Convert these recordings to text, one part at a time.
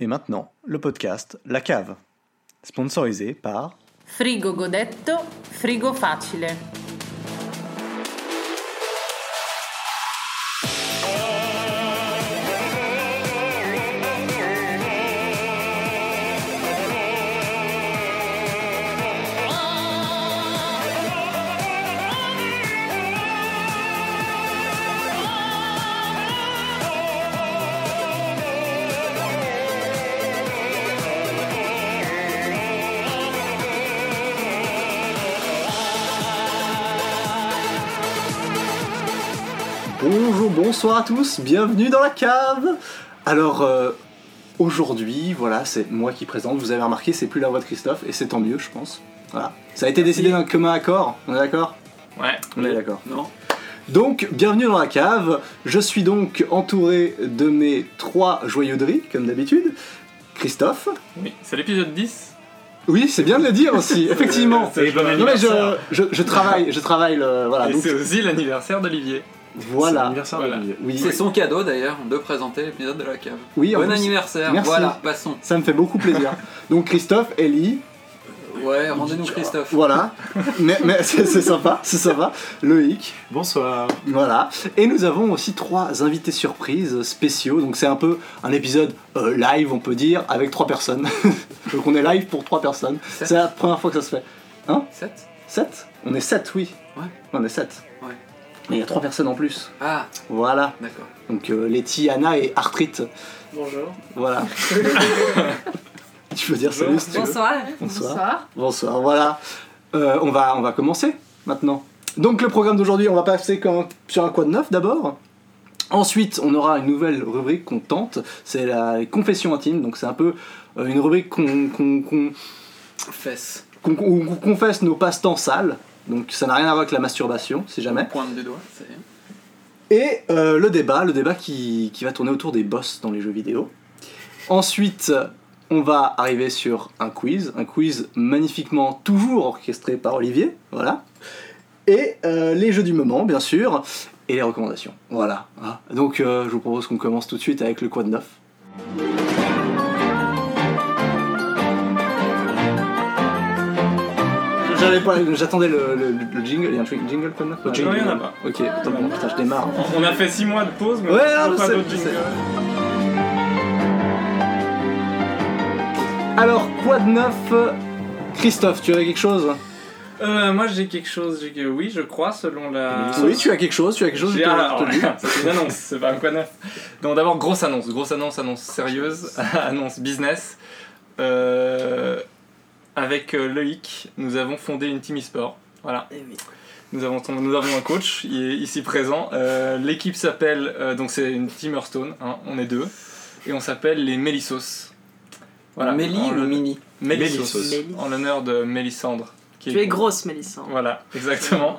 Et maintenant, le podcast La Cave, sponsorisé par Frigo godetto, frigo facile. Bonjour, bonsoir à tous, bienvenue dans la cave Alors, euh, aujourd'hui, voilà, c'est moi qui présente, vous avez remarqué, c'est plus la voix de Christophe, et c'est tant mieux, je pense. Voilà. Ça a été décidé d'un commun accord, on est d'accord Ouais. On est d'accord. Non. Donc, bienvenue dans la cave, je suis donc entouré de mes trois joyauderies, comme d'habitude. Christophe Oui. C'est l'épisode 10 Oui, c'est bien de le dire aussi, effectivement Et bon Non mais je, anniversaire. je, je travaille, je travaille le... Voilà, Et Ah, donc c'est aussi l'anniversaire d'Olivier. C'est voilà. l'anniversaire Voilà. d'Olivier. Oui, C'est son cadeau d'ailleurs de présenter l'épisode de la cave. oui en Bon plus, anniversaire, Merci. voilà, passons. ça me fait beaucoup plaisir. Donc Christophe, Ellie, Ouais, rendez-nous Christophe. Voilà, mais, mais c'est c'est sympa, c'est sympa. Loïc, Bonsoir. voilà. Et nous avons aussi trois invités surprises spéciaux. Donc c'est un peu un épisode euh, live, on peut dire, avec trois personnes. donc on est live pour trois personnes. Sept. C'est la première fois que ça se fait. Sept Sept On est sept, oui. Ouais. On est sept. Ouais. Mais il y a trois personnes en plus. Ah, Voilà. d'accord. Donc euh, Letty, Anna et Artrite. Bonjour. Voilà. tu peux dire salut si tu veux. Bonsoir. Bonsoir. Bonsoir, voilà. Euh, on, va, on va commencer maintenant. Donc le programme d'aujourd'hui, on va passer quand- sur un quoi de neuf d'abord. Ensuite, on aura une nouvelle rubrique qu'on tente, c'est la confession intime. Donc c'est un peu euh, une rubrique qu'on qu'on- qu'on- Fesse. qu'on- où on confesse nos passe-temps sales. Donc ça n'a rien à voir avec la masturbation, si jamais. Pointe du doigt, c'est. Et euh, le débat, le débat qui, qui va tourner autour des boss dans les jeux vidéo. Ensuite, on va arriver sur un quiz, un quiz magnifiquement toujours orchestré par Olivier, voilà. Et euh, les jeux du moment, bien sûr, et les recommandations. Voilà. hein. Donc euh, je vous propose qu'on commence tout de suite avec le quad neuf. J'avais pas- J'attendais le, le- le jingle, il y a un tri- jingle quad neuf Le jingle, il y en a pas. Ok, attends, bon, putain, je démarre. On a fait 6 mois de pause, mais Ouais, on non, a pas c'est- d'autres jingles. Alors, quoi de neuf euh, Christophe, tu avais quelque chose Euh, moi j'ai quelque chose, j'ai que- oui je crois selon la... Oui, tu as quelque chose, tu as quelque chose, je Euh, J'ai- te, ah, je te le dis. alors, c'est une annonce, c'est pas un quoi de neuf. Donc d'abord grosse annonce, grosse annonce, annonce sérieuse, annonce business. Euh, avec euh, Loïc, nous avons fondé une team e-sport. Voilà. Eh Nous avons, nous avons un coach, il est ici présent. Euh, L'équipe s'appelle, euh, donc c'est une Team Hearthstone, hein, on est deux, et on s'appelle les Mélissos. Mélie en ou l'honneur- Mini Mélissos, Mélissos. en l'honneur de Mélisandre. qui Tu es grosse, hein. Mélissandre. Voilà, exactement.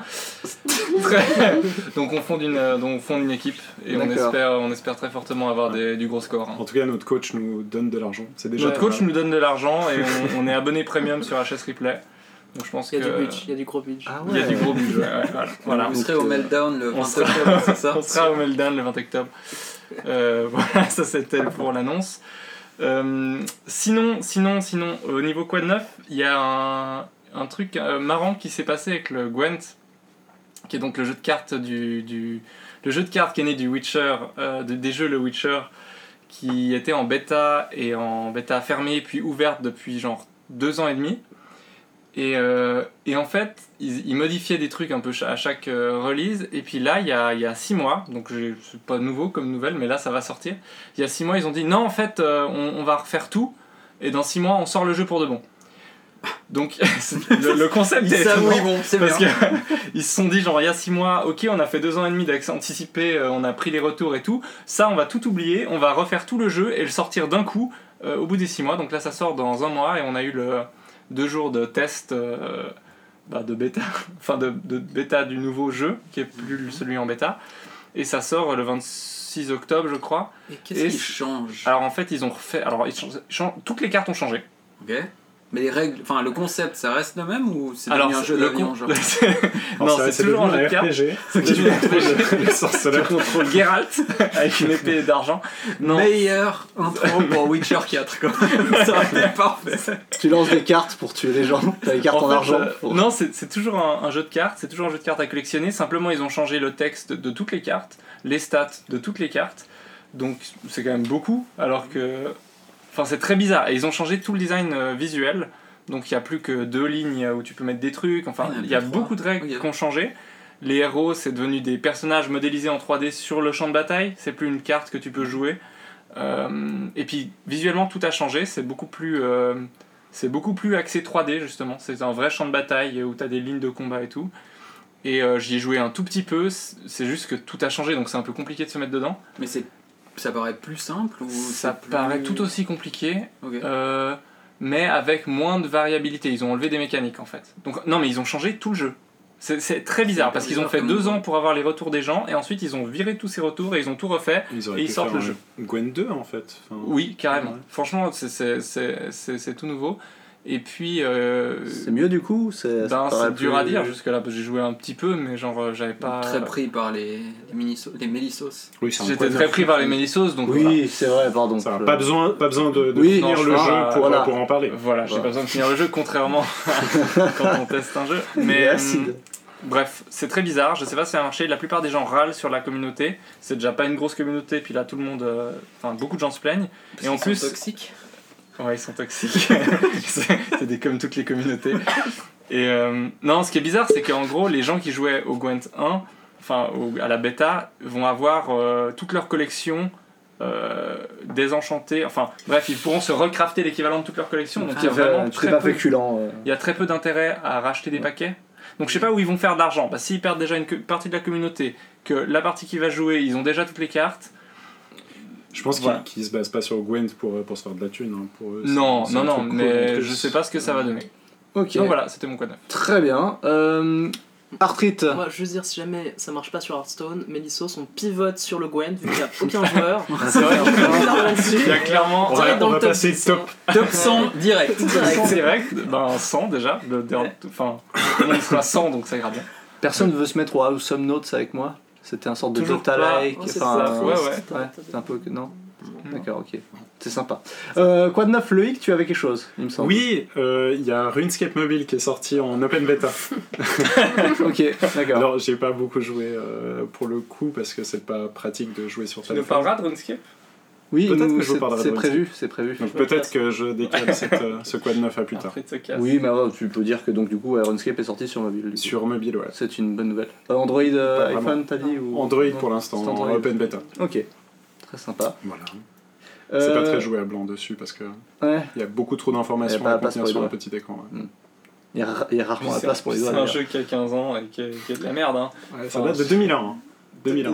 Très- donc on fonde une, euh, donc on fonde une équipe, et on D'accord. espère, on espère très fortement avoir des- du gros score. hein. En tout cas, notre coach nous donne de l'argent. C'est déjà Notre coach nous donne de l'argent, et on, on est abonné premium sur HS Replay. Donc je pense Il y a que- du budget, il y a du gros budget. Ah Il y a ouais. du gros budget, ouais, voilà. voilà. euh, Vous serez au meltdown le on 20 sera- octobre, c'est ça On sera au Meldan le 20 octobre. Euh, voilà, ça c'était pour l'annonce. Euh, sinon, sinon, sinon, au niveau Quad 9, il y a un, un truc euh, marrant qui s'est passé avec le Gwent, qui est donc le jeu de cartes du, du- le jeu de cartes qui est né du Witcher, euh, de- des jeux Le Witcher, qui était en bêta et en bêta fermée puis ouverte depuis genre deux ans et demi. Et, euh, et en fait, ils, ils modifiaient des trucs un peu cha- à chaque euh, release. Et puis là, il y a, il y a six mois, donc je- c'est pas nouveau comme nouvelle, mais là ça va sortir. Il y a six mois, ils ont dit non, en fait, euh, on, on va refaire tout. Et dans six mois, on sort le jeu pour de bon. Donc c'est- le, le concept Ils est savent où étonnant. ils vont, c'est bien. Parce que ils se sont dit genre il y a 6 mois, ok on a fait 2 ans et demi d'accès anticipé, euh, on a pris les retours et tout, ça on va tout oublier, on va refaire tout le jeu et le sortir d'un coup euh, au bout des 6 mois. Donc là ça sort dans un mois et on a eu le 2 jours de test euh, bah, de bêta, enfin de, de bêta du nouveau jeu qui est plus celui en bêta. Et ça sort le 26 octobre je crois. Et Et- Ah. qu'est-ce qui change Alors en fait ils ont refait, alors ils changent- changent- toutes les cartes ont changé. Ok. Mais les règles, enfin le concept, ça reste le même ou c'est Alors, devenu un c'est- jeu le d'avion con- genre Non, c'est toujours un jeu de cartes. RPG. C'est toujours un RPG. Les sorceleurs. Tu contrôles Geralt avec une épée d'argent. Non, Meilleure intro pour Witcher 4 quoi. ça aurait été parfait. Tu lances des cartes pour tuer les gens. T'as des cartes en, fait, argent. euh, pour- Non, c'est c'est toujours un, un jeu de cartes, c'est toujours un jeu de cartes à collectionner. Simplement, ils ont changé le texte de toutes les cartes, les stats de toutes les cartes. Donc, c'est quand même beaucoup. Alors que. Enfin, c'est très bizarre. Et ils ont changé tout le design euh, visuel. Donc, il n'y a plus que deux lignes où tu peux mettre des trucs. Enfin, Ah, Il y en a il y a plus trois. beaucoup de règles Ok. qui ont changé. Les héros, c'est devenu des personnages modélisés en 3D sur le champ de bataille. C'est plus une carte que tu peux jouer. Euh, et puis visuellement, tout a changé. C'est beaucoup plus, euh, c'est beaucoup plus axé 3D justement. C'est un vrai champ de bataille où t'as des lignes de combat et tout. Et euh, j'y ai joué un tout petit peu. C'est c'est juste que tout a changé, donc c'est un peu compliqué de se mettre dedans. Mais c'est ça paraît plus simple ou Ça c'est plus- paraît tout aussi compliqué. Ok. Euh, mais avec moins de variabilité. Ils ont enlevé des mécaniques en fait. Donc non, mais ils ont changé tout le jeu. C'est- C'est très bizarre hyper parce qu'ils ont bizarre fait comme deux idée. ans pour avoir les retours des gens et ensuite ils ont viré tous ces retours et ils ont tout refait. Ils Et auraient ils pu sortent faire le un jeu. Gwen 2 en fait. Enfin, Oui, carrément. Ouais. Franchement, c'est- c'est- c'est c'est- c'est tout nouveau. Et puis, euh, C'est mieux du coup. C'est ça ben, paraît c'est dur plus- à dire jusque-là parce que j'ai joué un petit peu, mais genre euh, j'avais pas. Très pris par les les, miniso- les mélissos. Oui, c'est un J'étais Gwen très deux. pris par les Mélissos, donc voilà. Oui, c'est vrai. Pardon. Ça va, Je- Pas besoin, pas besoin de, de Oui, finir non, le je- jeu ah, pour, voilà. pour en parler. Voilà, j'ai Voilà. pas besoin de finir le jeu, contrairement à quand on teste un jeu. Il est Mais acide. euh, bref, c'est très bizarre. Je sais pas si ça a marché. La plupart des gens râlent sur la communauté. C'est déjà pas une grosse communauté. Puis là, tout le monde, euh, enfin beaucoup de gens se plaignent. Parce en qu'ils sont plus- toxiques. Ouais, ils sont toxiques. c'est c'est des comme toutes les communautés. Et euh, non, ce qui est bizarre, c'est qu'en gros, les gens qui jouaient au Gwent 1, enfin au- à la bêta, vont avoir euh, toute leur collection euh, désenchantée. Enfin, bref, ils pourront se recrafter l'équivalent de toute leur collection. Donc il y a C'est pas- vraiment C'est très Ah, pas peu, féculent. euh. il y a très peu d'intérêt à racheter des paquets. Donc je sais pas où ils vont faire de l'argent. Bah, S'ils perdent déjà une co- partie de la communauté, que la partie qui va jouer, ils ont déjà toutes les cartes. Euh, Je pense qu'ils Voilà. qu'ils se basent pas sur Gwen pour, euh, pour se faire de la thune. hein. Pour eux, c'est- Non, c'est non, un non, truc cool, un mais truc- je sais pas ce que ça va donner. Ok. Donc voilà, c'était mon quoi de neuf. Très bien. Euh, Arthrite. Moi, je veux juste dire, si jamais ça marche pas sur Hearthstone, Melissos, on pivote sur le Gwen, vu qu'il n'y a aucun joueur. C'est vrai, hein. On l'a il y a dessus. On clairement Ouais, va, dans on le va top passer 10, hein. top. Top 100 direct. Direct. 100 direct, ben 100 déjà, le dernier- enfin, on sera 100 donc ça ira bien. Personne veut se mettre au House of Notes avec moi. C'était un sorte de Toujours Dota pas. like. Oh, c'est enfin, ça. ouais, ouais. Ouais, c'est un peu. Non Non. D'accord, ok. C'est sympa. Euh, quoi de neuf, Loïc Tu avais quelque chose, il me semble. Oui, euh, il y a RuneScape Mobile qui est sorti en open beta. Ok, d'accord. Alors, j'ai pas beaucoup joué euh, pour le coup parce que c'est pas pratique de jouer sur Tu nous téléphone. parleras de RuneScape Oui, Peut-être nous, que je vous c'est- parlerai c'est de prévu, c'est prévu. Donc peut-être que je décale cette, euh, ce quad 9 à plus tard. Après, de ce casse. Oui, mais ouais, tu peux dire que donc du coup, RuneScape est sorti sur mobile. du coup. Sur mobile, ouais. C'est une bonne nouvelle. Euh, Android, euh, Pas vraiment. iPhone, t'as dit ou... Android Non. pour l'instant, C'est en Android. open beta. Ok, très sympa. Euh, Voilà. C'est pas très jouable en dessus parce que Ouais, il y a beaucoup trop Y a d'informations pas à la place contenir pour sur les un petit écran. ouais. il y, a ra- il y a rarement la C'est- place pour les doigts. C'est un d'ailleurs. jeu qui a 15 ans et qui est, qui est de la merde. Hein. ça date de 2001. hein. 2001.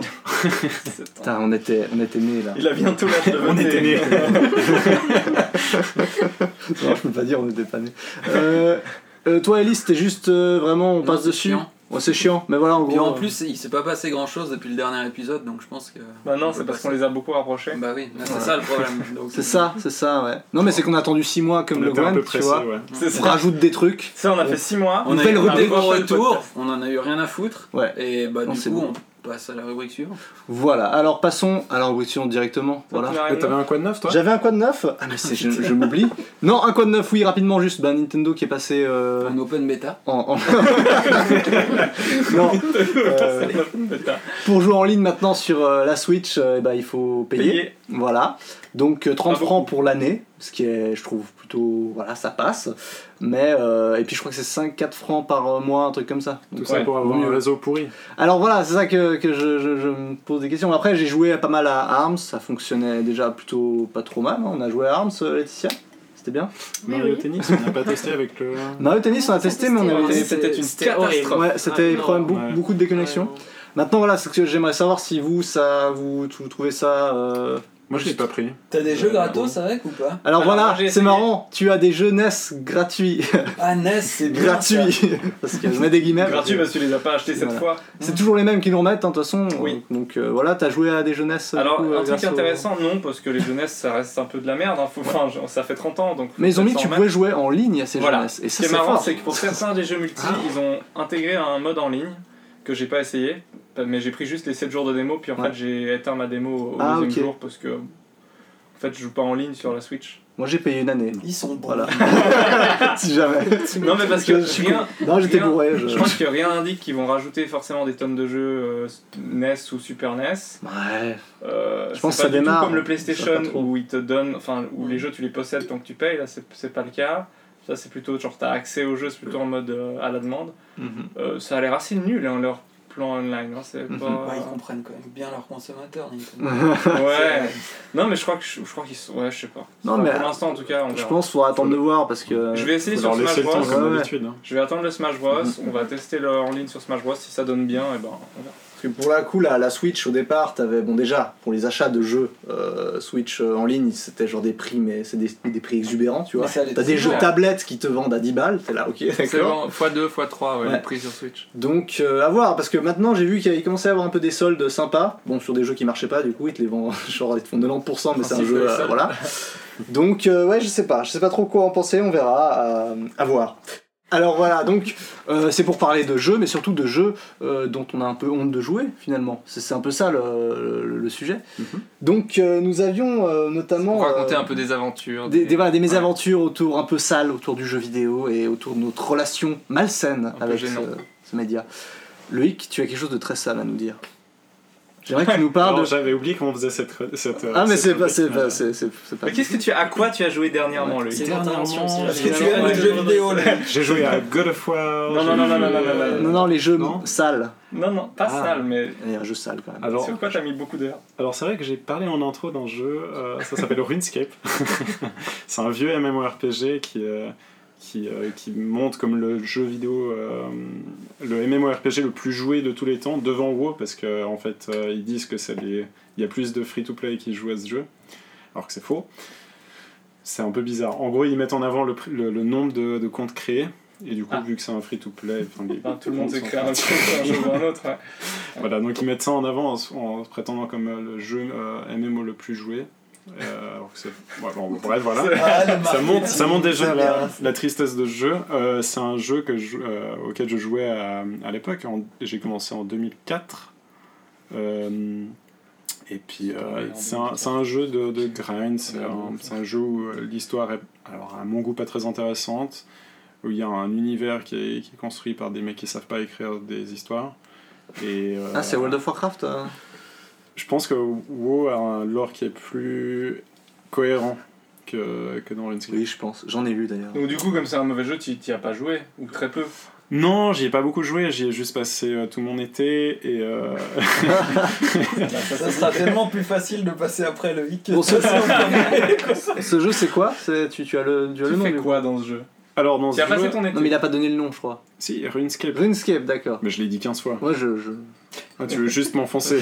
C'est- Putain, on était, on était nés là. Il a bientôt l'âge de On était nés. Non, je peux pas dire, on était pas nés. Euh, euh, toi, Elise, c'était juste euh, vraiment, on Non, passe c'est dessus. chiant. Ouais, c'est chiant, mais voilà, en Puis gros. en euh, plus, il s'est pas passé grand chose depuis le dernier épisode, donc je pense que. Bah non, c'est parce qu'on les a beaucoup rapprochés. Bah oui, là, c'est Ouais. ça le problème. Donc, C'est ça, c'est ça, ouais. Non, mais c'est qu'on a attendu 6 mois comme On le était un One, peu tu pressé, vois. ouais. C'est On ça. rajoute des trucs. Ça, on a fait 6 mois. On a Nouvelle eu un rubrique. bon retour, Podcast. on en a eu rien à foutre, Ouais, et bah On du s'est coup, bon. on passe à la rubrique suivante. voilà. Alors passons à l'ambition directement. Toi, Voilà. tu n'as rien Mais T'avais un quad 9 toi J'avais un quoi de neuf Ah mais c'est- je, je m'oublie. Non, un quoi de neuf, oui, rapidement juste, bah, Nintendo qui est passé euh, En open bêta. en... en- non, euh, Putain. pour jouer en ligne maintenant sur euh, la Switch, euh, eh ben, il faut payer. Payé. Voilà. Donc euh, 30 Pas beaucoup. francs pour l'année, ce qui est, je trouve, plutôt... Voilà, ça passe. Mais... euh, et puis je crois que c'est 5-4 francs par euh, mois, un truc comme ça. Tout Donc, ça Ouais, pour avoir vaut un mieux. réseau pourri. Alors voilà, c'est ça que, que je, je- je me pose des questions. Après, j'ai joué pas mal à Arms, ça fonctionnait déjà plutôt pas trop mal. hein. On a joué à Arms, euh, Laetitia C'était bien Mario Tennis, on n'a pas testé avec le. Mario Tennis, on a testé, mais on testé, avait ouais. été- C'était une C'était horrible. catastrophe. Ouais, c'était Ah, non. problème, beaucoup, Ouais. beaucoup de déconnexion. Maintenant, voilà, c'est ce que j'aimerais savoir si vous, ça, vous, vous trouvez ça euh, Moi, je suis pas pris. T'as des jeux Euh, gratos avec ou pas Alors, Alors, moi, voilà, j'ai c'est essayé. marrant, tu as des jeux NES gratuits. Ah, NES, c'est bien, ça. gratuits Parce que je mets des guillemets. Gratuit parce que tu les as pas achetés cette Voilà. fois. C'est toujours les mêmes qui nous remettent, hein, de toute façon. Oui. Donc euh, voilà, t'as joué à des jeunesses. euh, Alors, un truc intéressant, non, parce que les jeunesses, ça reste un peu de la merde. hein. Faut- enfin, je- ça fait 30 ans, donc. Mais ils ont mis que tu s'en pouvais jouer en ligne à ces Voilà. jeunesses. Et ça, Ce qui est c'est marrant, fort. Ah. c'est que pour certains des jeux multi, ils ont intégré un mode en ligne que j'ai pas essayé, mais j'ai pris juste les 7 jours de démo, puis en Ouais. fait j'ai éteint ma démo au Ah, deuxième ok. jour parce que en fait je joue pas en ligne sur la Switch. Moi, j'ai payé une année. Ils sont bons. Voilà. si jamais. Non mais parce que Je- je suis rien, Non, j'étais rien- bourré. Je... je pense que rien indique qu'ils vont rajouter forcément des tonnes de jeux euh, NES ou Super E NES. Ouais. Euh, Je pense c'est que ça pas du tout démarre, comme le ça PlayStation va pas trop. où ils te donnent, enfin où Mm. les jeux tu les possèdes tant que tu payes. Là c'est c'est pas le cas. Ça c'est plutôt genre t'as accès aux jeux, c'est plutôt en mode euh, à la demande. Mhm. Euh, ça a l'air assez nul hein, leur plan online. hein, c'est Mhm. pas- Ouais, ils comprennent quand même bien leurs consommateurs. Nintendo. je Ouais. non mais je crois que je, je crois qu'ils sont. Ouais, je sais pas. Non, Enfin, mais- pour l'instant en tout cas, on verra. pense qu'il faudra attendre de voir parce que. Je vais essayer Faut sur leur laisser Smash le temps, Bros. Ouais, comme ouais. d'habitude. hein. Je vais attendre le Smash Bros. Mhm. On va tester le en ligne sur Smash Bros. Si ça donne bien, et ben on verra. Parce que pour la coup, la, la Switch au départ, t'avais. Bon, déjà, pour les achats de jeux euh, Switch euh, en ligne, c'était genre des prix, mais c'est des, des prix exubérants, tu vois. Mais ça allait T'as des toujours. jeux tablettes qui te vendent à 10 balles, t'es là, ok, C'est d'accord. bon, x2, x3, ouais, Ouais. le prix sur Switch. Donc euh, à voir, parce que maintenant j'ai vu qu'il commençait à avoir un peu des soldes sympas. Bon, sur des jeux qui marchaient pas, du coup ils te les vendent genre ils te font 90%, mais c'est un Principe de jeu. la euh, solde. voilà. Donc euh, ouais, je sais pas, je sais pas trop quoi en penser, on verra, euh, à voir. Alors voilà, donc euh, c'est pour parler de jeux, mais surtout de jeux euh, dont on a un peu honte de jouer finalement. C'est c'est un peu ça le, le- le sujet. Donc euh, nous avions euh, notamment. Pour Mhm. raconter euh, un peu des aventures. des, des- voilà, des ouais. mésaventures autour, un peu sales autour du jeu vidéo et autour de notre relation malsaine peu avec ce, gênant. ce média. Loïc, tu as quelque chose de très sale à nous dire. J'aimerais que tu nous parles Alors, de... j'avais oublié comment on faisait cette. re- cette Ah mais c'est pas... c'est passé. pas- c'est- c'est- c'est pas- Mais qu'est-ce que tu à quoi tu as joué dernièrement Loïc C'est une intervention aussi. Parce que tu aimes les jeux vidéo, là. J'ai joué à God of War. Non, j'ai non, non, non, non, joué- non, non, non, Ah, Non, non, les jeux Non. sales. Non non pas Ah. sale mais Il y a un jeu sale quand même. Alors, sur quoi t'as mis beaucoup d'heures. alors c'est vrai que j'ai parlé en intro d'un jeu, euh, ça s'appelle RuneScape. c'est un vieux MMORPG qui, euh, qui, euh, qui monte comme le jeu vidéo, euh, le MMORPG le plus joué de tous les temps, devant WoW, parce qu'en en fait euh, ils disent que c'est les- il y a plus de free-to-play qui jouent à ce jeu, alors que c'est faux. C'est un peu bizarre. En gros, ils mettent en avant le, pr- le- le nombre de, de comptes créés. Et du coup, Ah. vu que c'est un free-to-play, enfin, les- Enfin, tout le monde les s'est comptes créé sont- un truc, un jeu ou un autre. ouais. Voilà, donc ils mettent ça en avant en, se- en se prétendant comme euh, le jeu euh, MMO le plus joué. Euh, alors que c'est... ouais, bon, bref, voilà. Ah, le Ça marketing, monte, ça monte déjà c'est la, bien. la tristesse de ce jeu. Euh, c'est un jeu que je- euh, auquel je jouais à, à l'époque. En- J'ai commencé en 2004. Euh, et puis, euh, c'est un, c'est un jeu de, de grind. C'est un, c'est un jeu où euh, l'histoire est, alors, à mon goût, pas très intéressante. Où il y a un univers qui est, qui est construit par des mecs qui savent pas écrire des histoires. Et, euh, Ah, c'est World of Warcraft euh je pense que WoW a un lore qui est plus cohérent que, que dans RuneScape. Oui, je pense. J'en ai lu d'ailleurs. Donc du coup comme c'est un mauvais jeu tu t'y as pas joué ou très peu. Non, j'y ai pas beaucoup joué, j'y ai juste passé euh, tout mon été et euh, Ça sera tellement plus facile de passer après le hic. Bon, ce, ce jeu, c'est quoi C'est- tu, tu as le, tu as le Tu nom fais du quoi dans ce jeu alors dans Tu ce as passé jeu, ton Non, mais il été. a pas donné le nom, je crois. si RuneScape. RuneScape, d'accord. Mais je l'ai dit 15 fois. Moi, je... je... Ah, tu veux juste m'enfoncer.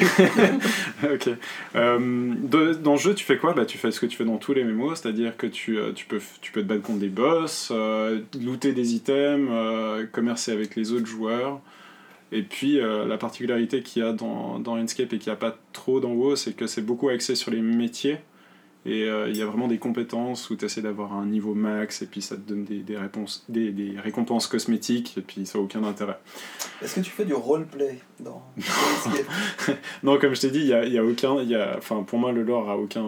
ok. Euh, de- dans le jeu, tu fais quoi Bah, tu fais ce que tu fais dans tous les MMO, c'est-à-dire que tu, euh, tu peux, f- tu peux te battre contre des boss, euh, looter des items, euh, commercer avec les autres joueurs. Et puis, euh, la particularité qu'il y a dans, dans Runescape et qu'il n'y a pas trop dans WoW, c'est que c'est beaucoup axé sur les métiers. Et euh, il y a vraiment des compétences où tu essaies d'avoir un niveau max, et puis ça te donne des, des réponses, des, des récompenses cosmétiques, et puis ça n'a aucun intérêt. Est-ce que tu fais du roleplay dans Escape Non, comme je t'ai dit, il y a, il y a aucun. il Y a, enfin, pour moi, le lore a aucun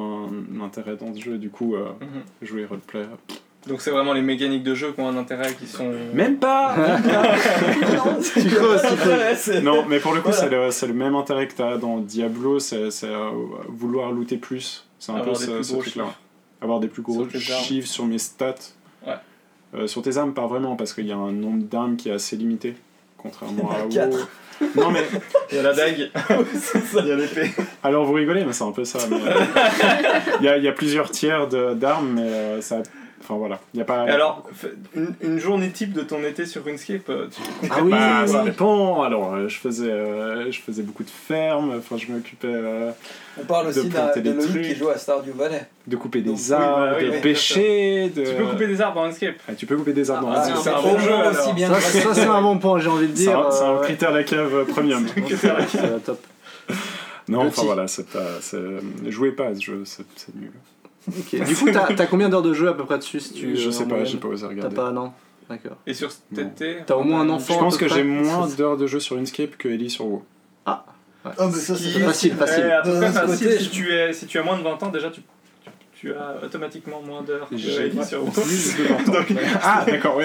intérêt dans ce jeu. Du coup, euh, Mhm. jouer roleplay. euh, Donc c'est vraiment les mécaniques de jeu qui ont un intérêt qui sont. Même pas Non, c'est- Tu creuses, tu creuses. c'est- Non, mais pour le coup, Voilà. c'est le, c'est le même intérêt que t'as dans Diablo, c'est c'est, euh, vouloir looter plus. C'est un Avoir peu des ce, plus ce gros truc-là. chiffres. Avoir des plus gros Sur tes armes. chiffres sur mes stats. Ouais. Euh, sur tes armes, pas vraiment, parce qu'il y a un nombre d'armes qui est assez limité. Contrairement Il y en a à WoW. quatre. Non, mais Il y a la dague. Il y a l'épée. Alors vous rigolez, mais c'est un peu ça. mais, euh, Il y, a- il y a plusieurs tiers de- d'armes, mais euh, ça, Enfin voilà, il n'y a pas. Et Alors, f- une, une journée type de ton été sur RuneScape, euh, tu- Ah oui, Bah, oui, ça oui. dépend. Alors, euh, je faisais, euh, je faisais beaucoup de fermes. Enfin, je m'occupais euh, On parle De aussi d'un- planter de des Loïc qui trucs. joue à Stardew Valley. de couper Donc, des oui, arbres, bah oui, de oui, pêcher. De... tu peux couper des arbres dans RuneScape. Ah, tu peux couper des arbres. Ah, dans bah, la- c'est c'est un un- bon jeu, Bonjour aussi alors. bien Ça, c'est ça, c'est un bon point, j'ai envie de c'est dire. un, euh, ouais. critère la cave euh, premium. C'est un critère, top. non, enfin Petit. voilà, c'est pas. c'est- euh, Jouez pas à ce jeu, c'est c'est nul. Ok. Du coup, t'as t'as combien d'heures de jeu à peu près dessus si tu, je euh, sais en pas, moyenne j'ai pas osé T'as regarder. pas, non D'accord. Euh, Et sur cet Non. été. T'as au moins un Je enfant. pense à peu que près j'ai moins d'heures de jeu sur Inkscape que Ellie sur WoW. Ah, mais ça, Qui- c'est Facile, Eh, facile. à peu D'un près autre facile, côté, si, je- tu es, si tu as moins de 20 ans, déjà, tu, tu- tu as automatiquement moins d'heures que J'ai Ellie sur plus de 20 ans. Ah, d'accord, oui.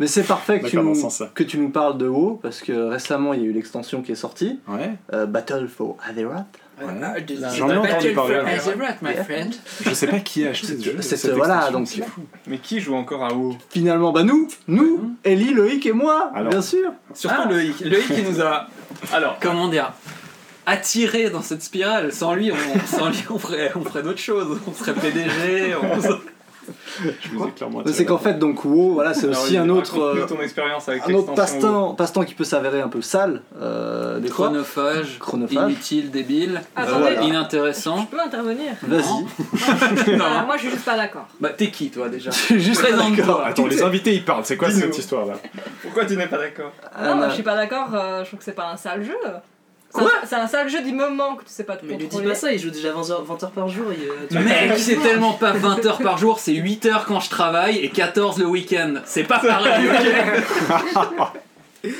Mais c'est parfait que tu, D'accord, dans ce nous, sens-là. que tu nous parles de WoW, parce que récemment, il y a eu l'extension qui est sortie, Ouais. euh, Battle for Azeroth. Ah, des- J'en ai entendu Battle parler. for Azeroth, my friend. Je sais pas qui a acheté ce jeu. Cette- cette voilà, extension, donc- c'est fou. Mais qui joue encore à WoW Finalement, bah nous, nous, Ellie, Loïc et moi, Alors. bien sûr. Surtout Ah. Loïc. Loïc qui nous a, Alors, comment dire, attiré dans cette spirale. Sans lui, on, sans lui, on ferait, on ferait d'autres choses. On serait PDG. On... Je vous ai clairement Mais C'est attiré. qu'en fait, donc WoW, voilà, c'est alors, aussi un raconte-nous autre, euh, ton expérience avec un autre l'extension WoW. passe-temps passe-temps qui peut s'avérer un peu sale, euh, des fois. Chronophage, Chronophage. inutile, débile, Attendez. euh, Voilà. inintéressant. Je peux intervenir Vas-y. Ah. Voilà, Moi, je suis juste pas d'accord. Bah t'es qui toi déjà Je suis juste d'accord. Présente-toi. Attends, les invités ils parlent, c'est quoi Dis-nous. cette histoire là Pourquoi tu n'es pas d'accord non, Anna. moi, je suis pas d'accord. euh, je trouve que c'est pas un sale jeu. C'est Quoi un- C'est un sale jeu du moment que tu sais pas te Mais lui dis contrôler. pas ça, il joue déjà 20 heures, 20 heures par jour. il, euh, tu vois. Mec, c'est tellement pas 20 heures par jour, c'est 8 heures quand je travaille et 14 le week-end. C'est pas pareil, ok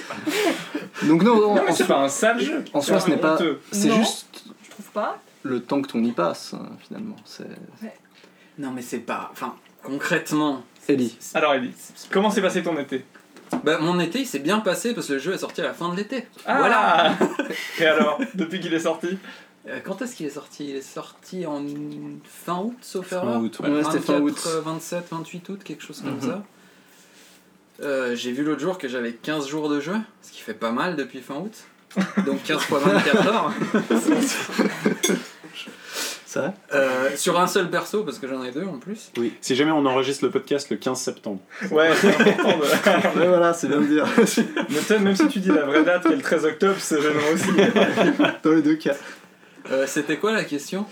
Donc non, non, Non, mais en, c'est soi- pas un sale jeu. en soi, C'est ce n'est pas. honteux. C'est Non. juste Je trouve pas. le temps que ton y passe, hein, finalement. C'est Non mais c'est pas... Enfin, concrètement... Ellie. Alors, Ellie, comment s'est passé ton été Bah mon été il s'est bien passé parce que le jeu est sorti à la fin de l'été. Ah Voilà Et alors, depuis qu'il est sorti Euh, Quand est-ce qu'il est sorti Il est sorti en fin août, sauf Fin erreur août, ouais. Ouais, c'était fin août. 24, euh, 27, 28 août, quelque chose comme Mhm. ça. Euh, J'ai vu l'autre jour que j'avais 15 jours de jeu, ce qui fait pas mal depuis fin août. Donc 15 fois 24 heures. C'est vrai Euh, sur un seul perso, parce que j'en ai deux en plus. Si jamais on enregistre le podcast le 15 septembre. Ouais, c'est important de... Ouais, voilà, c'est bien de dire. Mais toi, même si tu dis la vraie date qui est le 13 octobre, c'est gênant aussi. Dans les deux cas. Euh, C'était quoi la question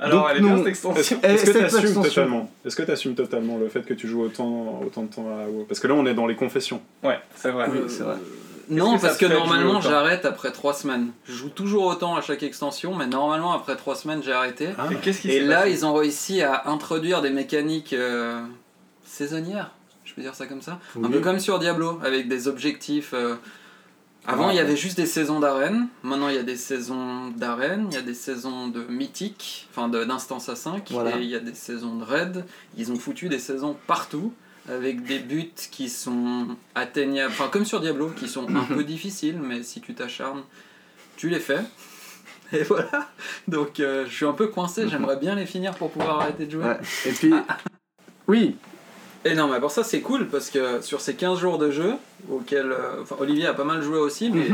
Alors, Donc, elle est bien non. cette Est-ce extension. est-ce que cette t'assumes extension. totalement Est-ce que t'assumes totalement le fait que tu joues autant, autant de temps à WoW Parce que là on est dans les confessions. Ouais, Ah c'est vrai. Oui, c'est vrai. Euh, Non, que ça parce te que fait de jouer normalement autant j'arrête après 3 semaines. Je joue toujours autant à chaque extension, mais normalement après 3 semaines j'ai arrêté. Ah. Et qu'est-ce qui Et s'est là, passé ils ont réussi à introduire des mécaniques euh, saisonnières, je peux dire ça comme ça. Un Oui. peu comme sur Diablo, avec des objectifs. euh, Ah, Avant, il y avait juste des saisons d'arène. Maintenant, il y a des saisons d'arène, il y a des saisons de mythique, enfin de- d'instance à 5, Voilà. et il y a des saisons de raid. Ils ont foutu des saisons partout, avec des buts qui sont atteignables, enfin comme sur Diablo, qui sont un Mhm. peu difficiles, mais si tu t'acharnes, tu les fais. Et voilà. Donc euh, je suis un peu coincé, j'aimerais bien les finir pour pouvoir arrêter de jouer. Mhm. Ouais. Et puis. Ah, Oui, Et non, mais pour ça c'est cool parce que sur ces 15 jours de jeu, auquel euh, enfin, Olivier a pas mal joué aussi, mais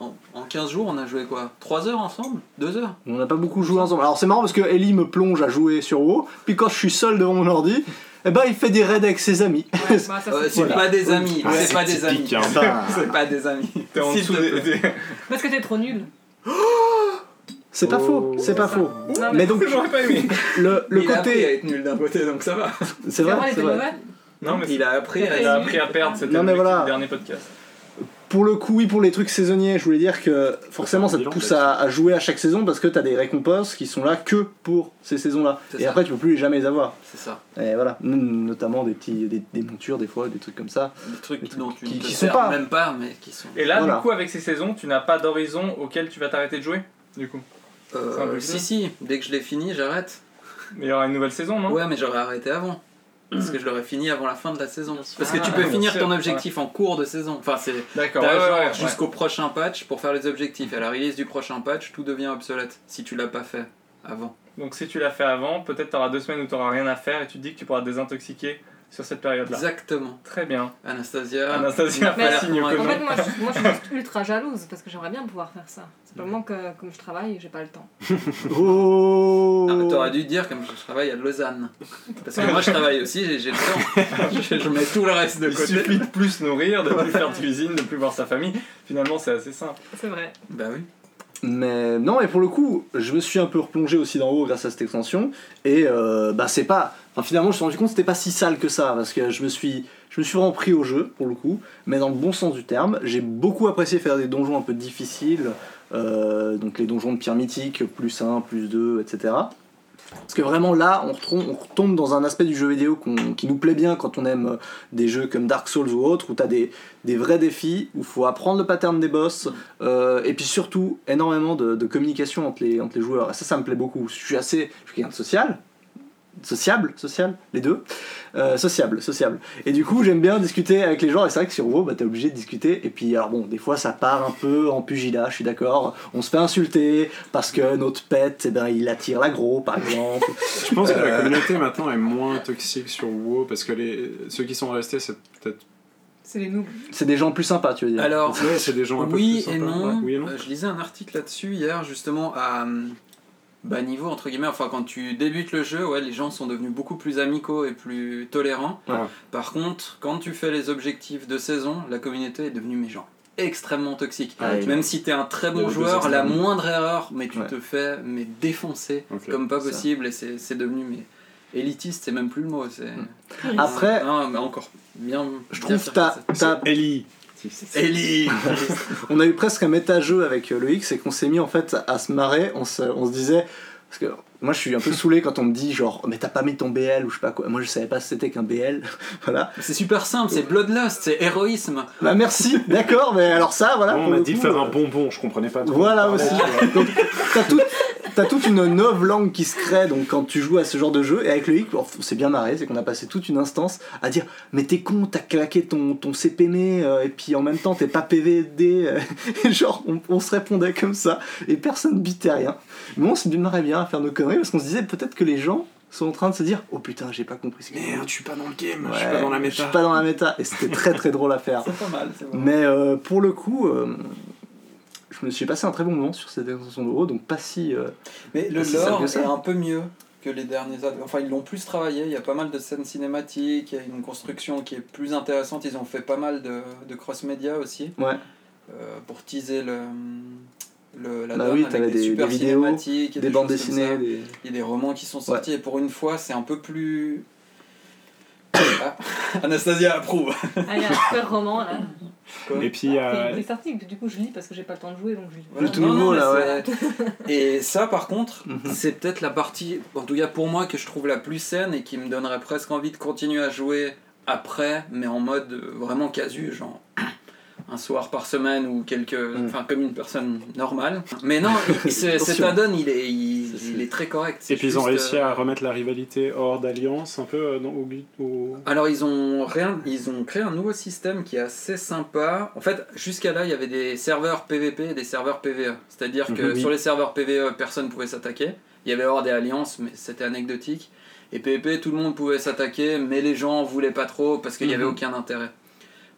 en, en 15 jours on a joué quoi 3 heures ensemble 2 heures on n'a pas beaucoup joué ensemble. Alors c'est marrant parce que Ellie me plonge à jouer sur WoW, puis quand je suis seul devant mon ordi, eh ben il fait des raids avec ses amis. Ouais, bah, ça, Euh, c'est- C'est pas des amis, Ah, c'est c'est pas des amis. typique, hein. Enfin, C'est pas des amis. T'es en S'il dessous te des- plaît. des... Parce que t'es trop nul. c'est pas faux, c'est pas ça. faux. Non, Mais donc J'aurais pas aimé. le, le Il a appris à côté, être nul d'un côté, donc ça va. c'est Vraiment, vrai, il était c'est vrai. mauvais. Non, mais Il a appris à il être... a appris à perdre, c'était Non, mais le voilà. dernier podcast. Pour le coup, oui, pour les trucs saisonniers, je voulais dire que forcément faire un ça te bilan, pousse peut-être. à, à jouer à chaque saison parce que t'as des récompenses qui sont là que pour ces saisons-là. C'est Et ça. après, tu peux plus les jamais les avoir. C'est ça. Et voilà, Mm, notamment des petits, des, des montures des fois, des trucs comme ça. Des trucs Des trucs dont tu qui- ne te qui sont sers pas. même pas, mais qui sont... Et là, Voilà. du coup, avec ces saisons, tu n'as pas d'horizon auquel tu vas t'arrêter de jouer Du coup. Euh, C'est un peu si, bizarre. si, dès que je l'ai fini, j'arrête. Mais il y aura une nouvelle saison, non Ouais, mais j'aurais arrêté avant. Parce que je l'aurais fini avant la fin de la saison. Bien sûr. Parce que tu Ah, peux bien finir sûr, ton objectif en cours de saison. Enfin, c'est D'accord, t'as ouais, genre ouais, ouais, jusqu'au prochain patch pour faire les objectifs. À la release du prochain patch, tout devient obsolète si tu l'as pas fait avant. ouais. Donc si tu l'as fait avant, peut-être t'auras deux semaines où t'auras rien à faire et tu te dis que tu pourras te désintoxiquer sur cette période-là. Exactement. Très bien. Anastasia. Anastasia, Mais pas alors, signe en que En non. fait, moi je, moi, je suis juste ultra jalouse parce que j'aimerais bien pouvoir faire ça. Simplement que, comme je travaille, j'ai pas le temps. Oh Ah, bah, T'aurais dû dire comme je travaille à Lausanne. Parce que moi je travaille aussi, j'ai- j'ai le temps. je, je mets tout le reste de Il côté. suffit de plus nourrir, de plus faire de cuisine, de plus voir sa famille. Finalement, c'est assez simple. C'est vrai. Bah oui. Mais non, mais pour le coup, je me suis un peu replongé aussi d'en haut grâce à cette extension. Et euh, bah, c'est pas. Enfin, finalement, je me suis rendu compte que c'était pas si sale que ça. Parce que je me suis, je me suis vraiment pris au jeu, pour le coup. Mais dans le bon sens du terme, j'ai beaucoup apprécié faire des donjons un peu difficiles. euh, donc les donjons de pierre mythique, plus 1, plus 2, etc. Parce que vraiment là, on retombe, on retombe dans un aspect du jeu vidéo qu'on- qui nous plaît bien quand on aime euh, des jeux comme Dark Souls ou autres, où t'as des, des vrais défis, où faut apprendre le pattern des boss, euh, et puis surtout énormément de, de communication entre les, entre les joueurs. Et ça, ça me plaît beaucoup. Je suis assez. Je suis quelqu'un de social. Sociable, social, les deux. Euh, sociable, sociable. Et du coup, j'aime bien discuter avec les gens. Et c'est vrai que sur WoW, bah, t'es obligé de discuter. Et puis, alors bon, des fois, ça part un peu en pugilat, je suis d'accord. On se fait insulter parce que notre pet, eh ben, il attire l'aggro, par exemple. Je pense que la communauté maintenant est moins toxique sur WoW parce que les... ceux qui sont restés, c'est peut-être. C'est les noobs. c'est des gens plus sympas, tu veux dire. Alors, Ouais, c'est des gens un peu oui, plus et sympas. non. Ouais, oui et non. Euh, je lisais un article là-dessus hier, justement, à euh, bas niveau, entre guillemets. Enfin, quand tu débutes le jeu, ouais, les gens sont devenus beaucoup plus amicaux et plus tolérants. Ouais. Par contre, quand tu fais les objectifs de saison, la communauté est devenue, mais genre, extrêmement toxique. Ah, oui. Même si t'es un très Il y bon avait deux joueur, la extrêmes. moindre erreur, mais tu Ouais. te fais mais défoncer Ok. comme pas ça. possible, et c'est c'est devenu mais élitiste, c'est même plus le mot. C'est Après, Non, mais encore bien. je bien trouve pire ta, que ça. ta Ellie. Ellie. on a eu presque un méta-jeu avec euh, Loïc, c'est qu'on s'est mis en fait à se marrer, on se, on se disait. Parce que moi je suis un peu saoulé quand on me dit genre, mais t'as pas mis ton BL ou je sais pas quoi. Moi je savais pas c'était qu'un BL. voilà. C'est super simple, c'est Bloodlust, c'est héroïsme. Bah merci, d'accord, mais alors ça, voilà. on pour m'a le dit de coup, faire un euh, bonbon, je comprenais pas. trop. Ah, Voilà Pardon. aussi. Donc, t'as tout- T'as toute une nouvelle langue qui se crée donc quand tu joues à ce genre de jeu et avec Loïc on s'est bien marré c'est qu'on a passé toute une instance à dire mais t'es con t'as claqué ton, ton CPM euh, et puis en même temps t'es pas PVD euh, et genre on, on se répondait comme ça et personne bitait rien mais on se marrait bien à faire nos conneries parce qu'on se disait peut-être que les gens sont en train de se dire oh putain j'ai pas compris ce que eh, Merde, je suis pas dans le game, Ouais, je suis pas dans la je suis méta. pas dans la méta et c'était très très drôle à faire C'est pas mal, c'est bon. mais euh, pour le coup, euh, je me suis passé un très bon moment sur cette extension de haut, donc pas si. euh, Mais le C'est simple lore que ça. est un peu mieux que les derniers ad- Enfin, ils l'ont plus travaillé, il y a pas mal de scènes cinématiques, il y a une construction qui est plus intéressante, ils ont fait pas mal de, de cross-média aussi. Ouais. Euh, pour teaser le, le- la Bah donne oui, avec t'avais des- des, super des vidéos, cinématiques, et des, bandes choses comme dessinées. ça. des- Il y a des romans qui sont sortis, et pour une fois, c'est un peu plus... Ah, Anastasia approuve Allez, un super roman là. Et puis il y a- Et Les articles, du coup, je lis parce que j'ai pas le temps de jouer donc je lis. Le tout nouveau, mais là, c'est- Et ça, par contre, Mhm. c'est peut-être la partie, en tout cas pour moi, que je trouve la plus saine et qui me donnerait presque envie de continuer à jouer après, mais en mode euh, vraiment casu, genre un soir par semaine ou quelques. Mhm. Mm. Enfin, comme une personne normale. Mais non, il- c'est- cet Attention. add-on, il est, il, C'est- il est très correct. Et c'est puis ils ont juste, réussi euh, à remettre la rivalité hors d'alliance un peu euh, dans, au, glu- au- Alors ils ont, rien, ils ont créé un nouveau système qui est assez sympa. En fait, jusqu'à là, il y avait des serveurs PVP et des serveurs PVE. C'est-à-dire que Mhm. sur les serveurs PVE, personne ne pouvait s'attaquer. Il y avait hors des alliances, mais c'était anecdotique. Et PVP, tout le monde pouvait s'attaquer, mais les gens en voulaient pas trop parce qu'il n'y avait Mhm. aucun intérêt.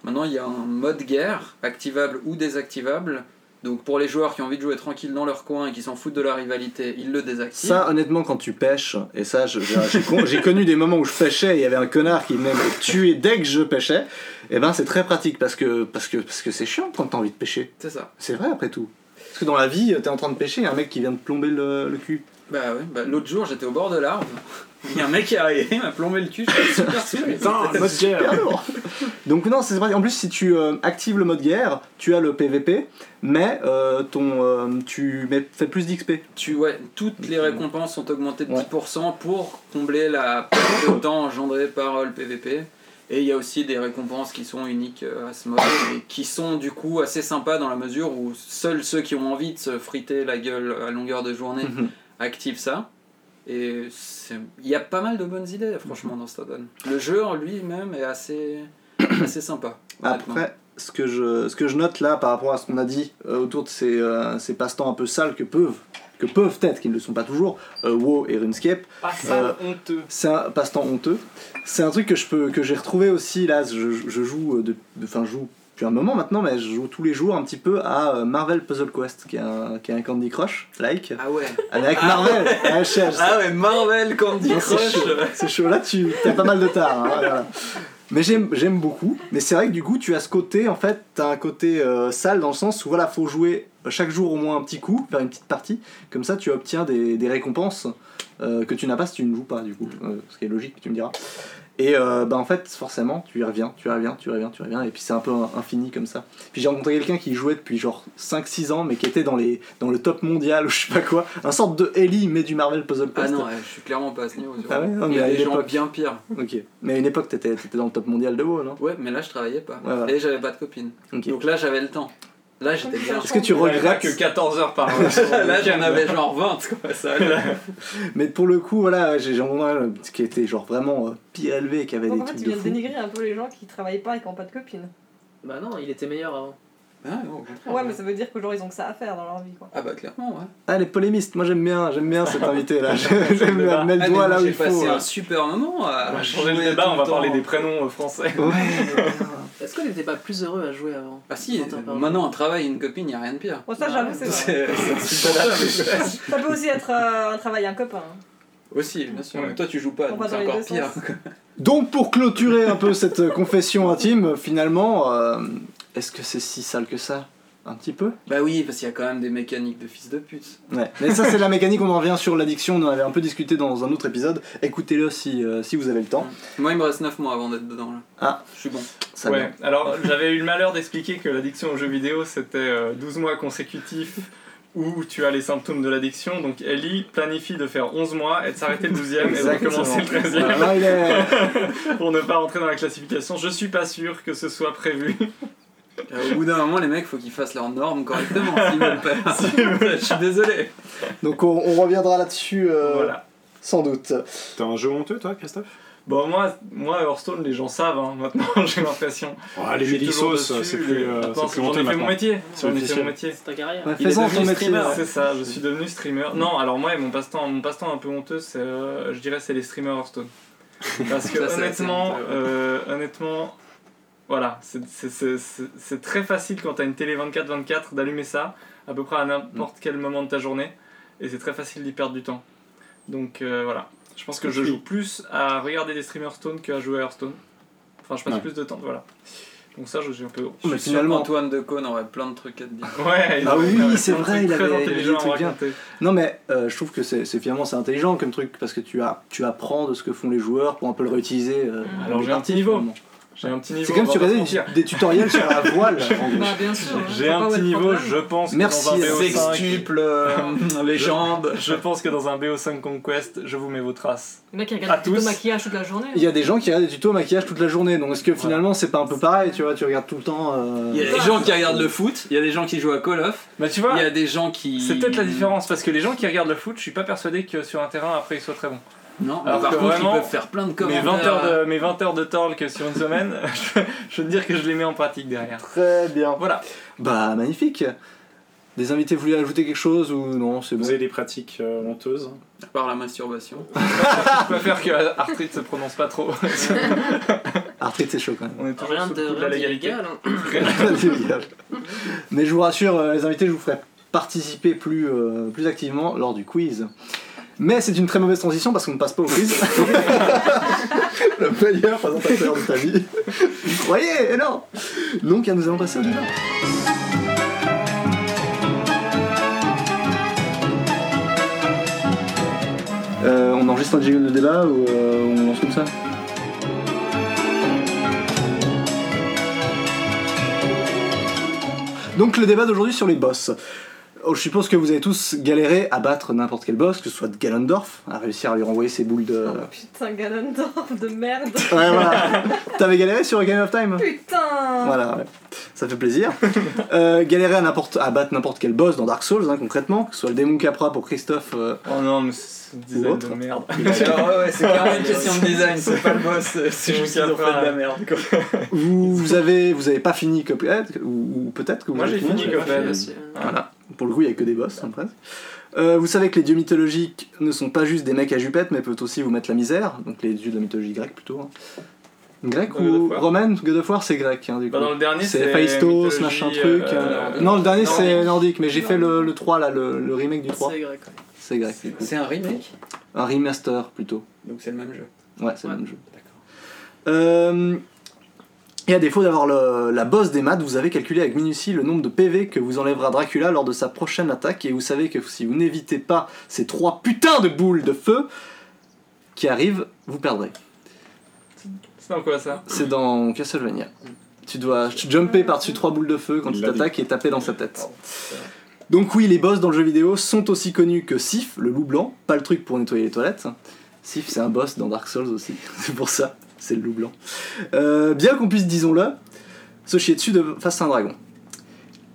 Maintenant, il y a un mode guerre, activable ou désactivable. Donc pour les joueurs qui ont envie de jouer tranquille dans leur coin et qui s'en foutent de la rivalité, ils le désactivent. Ça, honnêtement, quand tu pêches, et ça, je- je- j'ai con- j'ai connu des moments où je pêchais, et il y avait un connard qui venait me tuer dès que je pêchais, et ben c'est très pratique parce que parce que parce que c'est chiant quand t'as envie de pêcher. C'est ça. C'est vrai après tout. Parce que dans la vie, t'es en train de pêcher, y a un mec qui vient de plomber le, le cul. Bah ouais, bah, l'autre jour j'étais au bord de l'arbre. Il y a un mec qui est arrivé, il m'a plombé le cul, j'étais super saoulé. Putain, mode guerre. Super lourd. Donc non, c'est pratique. En plus, si tu euh, actives le mode guerre, tu as le PVP, mais euh, ton euh, tu mets- fais plus d'XP. Tu, ouais, toutes les récompenses sont augmentées de Ouais. 10% pour combler la perte de temps engendrée par euh, le PVP. Et il y a aussi des récompenses qui sont uniques euh, à ce mode et qui sont du coup assez sympas dans la mesure où seuls ceux qui ont envie de se friter la gueule à longueur de journée Mhm. activent ça. Et c'est- il y a pas mal de bonnes idées franchement dans Staden. Le jeu en lui-même est assez, assez sympa. honnêtement. Après, ce que, je, ce que je note là par rapport à ce qu'on a dit euh, autour de ces, euh, ces passe-temps un peu sales que peuvent, que que peuvent être, qui ne le sont pas toujours, euh, WoW et RuneScape. Ah, Pas ça, Euh, honteux. C'est un passe-temps honteux. C'est un truc que je peux que j'ai retrouvé aussi là. Je, je joue euh, de, de- enfin je joue depuis un moment maintenant, mais je joue tous les jours un petit peu à euh, Marvel Puzzle Quest, qui est un, qui est un Candy Crush like, Ah ouais. avec Marvel. Ah, je sais, je sais. Ah ouais, Marvel Candy Non, c'est Crush. chaud. C'est chaud. Là, tu as pas mal de tard. hein, voilà. Mais j'aime j'aime beaucoup. Mais c'est vrai que du coup, tu as ce côté, en fait, tu as un côté euh, sale dans le sens où voilà, faut jouer chaque jour au moins un petit coup, faire une petite partie. Comme ça, tu obtiens des, des récompenses euh, que tu n'as pas si tu ne joues pas, du coup. Euh, ce qui est logique, tu me diras. Et euh, bah, en fait, forcément, tu y reviens, tu y reviens, tu y reviens, tu y reviens. Et puis c'est un peu un- infini comme ça. Puis j'ai rencontré quelqu'un qui jouait depuis genre 5-6 ans, mais qui était dans, les, dans le top mondial ou je sais pas quoi. Un sorte de Ellie, mais du Marvel Puzzle Quest. Ah non, ouais, je suis clairement pas à ce niveau. tu vois. Ah ouais, non, Il y mais a à des gens l'époque- bien pires. Ok. Mais à une époque, t'étais t'étais dans le top mondial de WoW, non Ouais, mais là je travaillais pas. Ouais, voilà. Et j'avais pas de copine. Ok. Donc là j'avais le temps. Là j'étais bien. Est-ce que tu J'avais pas que regrettes 14 heures par mois. sur le Là j'en week-end. avais genre 20 quoi. Ça allait. Mais pour le coup, voilà, j'ai j'ai un moment euh, qui était genre vraiment euh, pire élevé et qui avait Donc en des fait, trucs tu de viens de fou. dénigrer un peu les gens qui travaillent pas et qui n'ont pas de copine. Bah non, il était meilleur avant. Ah, non, au contraire. Ouais, mais ça veut dire que genre ils ont que ça à faire dans leur vie quoi. Ah bah clairement, ouais. Ah, les polémistes, moi j'aime bien, j'aime bien cet invité là. J'aime bien, mets le Ah, doigt mais là où J'ai il faut. passé là. un super moment euh. à. On va changer le jouer tout débat, on va le parler temps. des prénoms euh, français. Ouais. Est-ce que t'étais pas plus heureux à jouer avant Ah si, Quand t'en euh, parles. maintenant un travail, une copine, y a rien de pire. Bon, ça Bah, j'avoue, c'est vrai. C'est c'est un super truc. Ça peut aussi être euh, un travail, un copain. hein. Aussi, bien sûr. Ouais. Mais Toi tu joues pas, On donc va c'est dans les encore deux pire. sens. Donc, pour clôturer un peu cette euh, confession intime, finalement, euh, est-ce que c'est si sale que ça Un petit peu Bah oui, parce qu'il y a quand même des mécaniques de fils de pute. Ouais. Mais ça, c'est la mécanique, on en revient sur l'addiction, on en avait un peu discuté dans un autre épisode. Écoutez-le si, euh, si vous avez le temps. Moi il me reste 9 mois avant d'être dedans là. Ah. Je suis bon. Ça ouais, alors j'avais eu le malheur d'expliquer que l'addiction aux jeux vidéo c'était euh, 12 mois consécutifs où tu as les symptômes de l'addiction. Donc Ellie planifie de faire 11 mois et de s'arrêter le 12e et de Exactement. recommencer le 13e Voilà, là, il est- pour ne pas rentrer dans la classification. Je suis pas sûr que ce soit prévu. Euh, Au bout d'un moment, les mecs, faut qu'ils fassent leurs normes correctement. S'ils veulent pas. Je suis désolé. Donc on, on reviendra là-dessus euh, Voilà. sans doute. T'as un jeu honteux, toi, Christophe Bon, moi, moi Hearthstone, les gens savent hein, maintenant, j'ai l'impression. oh, Les Je suis toujours Mélissos, dessus, c'est plus, les- euh, Maintenant, c'est plus j'en ai honteux fait mon maintenant. métier. C'est J'en ai fait officiel. mon métier. C'est ta carrière. Ouais, Il est Bah, Fais-en ton devenu métier. streamer, ouais. c'est ça, je suis devenu streamer. Non, alors moi, mon passe-temps mon passe un peu honteux, c'est, euh, je dirais c'est les streamers Hearthstone. Parce que Ça, c'est honnêtement, assez honteux, ouais. euh, honnêtement, voilà, c'est- c'est- c'est c'est- c'est très facile quand t'as une télé 24-24 d'allumer ça, à peu près à Mm. n'importe quel moment de ta journée, et c'est très facile d'y perdre du temps. Donc euh, voilà, je pense que je joue plus à regarder des streamers Hearthstone qu'à jouer à Hearthstone. Enfin, je passe Ouais. plus de temps, voilà. Donc ça, je suis un peu... Je Mais suis sûr finalement- qu'Antoine de Caunes aurait plein de trucs à te dire. Ouais, ils Ah ont- oui, ils ont c'est un vrai, truc il avait- très il avait des intelligent à trucs bien. raconter. Non mais euh, je trouve que c'est c'est- finalement c'est intelligent comme truc parce que tu, as, tu apprends de ce que font les joueurs pour un peu le réutiliser. euh, Mhm. dans Alors, les j'ai un parties, petit niveau. finalement. J'ai un petit niveau. C'est comme si tu on va regardais pas se mentir. des, des tutoriels sur la voile. en gros. Bah, bien sûr. hein. J'ai Faut un pas petit être niveau, problème. je pense. que Merci, dans un BO5, Sextuple, euh, légende. Je pense que dans un BO5 Conquest, je vous mets vos traces. Le mec qui À regarde plutôt tous. maquillage toute la journée. Il y a des gens qui regardent des tutos maquillage toute la journée, donc est-ce que finalement c'est pas un peu pareil, tu vois, tu regardes tout le temps... euh, Il y a des gens qui regardent le foot, il y a des gens qui jouent à Call of, Bah tu il vois, y a des gens qui. c'est peut-être la différence parce que les gens qui regardent le foot, je suis pas persuadé que sur un terrain après ils soient très bons. Non, mais Alors par que contre, vraiment, ils peuvent faire plein de Mes commentaires. euh, 20 heures de mes 20 heures de talk sur une semaine, je, je veux te dire que je les mets en pratique derrière. Très bien. Voilà. Bah magnifique. Des invités voulaient ajouter quelque chose ou non, c'est bon. Vous avez des pratiques euh, honteuses Par la masturbation. Je préfère que Artrit se prononce pas trop. Arrête, c'est chaud quand même. On est toujours Rien sous de le coup de la rien légalité. d'illégal, hein. C'est bien. Mais je vous rassure, euh, les invités, je vous ferai participer plus, euh, plus activement lors du quiz. Mais c'est une très mauvaise transition parce qu'on ne passe pas au quiz. Le meilleur présentateur de ta vie. Vous croyez Eh non Donc, nous allons passer au débat. Euh, on enregistre un jingle de débat ou euh, on lance comme ça Donc le débat d'aujourd'hui sur les boss. Oh, Je suppose que vous avez tous galéré à battre n'importe quel boss, que ce soit de Ganondorf, à réussir à lui renvoyer ses boules de... Oh, putain, Ganondorf de merde. Ouais, voilà. T'avais galéré sur Game of Time Putain. Voilà, ouais. ça fait plaisir. Euh, galérer à, n'importe- à battre n'importe quel boss dans Dark Souls, hein, concrètement, que ce soit le démon Capra pour Christophe, euh, Oh non, mais c'est des design de autre. merde. Alors, ouais, ouais, c'est clairement une question de design, c'est pas le boss, c'est juste qu'ils ont fait de la merde. quoi. vous, vous, avez, vous avez pas fini Cuphead, ou, ou peut-être que vous Moi, avez j'ai fini, ouais. Cuphead. Aussi, euh, Voilà. Pour le coup, il n'y a que des boss, en presque. Euh, vous savez que les dieux mythologiques ne sont pas juste des mecs à jupettes, mais peuvent aussi vous mettre la misère. Donc les dieux de la mythologie grecque, plutôt. hein. Grecque God of ou War. romaine God of War, c'est grec, hein, du coup. Bah, dans le dernier, c'est c'est Phaistos, mythologie, machin truc. euh, hein. non, le dernier, nordique. c'est nordique, mais j'ai fait le, le 3, là, le, le remake du 3. C'est grec. ouais. C'est grec, du coup. C'est un remake, Un remaster, plutôt. donc c'est le même jeu. Ouais, c'est le même jeu. D'accord. Euh, et à défaut d'avoir le- la bosse des maths, vous avez calculé avec minutie le nombre de PV que vous enlèvera Dracula lors de sa prochaine attaque, et vous savez que si vous n'évitez pas ces trois putains de boules de feu qui arrivent, vous perdrez. C'est dans quoi ça C'est dans Castlevania. Tu dois jumper par-dessus trois boules de feu quand Il tu l'a Oh, t'attaques et taper dans sa tête. Donc oui, les boss dans le jeu vidéo sont aussi connus que Sif, le loup blanc, pas le truc pour nettoyer les toilettes. Sif, c'est un boss dans Dark Souls aussi, c'est pour ça, c'est le loup blanc. Euh, bien qu'on puisse, disons-le, se chier dessus de- face à un dragon.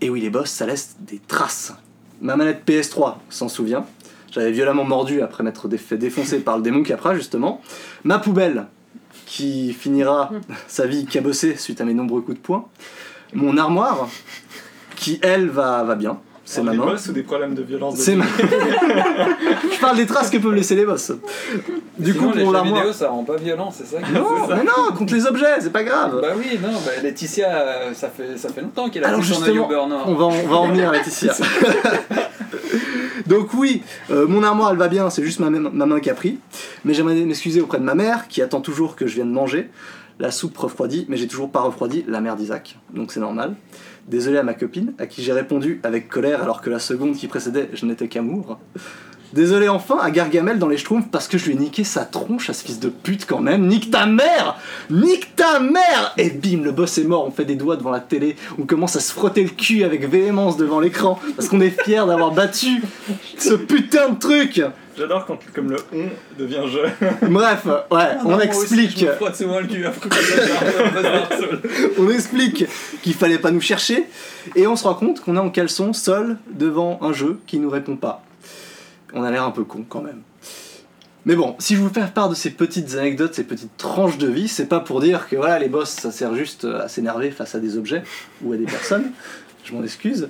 Et oui, les boss, ça laisse des traces. Ma manette PS3 s'en souvient. J'avais violemment mordu après m'être dé- fait défoncer par le démon Capra, justement. Ma poubelle, qui finira sa vie cabossée suite à mes nombreux coups de poing. Mon armoire, qui elle va, va bien. C'est On ma des main. boss ou des problèmes de violence de C'est ma... Je parle des traces que peuvent laisser les boss. Du Sinon, coup, les pour jeux l'armoire. vidéo, ça rend pas violent, c'est ça qui- Non, mais non, contre les objets, c'est pas grave. Bah oui, non, bah, Laetitia, euh, ça fait, ça fait longtemps qu'elle a Alors fait son œil justement, au beurre noir. On va, en- on va en venir, Laetitia. Donc oui, euh, mon armoire elle va bien, c'est juste ma, main- ma main qui a pris. Mais j'aimerais m'excuser auprès de ma mère qui attend toujours que je vienne manger. La soupe refroidie, mais j'ai toujours pas refroidi la mère d'Isaac, donc c'est normal. Désolé à ma copine, à qui j'ai répondu avec colère alors que la seconde qui précédait, je n'étais qu'amour. Désolé enfin à Gargamel dans les Schtroumpfs parce que je lui ai niqué sa tronche à ce fils de pute quand même. Nique ta mère Nique ta mère Et bim, le boss est mort, on fait des doigts devant la télé, on commence à se frotter le cul avec véhémence devant l'écran, parce qu'on est fier d'avoir battu ce putain de truc J'adore quand comme le on devient je. Bref, ouais, Non, on moi aussi, explique, Je me frotte souvent le cul après que j'ai on explique qu'il fallait pas nous chercher, et on se rend compte qu'on est en caleçon, seul, devant un jeu qui nous répond pas. On a l'air un peu con quand même. Mais bon, si je vous fais part de ces petites anecdotes, ces petites tranches de vie, c'est pas pour dire que voilà, les boss, ça sert juste à s'énerver face à des objets ou à des personnes. Je m'en excuse.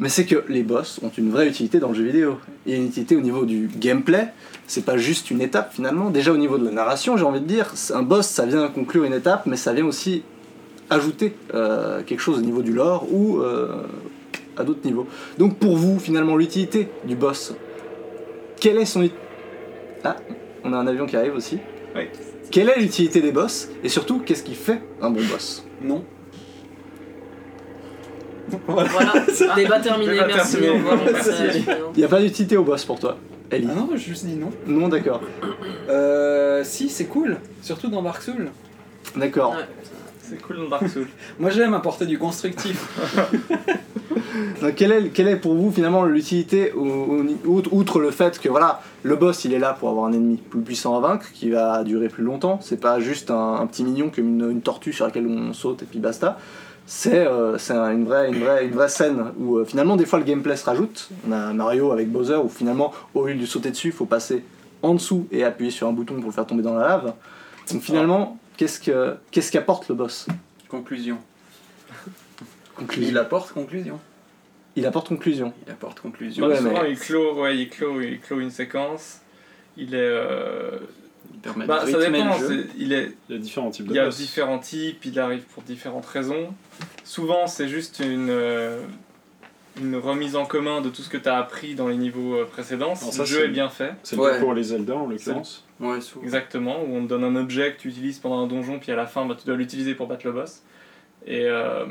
Mais c'est que les boss ont une vraie utilité dans le jeu vidéo. Il y a une utilité au niveau du gameplay. C'est pas juste une étape finalement. Déjà au niveau de la narration, j'ai envie de dire, un boss, ça vient conclure une étape, mais ça vient aussi ajouter euh, quelque chose au niveau du lore ou euh, à d'autres niveaux. Donc pour vous, finalement, l'utilité du boss, quelle est son ut- Ah, on a un avion qui arrive aussi. Ouais. Quelle est l'utilité des boss et surtout qu'est-ce qui fait un bon boss Non. Voilà, débat terminé, Débat merci. terminé. au revoir, on passe à la Merci. suivante. Il n'y a pas d'utilité au boss pour toi, Ellie. Ah non, je juste dis non. non, d'accord. Euh, si, c'est cool, surtout dans Dark Souls. D'accord. Ouais. C'est cool dans Dark Souls. Moi j'aime apporter du constructif. Donc, Euh, quelle, est, quelle est pour vous finalement l'utilité au- au ni- out- outre le fait que voilà le boss il est là pour avoir un ennemi plus puissant à vaincre qui va durer plus longtemps c'est pas juste un, un petit mignon comme une, une tortue sur laquelle on saute et puis basta c'est euh, c'est un- une, vraie, une, vraie, une vraie scène où euh, finalement des fois le gameplay se rajoute on a Mario avec Bowser où finalement au lieu de sauter dessus il faut passer en dessous et appuyer sur un bouton pour le faire tomber dans la lave donc finalement qu'est-ce que- qu'est-ce qu'apporte le boss Conclusion. Il conclusion. apporte conclusion. il apporte conclusion Il apporte conclusion. Ouais, Souvent, mais- il clôt, ouais, il clôt, il clôt une séquence. Il est. euh, Il permet Bah, de ça rythmer dépend. le jeu. c'est- Il est. Il y a différents types de Il y a boss. différents types, il arrive pour différentes raisons. Souvent, c'est juste une, euh, une remise en commun de tout ce que tu as appris dans les niveaux euh, précédents. Si Alors le ça, jeu c'est- est bien fait, C'est le Ouais. cas pour les Zelda en l'occurrence. Ouais, souvent. exactement, où on te donne un objet que tu utilises pendant un donjon, puis à la fin, bah, tu dois l'utiliser pour battre le boss. Et, euh,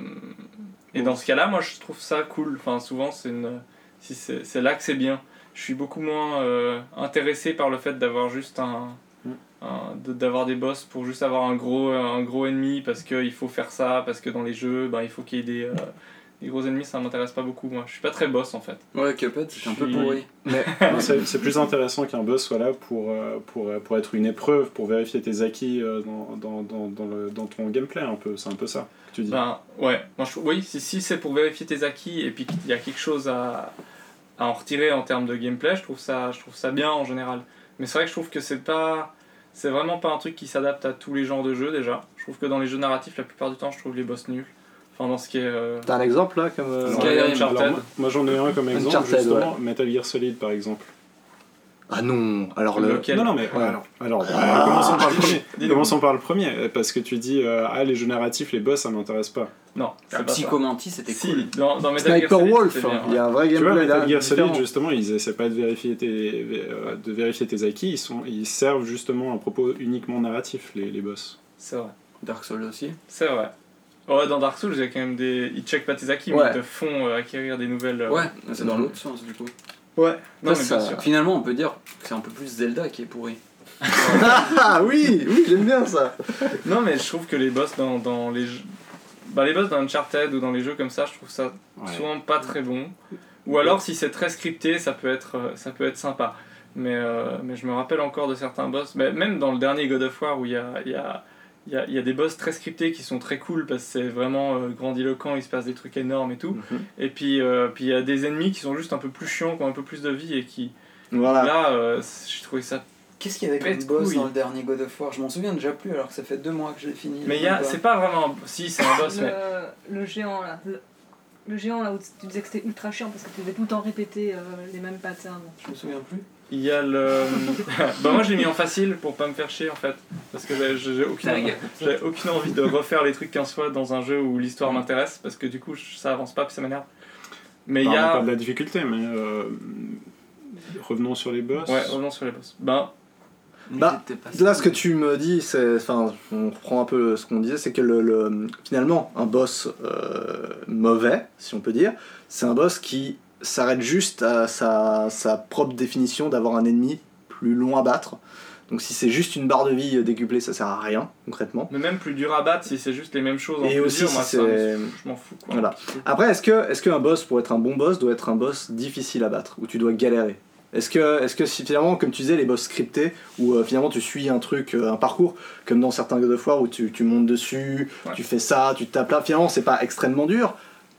et dans ce cas-là, moi, je trouve ça cool. Enfin, souvent, c'est une... si c'est c'est là que c'est bien. Je suis beaucoup moins euh, intéressé par le fait d'avoir juste un, Mm. un- de- d'avoir des boss pour juste avoir un gros un gros ennemi parce que il faut faire ça parce que dans les jeux ben, il faut qu'il y ait des, euh, des gros ennemis ça m'intéresse pas beaucoup moi je suis pas très boss en fait Ouais, Cuphead, c'est un peu Puis- pourri. Non, c'est c'est plus intéressant qu'un boss soit là pour, euh, pour, euh, pour être une épreuve, pour vérifier tes acquis euh, dans, dans, dans, dans le- dans ton gameplay un peu. C'est un peu ça que tu dis. Ben ouais, Moi, je- oui, si, si c'est pour vérifier tes acquis et puis qu'il y a quelque chose à, à en retirer en termes de gameplay, je trouve ça, je trouve ça bien en général. Mais c'est vrai que je trouve que c'est pas, c'est vraiment pas un truc qui s'adapte à tous les genres de jeux déjà. Je trouve que dans les jeux narratifs, la plupart du temps, je trouve les boss nuls. Enfin, dans ce qui est. euh, T'as un exemple là comme euh, Alors, Skyrim. Uncharted. Alors, moi- moi j'en ai un comme exemple, Uncharted, justement, Metal Gear Solid par exemple. Ah non, alors le. Lequel Non, non, mais Ouais. Ah. alors, alors, euh, commençons par le premier. Commençons par le premier, euh, parce que tu dis, euh, ah, les jeux narratifs, les boss, ça m'intéresse pas. Non, c'est pas ça. Psychomantie, c'était Ah, bah, Si, cool. dans, dans Metal Gear Sniper Solid, Wolf, hein, c'était bien, il y a un vrai Tu vois, gameplay là. Metal Gear Solid, différent. justement, ils essaient pas de vérifier tes, euh, de vérifier tes acquis, ils, sont, ils servent justement un propos uniquement narratif, les, les boss. C'est vrai. Dark Souls aussi. C'est vrai. Ouais, dans Dark Souls, il y a quand même des. Ils checkent pas tes acquis, Ouais. mais ils te font euh, acquérir des nouvelles. euh, Ouais, mais c'est dans Mhm. l'autre sens du coup. Ouais, Ça, non, mais bien ça- sûr. Finalement, on peut dire que c'est un peu plus Zelda qui est pourri. Ah oui, oui, j'aime bien ça. Non, mais je trouve que les boss dans, dans les jeux. Bah, les boss dans Uncharted ou dans les jeux comme ça, je trouve ça souvent pas très bon. Ou alors, si c'est très scripté, ça peut être, euh, ça peut être sympa. Mais, euh, mais je me rappelle encore de certains boss. mais même dans le dernier God of War, où il y a, il y, a, il y, a, il y a des boss très scriptés qui sont très cool parce que c'est vraiment euh, grandiloquent, il se passe des trucs énormes et tout. Mhm. Et puis euh, puis il y a des ennemis qui sont juste un peu plus chiants, qui ont un peu plus de vie et qui. Voilà. Là, euh, c- j'ai trouvé ça. Qu'est-ce qu'il y avait Pète comme boss couille. dans le dernier God of War Je m'en souviens déjà plus alors que ça fait deux mois que j'ai fini. Mais il y a- Même pas. c'est pas vraiment. un- Si, c'est un boss, mais. Le, le géant là. Le, le géant là où tu disais que c'était ultra chiant parce que tu devais tout le temps répéter euh, les mêmes patterns. Je me souviens plus. Il y a le. bah, moi, je l'ai mis en facile pour pas me faire chier en fait. Parce que j'ai- j'ai j'ai aucune, j'ai aucune envie de refaire les trucs 15 fois dans un jeu où l'histoire m'intéresse. Parce que du coup, je- ça avance pas, puis ça m'énerve. Mais il y Parlons pas a. de la difficulté, mais euh, revenons sur les boss. Ouais, revenons sur les boss. Ben, Bah, Là, ce que tu me dis, c'est. Enfin, on reprend un peu ce qu'on disait, c'est que le, le- finalement, un boss euh, mauvais, si on peut dire, c'est un boss qui s'arrête juste à sa, sa propre définition d'avoir un ennemi plus long à battre. Donc, si c'est juste une barre de vie euh, décuplée, ça sert à rien, concrètement. mais même plus dur à battre si c'est juste les mêmes choses en Et plus aussi, dur, si moi, ça, c'est- je m'en fous quoi. Voilà. Après, est-ce que est-ce qu'un boss pour être un bon boss doit être un boss difficile à battre où tu dois galérer Est-ce que est-ce que si finalement, comme tu disais, les boss scriptés où euh, finalement tu suis un truc, euh, un parcours comme dans certains God of War où tu, tu montes dessus, Ouais. tu fais ça, tu te tapes là, finalement c'est pas extrêmement dur.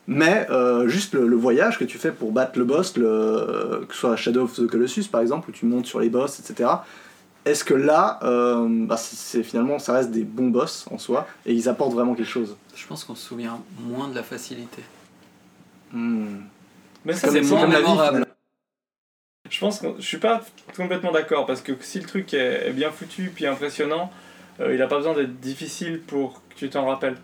Mais euh, juste le, le voyage que tu fais pour battre le boss, le, euh, que ce soit Shadow of the Colossus par exemple, où tu montes sur les boss, etc. Est-ce que là, euh, bah, c'est- c'est finalement, ça reste des bons boss en soi et ils apportent vraiment quelque chose Je pense qu'on se souvient moins de la facilité. Hmm. Mais ça, Comme- c'est c'est moins comme la vie, mémorable. finalement. Je pense que je suis pas complètement d'accord parce que si le truc est, est bien foutu puis impressionnant, euh, il a pas besoin d'être difficile pour que tu t'en rappelles.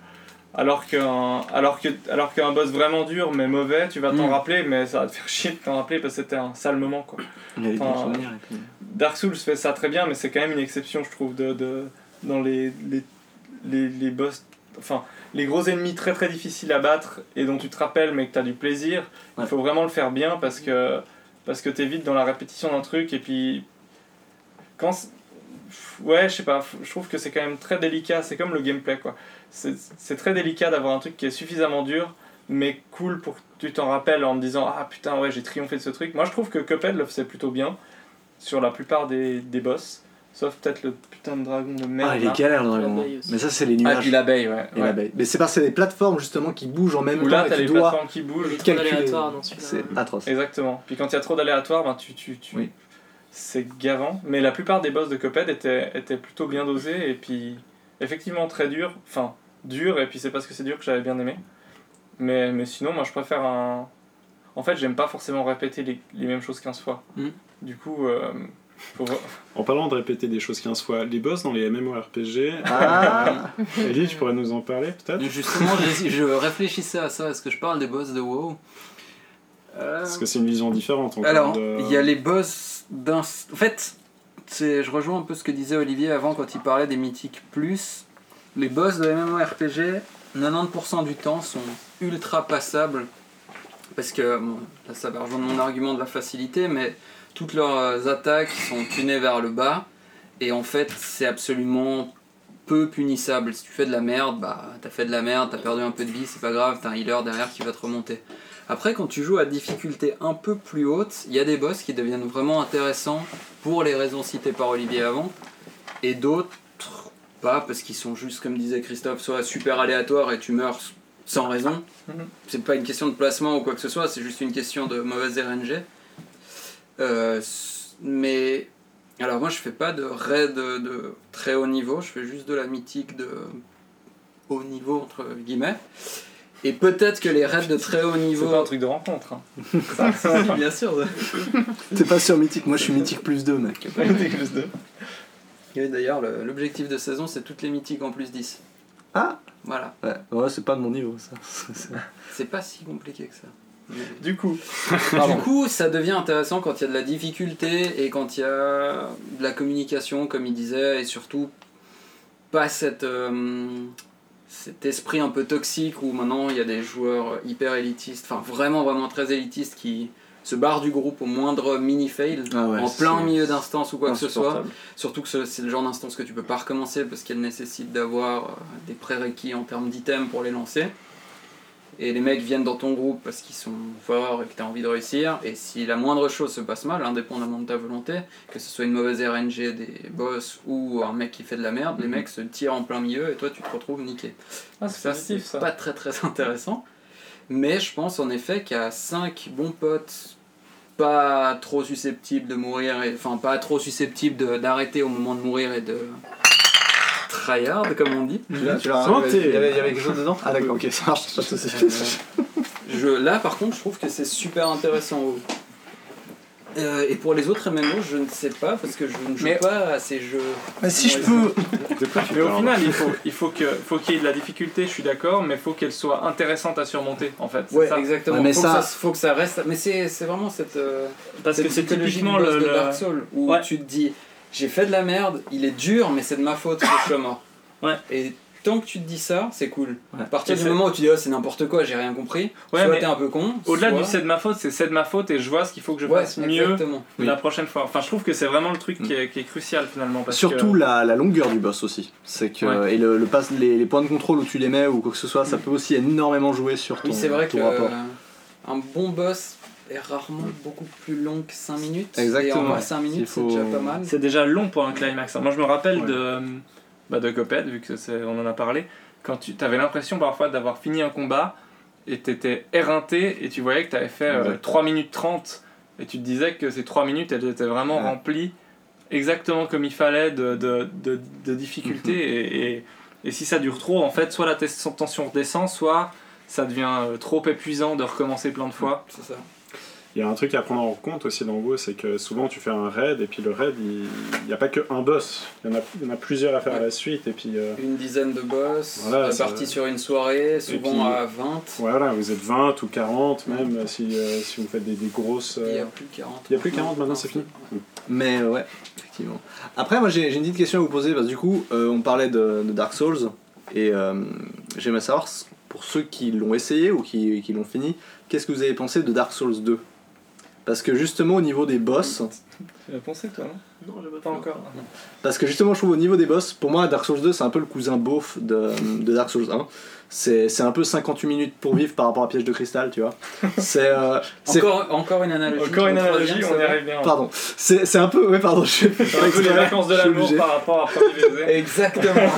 Alors qu'un alors que alors qu'un boss vraiment dur mais mauvais, tu vas t'en Mm. rappeler mais ça va te faire chier de t'en rappeler parce que c'était un sale moment quoi. Il y a des bons Enfin, souvenirs, et puis- Dark Souls fait ça très bien mais c'est quand même une exception je trouve de, de dans les les, les les boss enfin les gros ennemis très très difficiles à battre et dont tu te rappelles mais que tu as du plaisir Ouais. il faut vraiment le faire bien parce que parce que t'es vite dans la répétition d'un truc et puis quand c'est- ouais je sais pas je trouve que c'est quand même très délicat c'est comme le gameplay quoi c'est c'est très délicat d'avoir un truc qui est suffisamment dur mais cool pour que tu t'en rappelles en te disant ah putain ouais j'ai triomphé de ce truc moi je trouve que Cuphead le faisait plutôt bien sur la plupart des, des boss sauf peut-être le putain de dragon de merde Ah, il là. est galère le dragon. L'abeille aussi. Mais ça, c'est les ah nuages. puis l'abeille ouais, Et ouais. l'abeille. Mais c'est parce que c'est des plateformes justement qui bougent en même Où temps là et t'as tu les dois plateformes qui bougent Il est trop calculer. aléatoire dans celui-là. C'est atroce. Exactement. Puis quand il y a trop d'aléatoires, ben tu, tu, tu... Oui. c'est gavant. Mais la plupart des boss de Coped étaient, étaient plutôt bien dosés et puis effectivement très durs. Enfin, durs, et puis c'est parce que c'est dur que j'avais bien aimé. Mais, mais sinon, moi je préfère un. En fait, j'aime pas forcément répéter les, les mêmes choses 15 fois. Mm. Du coup, euh, faut voir. En parlant de répéter des choses 15 fois, les boss dans les MMORPG, Ah, Ellie, tu pourrais nous en parler peut-être Mais Justement, je, je réfléchissais à ça. Est-ce que je parle des boss de WoW Euh, Parce que c'est une vision différente. en Alors, termes de- il y a les boss d'un. En fait, c'est, je rejoins un peu ce que disait Olivier avant quand il parlait des mythiques plus. Les boss de MMORPG, 90% du temps, sont ultra passables. Parce que, bon, là, ça va rejoindre mon argument de la facilité, mais toutes leurs attaques sont tunées vers le bas. Et en fait, c'est absolument peu punissable. Si tu fais de la merde, bah, t'as fait de la merde, t'as perdu un peu de vie, c'est pas grave, t'as un healer derrière qui va te remonter. Après, quand tu joues à difficulté un peu plus haute, il y a des boss qui deviennent vraiment intéressants pour les raisons citées par Olivier avant, et d'autres pas, parce qu'ils sont juste, comme disait Christophe, soit super aléatoires et tu meurs sans raison. Mhm. C'est pas une question de placement ou quoi que ce soit, c'est juste une question de mauvaise RNG. Euh, s- mais alors, moi je fais pas de raid de, de très haut niveau, je fais juste de la mythique de haut niveau entre guillemets. Et peut-être que les raids de très haut C'est pas un niveau. truc de rencontre. hein. Bien sûr. ouais. T'es pas sur mythique, moi je suis mythique plus 2, mec. Et oui, d'ailleurs, le- l'objectif de saison, c'est toutes les mythiques en plus 10. Ah Voilà. Ouais, ouais c'est pas de mon niveau, ça. C'est- c'est- C'est pas si compliqué que ça. Mais- du coup, Du coup, ça devient intéressant quand il y a de la difficulté et quand il y a de la communication, comme il disait, et surtout pas cette, euh, cet esprit un peu toxique où maintenant il y a des joueurs hyper élitistes, enfin vraiment vraiment très élitistes qui se barrent du groupe au moindre mini-fail. Ah ouais, en plein c'est- milieu d'instance ou quoi que ce soit. insupportable. Surtout que ce- c'est le genre d'instance que tu peux pas recommencer parce qu'elle nécessite d'avoir euh, des prérequis en termes d'items pour les lancer. Et les mecs viennent dans ton groupe parce qu'ils sont forts et que tu as envie de réussir. Et si la moindre chose se passe mal, indépendamment de ta volonté, que ce soit une mauvaise RNG des boss ou un mec qui fait de la merde, Mhm. les mecs se tirent en plein milieu et toi tu te retrouves niqué. ah, c'est Ça, c'est positif ça. pas très très intéressant. Mais je pense en effet qu'à 5 bons potes, pas trop susceptibles de mourir, et, enfin pas trop susceptibles de- d'arrêter au moment de mourir et de tryhard, comme on dit. Tu l'as- tu l'as- Santé. Il y avait il y avait quelque chose dedans Euh, Ah d'accord, ok, ça marche, pas de soucis. Je, là par contre, je trouve que c'est super intéressant. Euh, et pour les autres MMO, je ne sais pas parce que je ne joue Mais- pas à ces jeux. Mais si je Ouais, peux Mais au final, il faut, il faut que- faut qu'il y ait de la difficulté, je suis d'accord, mais il faut qu'elle soit intéressante à surmonter en fait. c'est Ouais, ça. exactement. Ouais, mais faut, que ça- ça... faut que ça reste. Mais c'est c'est vraiment cette. euh, Parce que c'est typiquement le. boss de le- Dark Souls où Ouais. tu te dis j'ai fait de la merde, il est dur, mais c'est de ma faute que je suis mort. Ouais. Et tant que tu te dis ça, c'est cool. Ouais. À partir Et du c'est- moment où tu dis oh, c'est n'importe quoi, j'ai rien compris, Ouais, soit mais t'es un peu con. Au-delà soit- du c'est de ma faute, c'est c'est de ma faute et je vois ce qu'il faut que je Ouais, fasse mieux exactement. Oui. la prochaine fois. Enfin, je trouve que c'est vraiment le truc qui est, qui est crucial finalement. Parce Surtout que... la, la longueur du boss aussi. C'est que et le, le pass- les, les points de contrôle où tu les mets ou quoi que ce soit, Mm. ça peut aussi énormément jouer sur ton, Oui, c'est vrai ton que rapport. euh, un bon boss est rarement beaucoup plus long que 5 minutes. Exactement, Et encore ouais. 5 minutes, Il c'est faut- déjà pas mal. C'est déjà long pour un climax. hein. Moi, je me rappelle Ouais. de, bah, de Coped, vu que c'est- on en a parlé, quand tu avais l'impression parfois d'avoir fini un combat et t'étais éreinté et tu voyais que t'avais fait euh, Exact. 3 minutes 30 et tu te disais que ces 3 minutes elles étaient vraiment Ouais. remplies exactement comme il fallait de, de, de- de difficultés Mhm. et, et- et si ça dure trop en fait soit la tes- tension redescend soit ça devient euh, trop épuisant de recommencer plein de fois C'est ça. Il y a un truc à prendre en compte aussi dans WoW, c'est que souvent tu fais un raid et puis le raid, il n'y a pas que un boss. Il y, en a- il y en a plusieurs à faire à la suite et puis euh, Une dizaine de boss, Voilà, ça- répartis sur une soirée, souvent puis- à 20. voilà, vous êtes 20 ou 40 même si, euh, si vous faites des, des grosses. Il n'y euh, a plus de 40. Il y a plus de 40 maintenant, c'est fini. Mais euh, ouais, effectivement. Après, moi j'ai j'ai une petite question à vous poser parce que du coup, euh, on parlait de, de Dark Souls et euh, j'aimerais savoir c- pour ceux qui l'ont essayé ou qui, qui l'ont fini, qu'est-ce que vous avez pensé de Dark Souls 2 Parce que justement au niveau des boss, tu as pensé toi non Non, j'ai pas encore Parce que justement, je trouve au niveau des boss, pour moi, Dark Souls 2, c'est un peu le cousin beauf de, de Dark Souls 1. C'est c'est un peu 58 minutes pour vivre par rapport à Piège de Cristal, tu vois. C'est. euh, c'est- Encore, encore une analogie. encore une Au analogie troisième, ça on y va. arrive bien Pardon. C'est c'est un peu. Ouais, pardon, je fais C'est un peu les vacances de Je suis l'amour obligé. par rapport à Premier Baiser. Exactement.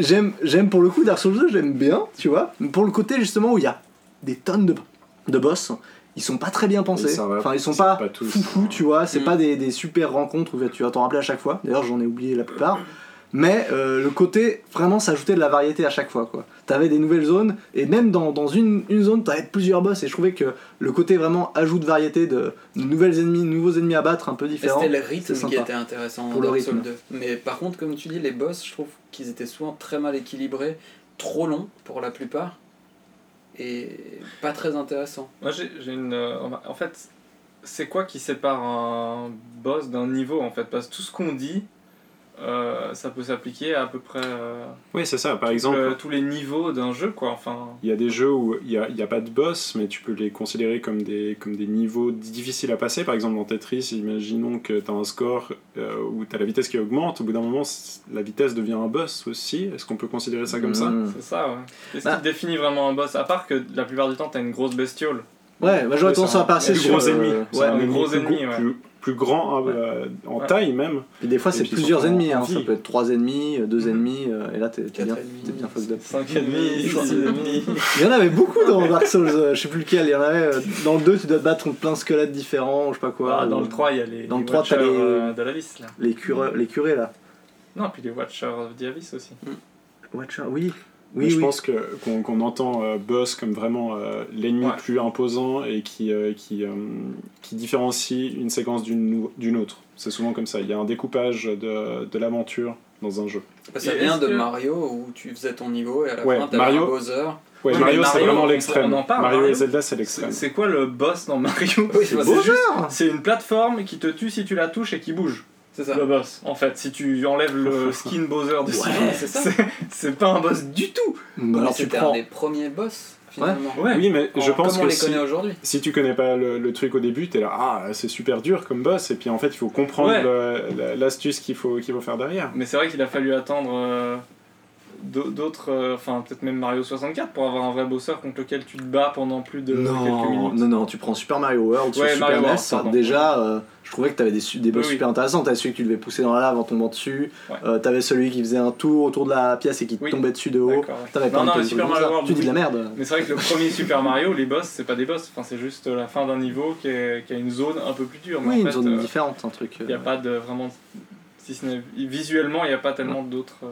J'aime j'aime pour le coup Dark Souls 2, j'aime bien, tu vois. Mais Pour le côté justement où il y a des tonnes de, de boss, ils sont pas très bien Oui, pensés. ça va, Enfin, ils sont c'est pas, pas tous. foufou, tu vois. C'est Mm. pas des, des super rencontres où tu vas t'en rappeler à chaque fois. D'ailleurs, j'en ai oublié la plupart. Mais euh, le côté, vraiment, s'ajouter de la variété à chaque fois, quoi. T'avais des nouvelles zones, et même dans, dans une, une zone, t'avais plusieurs boss, et je trouvais que le côté vraiment ajout de variété, de nouvelles ennemis, nouveaux ennemis à battre, un peu différents. C'était le C'est rythme sympa. qui était intéressant Pour pour le Dark Souls rythme. 2. Mais par contre, comme tu dis, les boss, je trouve qu'ils étaient souvent très mal équilibrés, trop longs pour la plupart, et pas très intéressants. Moi j'ai j'ai une. euh, remar- En fait, c'est quoi qui sépare un boss d'un niveau en fait Parce que tout ce qu'on dit, euh, ça peut s'appliquer à à peu près euh, Oui, c'est ça. Par exemple, euh, tous les niveaux d'un jeu quoi. Enfin, Il y a des jeux où il n'y a, il y a pas de boss, mais tu peux les considérer comme des, comme des niveaux difficiles à passer. Par exemple, dans Tetris, imaginons que tu as un score euh, où tu as la vitesse qui augmente. Au bout d'un moment, c- la vitesse devient un boss aussi. Est-ce qu'on peut considérer ça comme ça Mm. c'est ça ouais. Qu'est-ce Bah. qui définit vraiment un boss À part que la plupart du temps t'as une grosse bestiole. Ouais, bah, j'aurais Ouais, tendance c'est à un- passer Plus sur. gros euh, ennemi. C'est ouais. un le ennemi gros plus, ennemi, gros- ouais. plus, plus grand euh, en Ouais. taille même. Et des fois, Et c'est puis, plusieurs surtout, ennemis, hein. envie. ça peut être trois ennemis, euh, deux Mhm. ennemis, euh, et là, t'es t'es Quatre bien, ennemis. t'es bien fucked up. 5 et demi, six et demi. Il y en avait beaucoup dans Dark Souls, euh, je sais plus lequel, il y en avait euh, dans le 2 tu dois te battre contre plein de squelettes différents, je sais pas quoi. Ah, dans euh, le 3 il y a les, Dans les le 3, t'as Watchers les- euh, d'Alavis là. Mm. les, cureux- les curés là. Non, puis les Watchers d'Alavis aussi. Watcher, oui. Oui, Mais je oui. pense que qu'on qu'on entend euh, Boss comme vraiment euh, l'ennemi Ouais. plus imposant et qui euh, qui, euh, qui différencie une séquence d'une ou- d'une autre. C'est souvent comme ça. Il y a un découpage de, de l'aventure dans un jeu. Bah, ça Et vient est-ce de que- Mario où tu faisais ton niveau et à la Ouais, fin t'avais Mario- un Bowser. Ouais, Ouais, Mario, mais c'est Mario, vraiment on- l'extrême. on en parle, Mario Mario. et Zelda, c'est l'extrême. C'est c'est quoi le boss dans Mario Oui, c'est C'est Bowser. juste- Ah. C'est une plateforme qui te tue si tu la touches et qui bouge. C'est ça. Le boss, en fait, si tu enlèves le skin Bowser de Sonic, Ouais, c'est ça. c'est- c'est pas un boss du tout. Bah, Mais alors tu c'était prends. un des premiers boss finalement. Ouais. Oui, mais je Alors, pense comme on que les si, connaît aujourd'hui. si tu connais pas le, le truc au début, t'es là, ah, c'est super dur comme boss, et puis en fait, il faut comprendre Ouais. le- la- l'astuce qu'il faut, qu'il faut faire derrière. Mais c'est vrai qu'il a fallu attendre euh, d'au- d'autres, euh, enfin peut-être même Mario 64 pour avoir un vrai bosser contre lequel tu te bats pendant plus de quelques Non, minutes. non, non, tu prends Super Mario World sur Ouais, Super Mario NES. World, pardon. déjà, euh, je trouvais que t'avais des, su- des boss Oui, oui. super intéressants. T'avais celui que tu devais pousser dans la lave en tombant dessus. Ouais. Euh, t'avais celui qui faisait un tour autour de la pièce et qui te Oui. tombait dessus de haut. D'accord, ouais. T'avais Non, plein non, de mais trucs Super comme Mario ça. World, Tu dis de oui. la merde. Mais c'est vrai que le premier Super Mario, les boss, c'est pas des boss, enfin c'est juste la fin d'un niveau qui, est- qui a une zone un peu plus dure. Mais Oui, en une fait, zone euh, différente, un truc. Il n'y a euh, pas de vraiment. Si ce n'est visuellement, il n'y a pas tellement d'autres. euh,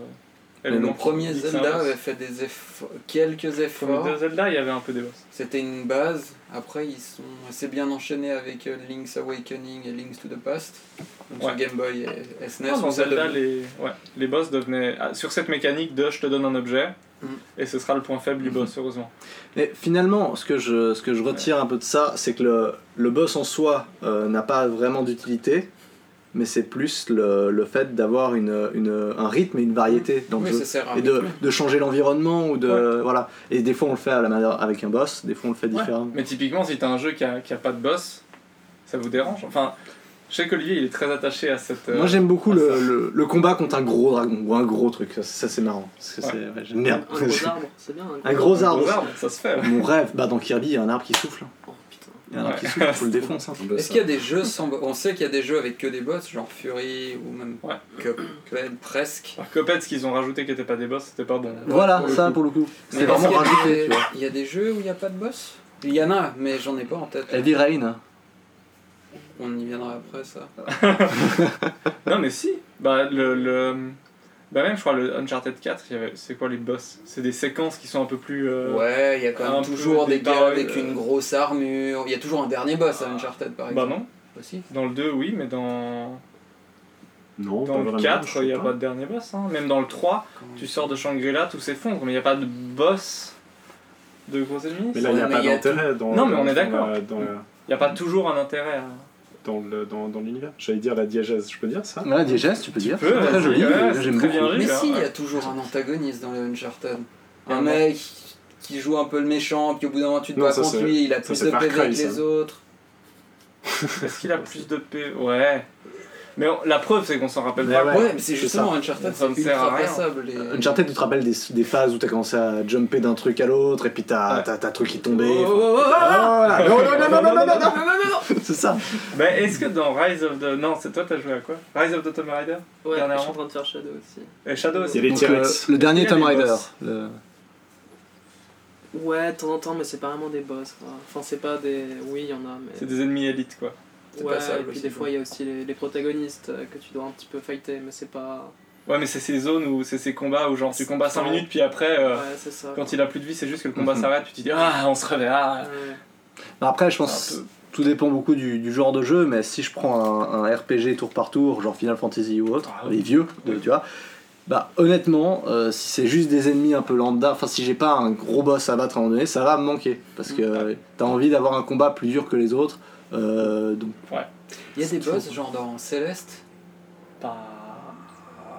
éléments Le premier qui- qui Zelda s'avancent. avait fait des efforts, quelques Pour le efforts. premier Zelda, il y avait un peu des boss. C'était une base. Après, ils sont assez bien enchaînés avec euh, Link's Awakening et Link's to the Past. Donc, sur Ouais. Game Boy Ah, et SNES. dans où ça Zelda, devenait- les, ouais, les boss devenaient. ah, sur cette mécanique de je te donne un objet, Mm. Mm-hmm. et ce sera le point faible du boss, heureusement. Mais finalement, ce que je, ce que je retire un peu de ça, c'est que le, le boss en soi euh, n'a pas vraiment d'utilité, mais c'est plus le, le fait d'avoir une, une- un rythme et une variété dans le Oui, jeu. ça sert à Et de, de changer l'environnement ou de voilà et des fois on le fait à la manière avec un boss des fois on le fait Ouais. différemment Mais typiquement, si t'as un jeu qui a, qui a pas de boss, ça vous dérange Enfin, je sais qu'Olivier, il est très attaché à cette. euh, moi j'aime beaucoup ah, le, ça. le, le combat contre un gros dragon ou un gros truc ça, ça, c'est marrant parce que Ouais. c'est ouais, j'aime bien Un gros arbre, c'est bien. un gros aux arbre arbres, ça se fait. mon rêve bah dans Kirby il y a un arbre qui souffle hein. Oh putain. il y a un arbre Ouais. qui souffle faut le défoncer hein. Est-ce qu'il y a des jeux sans bo- On sait qu'il y a des jeux avec que des boss, genre Fury ou même Ouais. Cup- Cuphead, presque. Alors, Copet, ce qu'ils ont rajouté qui était pas des boss, c'était pas Euh. bon. voilà Pour le ça coup. pour le coup c'est Mais vraiment est-ce qu'il y a rajouté des- tu vois Il y a des jeux où il n'y a pas de boss Il y en a, mais j'en ai pas en tête. Heavy Rain On y viendra après ça. Non, mais si Bah, le. le- Bah, même, je crois, le Uncharted 4, il y avait... c'est quoi les boss C'est des séquences qui sont un peu plus. euh, ouais, il y a un quand même peu toujours des des gars paroles, avec euh, une grosse armure. Il y a toujours un dernier boss à Uncharted par Bah, exemple. non. Aussi. Dans le 2, oui, mais dans. Non, Dans le 4, il n'y a pas de dernier boss. hein. Même dans le 3, tu sors de Shangri-La, tout s'effondre, mais il n'y a pas de boss de gros ennemis. Mais Il là, il n'y a Ouais, pas mais il y a d'intérêt dans, Non, mais on dans est d'accord. la- dans la- n'y a pas toujours un intérêt à. dans le- dans- dans l'univers. J'allais dire la diégèse, je peux dire ça voilà Diégèse tu peux dire peux, c'est très ouais, joli ouais, euh, c'est j'aime très beaucoup bien. Mais Là, si, il y ouais. a toujours un antagoniste dans les Uncharted. Il y en Un a. mec qui joue un peu le méchant, puis au bout d'un moment tu te Non, bats ça, contre c'est- lui, il a ça, plus c'est de Far PV que Cry, ça. les autres. Est-ce qu'il a plus de P E? Ouais. Mais on- la preuve, c'est qu'on s'en rappelle Mais pas. ouais. Ouais, mais c'est c'est justement Ça Uncharted, ne c'est sert à ultra rien. passable. et- Uncharted, tu te rappelles des, des phases où t'as commencé à jumper d'un truc à l'autre et puis t'as Ouais. t'as- t'as un truc qui tombait. Oh, oh, oh, oh, Voilà. Non, non, non, non, non, non, non, non, c'est ça. Bah, est-ce que dans Rise of the. Non, c'est toi, t'as joué à quoi Rise of the Tomb Raider Ouais, je Dernièrement. suis en train de faire Shadow aussi. Et Shadow Il y a aussi les Donc, T-Rex. euh, le dernier Il y a des Tomb Raider. boss. le- Ouais, de temps en temps, mais c'est pas vraiment des boss. quoi. Enfin, c'est pas des. Oui, il y en a, mais. C'est des ennemis élites, quoi. C'est Ouais, passable et puis aussi, des quoi. fois, il y a aussi les, les protagonistes euh, que tu dois un petit peu fighter, mais c'est pas. Ouais, mais c'est ces zones où c'est ces combats où genre tu combats 5 Ouais. minutes, puis après, euh, ouais, c'est ça. quand il a plus de vie, c'est juste que le combat Mhm. s'arrête, puis tu dis Ah, on se réveille, ah Ouais. Non, Après, je Un pense tout dépend beaucoup du, du genre de jeu, mais si je prends un, un RPG tour par tour, genre Final Fantasy ou autre, Ah oui. les vieux, de- tu vois, bah honnêtement, euh, si c'est juste des ennemis un peu lambda, enfin si j'ai pas un gros boss à battre à un moment donné, ça va me manquer parce Mm. que Ah euh, t'as envie d'avoir un combat plus dur que les autres. euh, donc Il y a des boss, genre dans Céleste.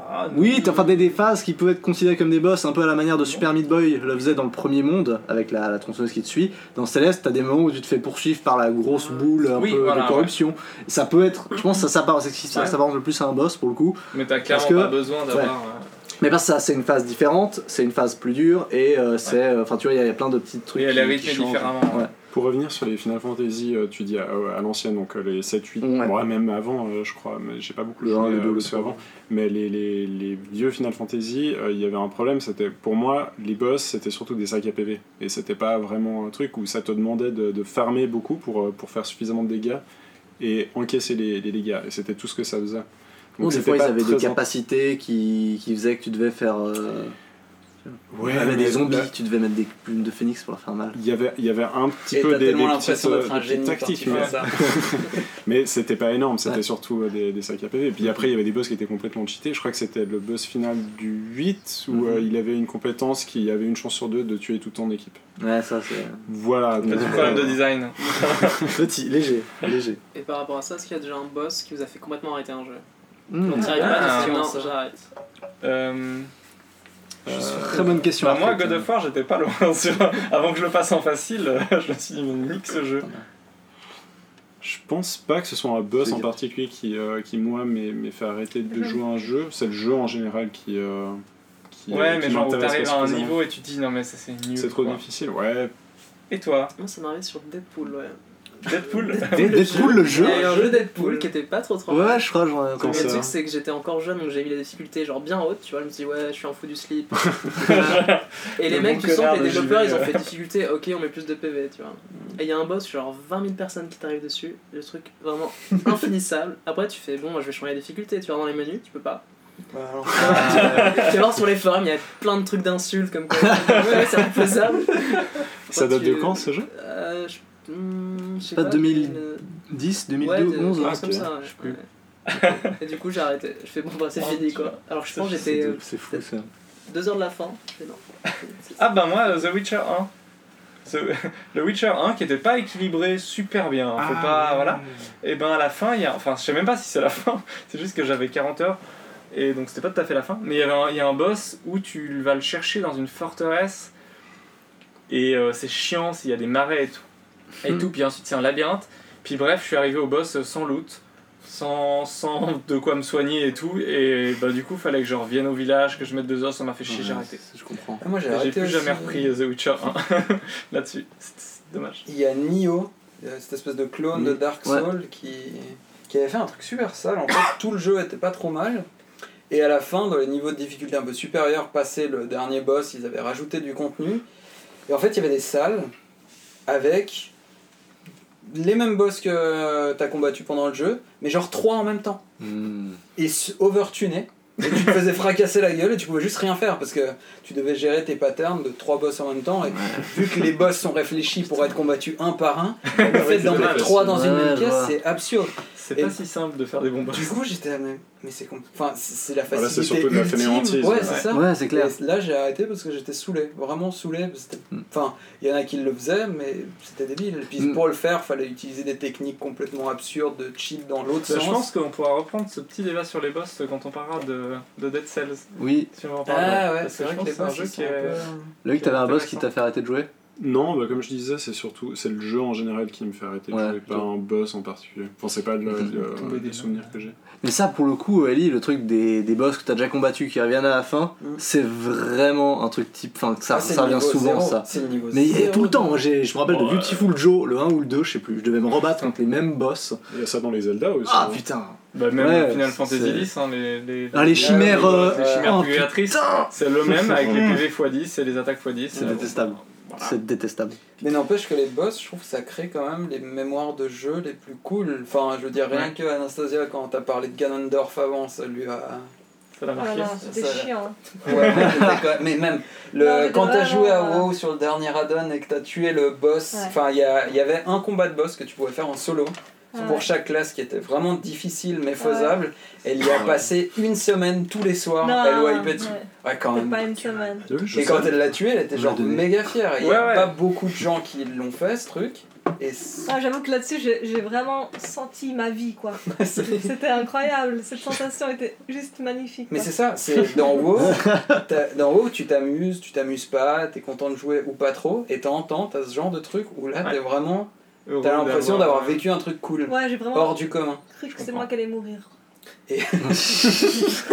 Pas- Oui, t'as- enfin des, des phases qui peuvent être considérées comme des boss, un peu à la manière de Non. Super Meat Boy le faisait dans le premier monde, avec la, la tronçonneuse qui te suit. Dans Céleste, t'as des moments où tu te fais poursuivre par la grosse boule un Euh, Oui, peu voilà, de corruption. Ça peut être, je pense, que ça s'apparente c'est ce qui Ouais. s'apparente le plus à un boss pour le coup. Mais t'as Parce clairement que- pas besoin d'avoir. euh, Mais parce que ça, c'est une phase différente, c'est une phase plus dure, et euh, c'est, euh, enfin tu vois, il y a- il y a plein de petits trucs. Et elle est qui- rythmée qui changent. différemment. Ouais. Pour revenir sur les Final Fantasy, euh, tu dis à, à l'ancienne, donc euh, les 7-8, Ouais. bon, ouais, même avant, euh, je crois, mais j'ai pas beaucoup Le joué un, le euh, deux, le aux ceux trois. avant, mais les, les, les vieux Final Fantasy, euh, il y avait un problème, c'était pour moi, les boss, c'était surtout des sacs à PV, et c'était pas vraiment un truc où ça te demandait de, de farmer beaucoup pour, euh, pour faire suffisamment de dégâts et encaisser les, les dégâts, et c'était tout ce que ça faisait. Ou des c'était fois, ils pas avaient très des capacités qui, qui faisaient que tu devais faire. euh, Ouais, Ah, mais mais des zombies, là, tu devais mettre des plumes de phénix pour leur faire mal. Il y avait, il y avait un petit Et peu t'as des, des tellement petites, l'impression euh, d'être un des petites génie quand tu tactiques, mais, fais hein. ça. mais c'était pas énorme, c'était Ouais. surtout euh, des, des sacs à PV. Et puis après, il y avait des boss qui étaient complètement cheatés. Je crois que c'était le boss final du 8 où Mhm. euh, il avait une compétence qui avait une chance sur deux de tuer toute ton équipe. Ouais, ça c'est. Voilà. Ouais. donc, Problème de euh, design. Petit, léger, léger. Et par rapport à ça, est-ce qu'il y a déjà un boss qui vous a fait complètement arrêter un jeu Hmm. On t'arrive pas, Ah, t'as dit, ah, non, ça. j'arrête. Euh, Très bonne question. bah, moi, après, God tiens. of War, j'étais pas loin. sur- Avant que je le passe en facile, je me suis dit, mais nique ce jeu. Je pense pas que ce soit un boss C'est en bien. particulier qui, euh, qui moi, m'ait m'ait fait arrêter de Mhm. Jeu. jouer à un jeu. C'est le jeu en général qui. euh, qui Ouais, euh, qui mais genre, où m'intéresse t'arrives pas à un suffisamment. niveau et tu te dis, non, mais ça c'est nul. C'est trop quoi. difficile, ouais. Et toi Moi, ça m'arrive sur Deadpool, ouais. Deadpool Dead- Deadpool, le Il y jeu a eu un jeu Deadpool qui était pas trop trop mal. Ouais, je crois, j'en ai Quand le entendu. ça- truc c'est que j'étais encore jeune donc j'ai mis la difficulté genre bien haute, tu vois, je me suis dit ouais je suis en fou du slip. et les Le mecs bon tu sens que connard les de Mm. développeurs JV, ils ont ouais. fait difficulté, ok on met plus de PV tu vois. Et il y a un boss genre 20 000 personnes qui t'arrivent dessus, le truc vraiment infinissable. Après tu fais bon moi je vais changer la difficulté, tu vas dans les menus, tu peux pas. Bah, alors, tu vas voir sur les forums il y a plein de trucs d'insultes comme quoi. ouais c'est infaisable. Ça Après, date tu- de quand ce jeu Euh, je... hmm, je sais Pas pas, 2000. mais- 10, Ouais, 2002, de- 11, quelque hein. chose comme ça, ouais. plus. Ouais. Et du coup, j'ai arrêté. Je fais bon, bah c'est Oh, fini tu quoi. vois. Alors, je pense que C'est j'étais euh, de- c'est fou ça. deux heures de la fin. Je fais non. C'est- c'est- Ah bah moi, euh, The Witcher 1. The- Le Witcher 1 qui était pas équilibré super bien, hein, faut pas, Ah. voilà. Et ben à la fin, il y a, enfin je sais même pas si c'est la fin, c'est juste que j'avais 40 heures et donc c'était pas tout à fait la fin. Mais il y avait un- il y a un boss où tu vas le chercher dans une forteresse et euh, c'est chiant s'il y a des marais et tout. Et Hmm. tout, puis ensuite c'est un labyrinthe. Puis bref, je suis arrivé au boss sans loot, sans, sans de quoi me soigner et tout. Et bah du coup, fallait que je revienne au village, que je mette deux heures, ça m'a fait chier, j'ai Ouais, arrêté. Je comprends. Ah, moi j'ai J'ai arrêté plus jamais aussi. repris The Witcher 1 là-dessus. C'est- C'est dommage. Il y a Nioh, euh, cette espèce de clone Mm. de Dark Ouais. Souls qui, qui avait fait un truc super sale. En fait, tout le jeu était pas trop mal. Et à la fin, dans les niveaux de difficulté un peu supérieurs, passé le dernier boss, ils avaient rajouté du contenu. Et en fait, il y avait des salles avec les mêmes boss que euh, t'as combattu pendant le jeu, mais genre trois en même temps. Hmm. Et se overtuné. Et tu te faisais fracasser la gueule et tu pouvais juste rien faire parce que tu devais gérer tes patterns de trois boss en même temps et vu que les boss sont réfléchis pour être combattus un par un, le fait d'en mettre dommage. trois dans une Ouais, même pièce, voilà. c'est absurde. C'est Et- pas si simple de faire des bons boss. Du coup, j'étais là, mais, mais c'est compl- enfin c'est c'est la Voilà, facilité c'est surtout de la ultime. fainéantise, Ouais, ouais. c'est ça. Ouais, c'est clair. Et là, j'ai arrêté parce que j'étais saoulé, vraiment saoulé. parce que c'était- Hmm. Mm. Enfin, il y en a qui le faisaient, mais c'était débile. Et puis Mm. pour le faire, fallait utiliser des techniques complètement absurdes de cheat dans l'autre Bah, sens. je pense qu'on pourra reprendre ce petit débat sur les boss quand on parlera de, de Dead Cells. Oui. Si on en parle. ah ouais, Parce c'est je vrai que pense les c'est un boss, jeu ils qui sont est. un euh, Loïc, t'avais un boss Intéressant. qui t'a fait arrêter de jouer Non, bah, comme je disais, c'est surtout c'est le jeu en général qui me fait arrêter de Ouais, jouer, pas ouais. un boss en particulier. Enfin, c'est pas le, le- Tomber des le souvenir que j'ai. Mais ça, pour le coup, Ellie, le truc des, des boss que t'as déjà combattu qui reviennent à la fin, Mm. c'est vraiment un truc type. Enfin, que ça, Ah, c'est ça le revient niveau souvent, zéro. ça. C'est le niveau Mais il y a zéro tout le de- temps, moi, j'ai- je me rappelle de Ouais. Beautiful Joe, le 1 ou le 2, je sais plus, je devais me rebattre contre les mêmes boss. Il y a ça dans les Zelda aussi. Ah hein. putain Bah, même Ouais, Final Fantasy c'est- X, hein, les, les, Ah, les chimères. ouais, euh, ouais, les euh, chimères oh, purgatrices, c'est le même avec les PV x10 et les attaques x10. C'est détestable. C'est détestable. Mais n'empêche que les boss, je trouve que ça crée quand même les mémoires de jeu les plus cool. Enfin, je veux dire, rien que Anastasia, quand t'as parlé de Ganondorf avant, ça lui a. Ça l'a Ah marqué. là, c'était Ça- chiant. hein. Ouais, c'était quand même- mais même, le... Non, mais quand t'as vraiment, joué à euh, WoW sur le dernier add-on et que t'as tué le boss, Ouais. enfin, il y, a- il y avait un combat de boss que tu pouvais faire en solo Ouais. pour chaque classe qui était vraiment difficile mais faisable. Elle y a passé une semaine tous les soirs, Non, elle wipait dessus. ouais, Ouais, quand c'est même. pas une semaine. Tu vois, je Et quand sais. elle l'a tué, elle était On genre l'a donné. méga fière. Il y Ouais, a ouais. pas beaucoup de gens qui l'ont fait ce truc. Et c'est- Ah, J'avoue que là-dessus, j'ai j'ai vraiment senti ma vie, quoi. c'est- C'était incroyable, cette sensation était juste magnifique. Mais quoi. c'est ça, c'est dans WoW, t'as- dans WoW, tu t'amuses, tu t'amuses pas, t'es content de jouer ou pas trop, et t'entends, t'as ce genre de truc où là t'es vraiment, Heureux t'as l'impression d'avoir vécu un truc cool, Ouais, j'ai vraiment hors du commun. cru que c'est comprends. moi qui allais mourir. Mais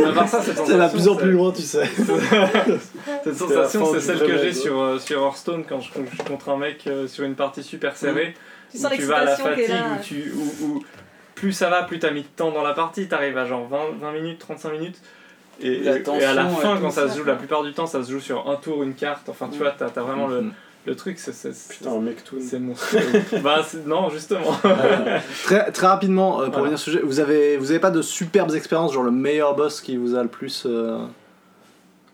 à part ça, cette Ça va de plus en sensation, plus loin, tu sais. Cette C'était la sensation, fin c'est du celle vrai que j'ai mode. hein. sur, euh, sur Hearthstone quand je, je contre un mec euh, sur une partie Mm. super serrée. Tu où sens tu vas à la l'excitation qui est fatigue, là. où, tu, où, où plus ça va, plus t'as mis de temps dans la partie. T'arrives à genre 20, 20 minutes, 35 minutes. Et, La et- et à la tension, fin, ouais, quand tout ça ça. se joue, la plupart du temps, ça se joue sur un tour, une carte. Enfin, tu Mm. vois, t'as t'as vraiment le, le truc. c'est- c'est- c'est- Putain, un mec tout. C'est monstrueux. bah, c'est- non, justement. Très, très rapidement, euh, pour Voilà. revenir au sujet, vous avez, vous avez pas de superbes expériences, genre le meilleur boss qui vous a le plus. euh,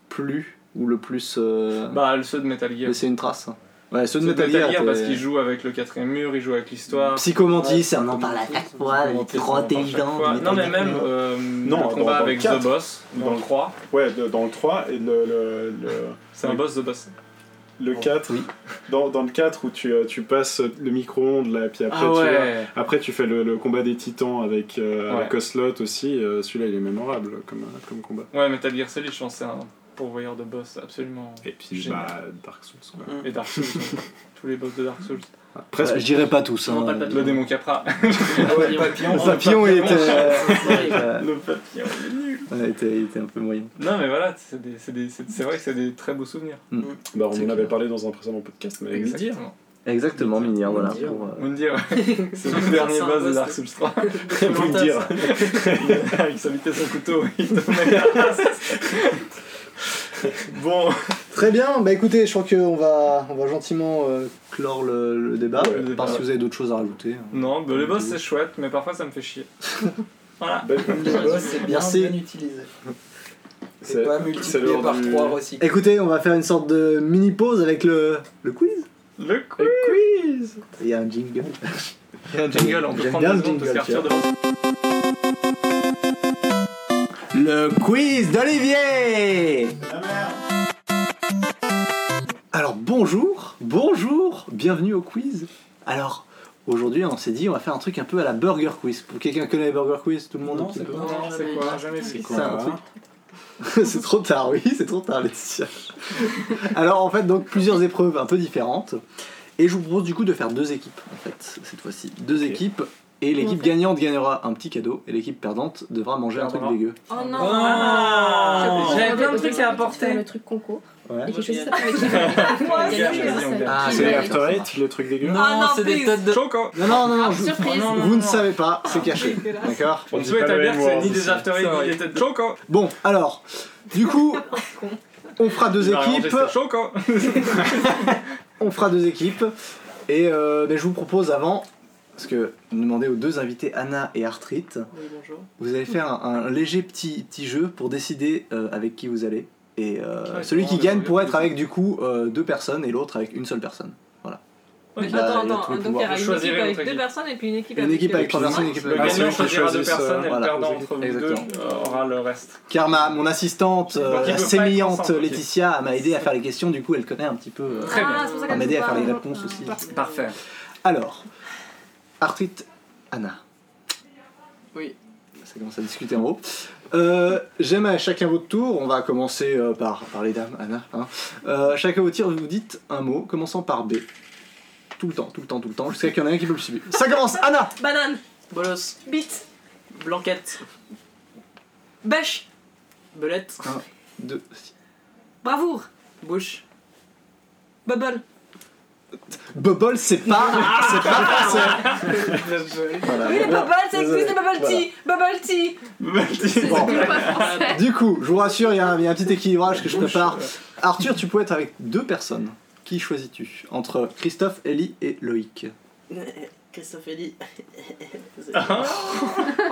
plus ou le plus euh, Bah, le- ceux de Metal Gear. laisser une trace Ouais, ceux Ceux de Metal Gear. étaient- parce qu'ils jouent avec le quatrième mur, ils jouent avec l'histoire. Psychomantis, Ouais, c'est un en parle à chaque fois, Comment les t'es- trop comment t'es- intelligent. chaque fois. Non, mais même euh, Non, le dans- combat dans avec le quatre. The Boss, dans Dans le 3, Ouais, de- dans le 3 et le, le, le- c'est un Oui. boss The Boss. le 4. Oui. Dans, dans le 4 où tu, euh, tu passes le micro-ondes là, puis après, tu, vas- après tu fais le, le combat des titans avec, euh, Ouais. avec Ocelot aussi. euh, Celui-là il est mémorable comme, euh, comme combat. Ouais, Metal Gear Solid, je pense que c'est un pourvoyeur de boss absolument. Et puis Génial. bah, Dark Souls quoi. Et Dark Souls, ouais. tous les boss de Dark Souls. Ah, presque. je dirais pas tous. On hein. parle pas de Le démon Capra. Ah Ouais, Le papillon il était, euh, le papillon, il est nul. il était- il était un peu moyen. Non, mais voilà, c'est des- c'est des- c'est- c'est vrai que c'est des très beaux souvenirs. Bah, on C'est en clair. avait parlé dans un précédent podcast, mais Exactement. Exactement, Minir, voilà. Minir. pour, euh, Mundi, ouais. C'est le C'est dernier un boss de boss, Dark ouais. Souls 3. Faut le dire. Avec sa vitesse au couteau, il te met la race. Bon, Très bien, bah écoutez, je crois qu'on va, on va gentiment euh, clore le, le débat, Ouais, à le part débat. si vous avez d'autres choses à rajouter. hein. non, bah, les boss c'est chouette, mais parfois ça me fait chier. Voilà. Belle- Le boss, c'est bien, Merci. bien utilisé. C'est- C'est pas c'est l'heure multiplié par du- 3 recyclés. Écoutez, on va faire une sorte de mini pause avec le, le quiz. Le quiz. Il y a un jingle. Il y a un jingle, on peut J'aime prendre bien deux le secondes parce jingle, qu'Arthur tiens. devant Le quiz d'Olivier Alors bonjour, bonjour, bienvenue au quiz. Alors aujourd'hui on s'est dit on va faire un truc un peu à la Burger Quiz. Quelqu'un connaît les Burger Quiz Tout le monde un Non, petit c'est peu pas- Non, c'est quoi Jamais C'est c'est quoi C'est un truc. c'est trop tard, oui, c'est trop tard, Laetitia. Alors, en fait, donc plusieurs épreuves un peu différentes. Et je vous propose du coup de faire deux équipes, en fait, cette fois-ci. Deux équipes. Et l'équipe gagnante gagnera un petit cadeau. Et l'équipe perdante devra manger un truc Perdra. dégueu. Oh non Ah, J'avais J'avais plein plein de de trucs à apporter. le truc concours. Ouais. Et quelque chose Moi, avec qui Moi, On c'est gagne, sûr. vas-y, on gagne. Ah, C'est d'accord, After ça Eight, le truc dégueu Ah, non, c'est des please. têtes de. Choco Non, non, non, Ah, Ah, non, je- surprise. vous ne savez pas, c'est caché. D'accord On On ne dit peut pas le établir que c'est N-word ni des ici. After Eight ni des têtes de Choco. Bon, alors, du coup, on fera deux Il va arranger équipes. ses Choco. On fera deux équipes. Et euh, ben, je vous propose avant, parce que nous demandez aux deux invités, Anna et Arthrite, Oui, bonjour. Vous allez faire un, un léger petit, petit jeu pour décider euh, avec qui vous allez. Et euh, D'accord, celui qui mais gagne bon, pourrait il y a être avec du coup euh, deux personnes et l'autre avec une seule personne. Voilà. Ok. Il y a- Attends, il y a tout attends, le donc il y pouvoir. aura une Choisirez équipe votre avec deux équipe. personnes et puis une équipe Une avec équipe avec trois euh, personnes, une équipe Le avec Ah, une gagnant celui seule. qui choisira deux choisisse, personnes et le voilà. perdant entre vous deux Exactement. euh, aura le reste. Car ma, mon assistante, euh, Donc, ils la peuvent pas être sémillante ensemble, ok. Laetitia, m'a aidé à faire les questions, du coup elle connaît un petit peu. Ah, euh, Très bien. c'est pour ça Elle m'a qu'elle aidé à joue faire pas. les réponses aussi. Parfait. Alors, Arthrite, Anna. Oui. Ça commence à discuter en haut. Euh, J'aime à chacun votre tour. On va commencer euh, par, par les dames, Anna. hein. Euh, chacun votre tir, vous dites un mot, commençant par B. Tout le temps, tout le temps, tout le temps, jusqu'à ce qu'il y en ait un qui peut le subir. Ça commence, Anna Banane, Bolos, bite, Blanquette, bêche, Belette, Deux. six. bravoure, Bouche, bubble. Bubble, c'est pas, Ah, c'est pas français. Voilà. Oui, les bubbles, ça Désolé. existe, les bubble tea, bubble tea. Bon. Blanquette, Du coup, je vous rassure, il y, a un- il y a un petit équilibrage que je prépare. Arthur, tu peux être avec deux personnes. Qui choisis-tu Entre Christophe, Ellie et Loïc. Christophe Elie.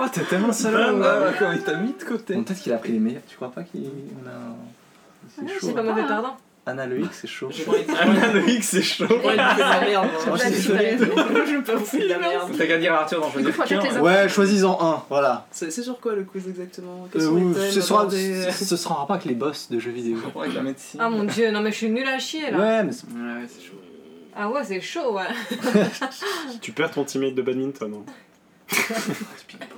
Oh, t'es tellement salaud Ah, quand il t'a mis de côté. Peut-être qu'il a pris les meilleurs. Tu crois pas qu'il on a un- Ah, C'est chaud. hein. C'est pas mauvais perdant. Anna Loïc, c'est chaud. J'ai pas envie de j'ai Anna le X, c'est chaud. pas envie de bouffer de la merde. hein. moi. Moi, Là, c'est tu vas les- Je veux pas bouffer de la merde. T'as qu'à dire à Arthur, non, je veux Du dire coup, qu'un. avec les autres. Ouais, choisis-en un, voilà. C'est c'est sur quoi le quiz exactement Quels Euh, sont les ou- thèmes ce, sera, abordés ce sera en rapport avec les boss de jeux vidéo. Pour avec la médecine. Ah mon dieu, non mais je suis nulle à chier là. Ouais, mais c'est- Ouais, c'est chaud. Ah ouais, c'est chaud, ouais. Tu perds ton teammate de badminton. hein.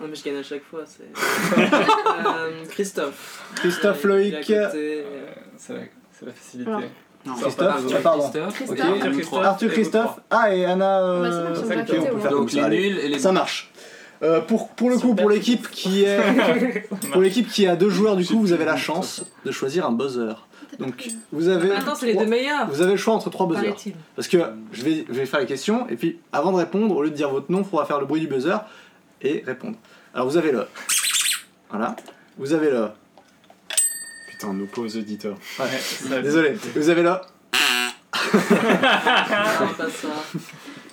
Non, mais je gagne à chaque fois. c'est... Euh, Christophe. Christophe Il est Loïc. à côté. Euh, C'est la, c'est la facilité. Alors. Non, Christophe, pas grave. tu hein. as pardon. Christophe. Christophe. Ok. Et nous trois. Arthur, et Christophe. Ah, et Anna. euh, Bah, c'est bon, ils sont ok, pas on cotés, peut ouais. faire comme Donc ça. les allez. nuls et les Ça marche. Euh, pour, pour le coup, pour l'équipe qui est pour l'équipe qui a deux joueurs, du coup, vous avez la chance de choisir un buzzer. Donc vous avez Attends, Bah, c'est les trois- deux meilleurs. vous avez le choix entre trois buzzers. Paraît-il. Parce que je vais, je vais faire les questions, et puis avant de répondre, au lieu de dire votre nom, il faudra faire le bruit du buzzer et répondre. Alors vous avez le. Voilà. Vous avez le. Putain, on nous pose auditeurs. Ouais, ça- Désolé. Vous avez le. Ah, pas ça.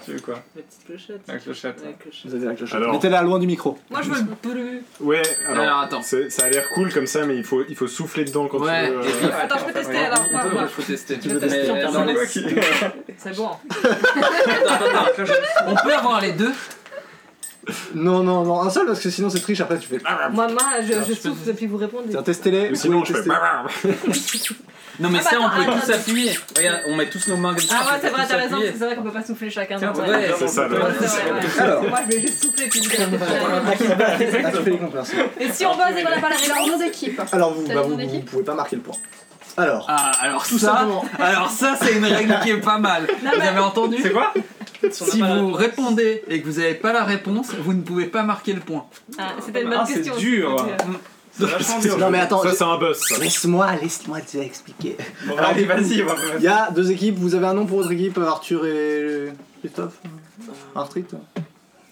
tu veux quoi La petite clochette. La clochette. La clochette. Vous avez la clochette. Alors- Mettez-la loin du micro. Moi je veux le bleu. Ouais, Alors, alors. attends. c'est- Ça a l'air cool comme ça, mais il faut, il faut souffler dedans quand Ouais, tu veux. et puis- euh, Attends, je peux tester alors. quoi, Il quoi. faut tester. Tu veux tester Mais en dans les- Ouais, qui- C'est bon. Attends, attends, attends, On peut avoir les deux Non, non, non, un seul parce que sinon c'est triche. Après, tu fais. Moi, moi je, Alors, je je peux- souffle depuis vous répondez. Tiens, testez-les. Ou Ah. sinon, je fais. Testez. Ah, Non, mais Ah, bah, ça, on attends, peut attends. tous appuyer. Regarde, on met tous nos mains comme ça. Ah on ouais, peut c'est vrai, tous t'as raison, appuyer. c'est vrai qu'on peut pas souffler chacun. Tiens, ouais. ouais, C'est ça, le- Ouais, c'est vrai, ouais. Alors. Moi je vais juste souffler puis vous allez- Ah, qui- ah, tu fais les comptes, merci. Et si on bosse et qu'on n'a pas la C'est réponse dans nos équipes. Alors, vous, T'as bah, dit vous, mon vous équipe pouvez pas marquer le point. Alors, Ah, alors tout ça, simplement. alors ça, c'est une règle qui est pas mal. Vous avez entendu C'est quoi Si vous répondez et que vous n'avez pas la réponse, vous ne pouvez pas marquer le point. Ah, C'était une Ah, bonne c'est question. dur. C'était- C'est Ah, vachement dur. Non, mais attends, Ça, je- c'est un boss. ça. laisse-moi, laisse-moi te expliquer. Bon, allez, vas-y, on va Il y a deux équipes, vous avez un nom pour votre équipe, Arthur et. Christophe Euh, Arthrite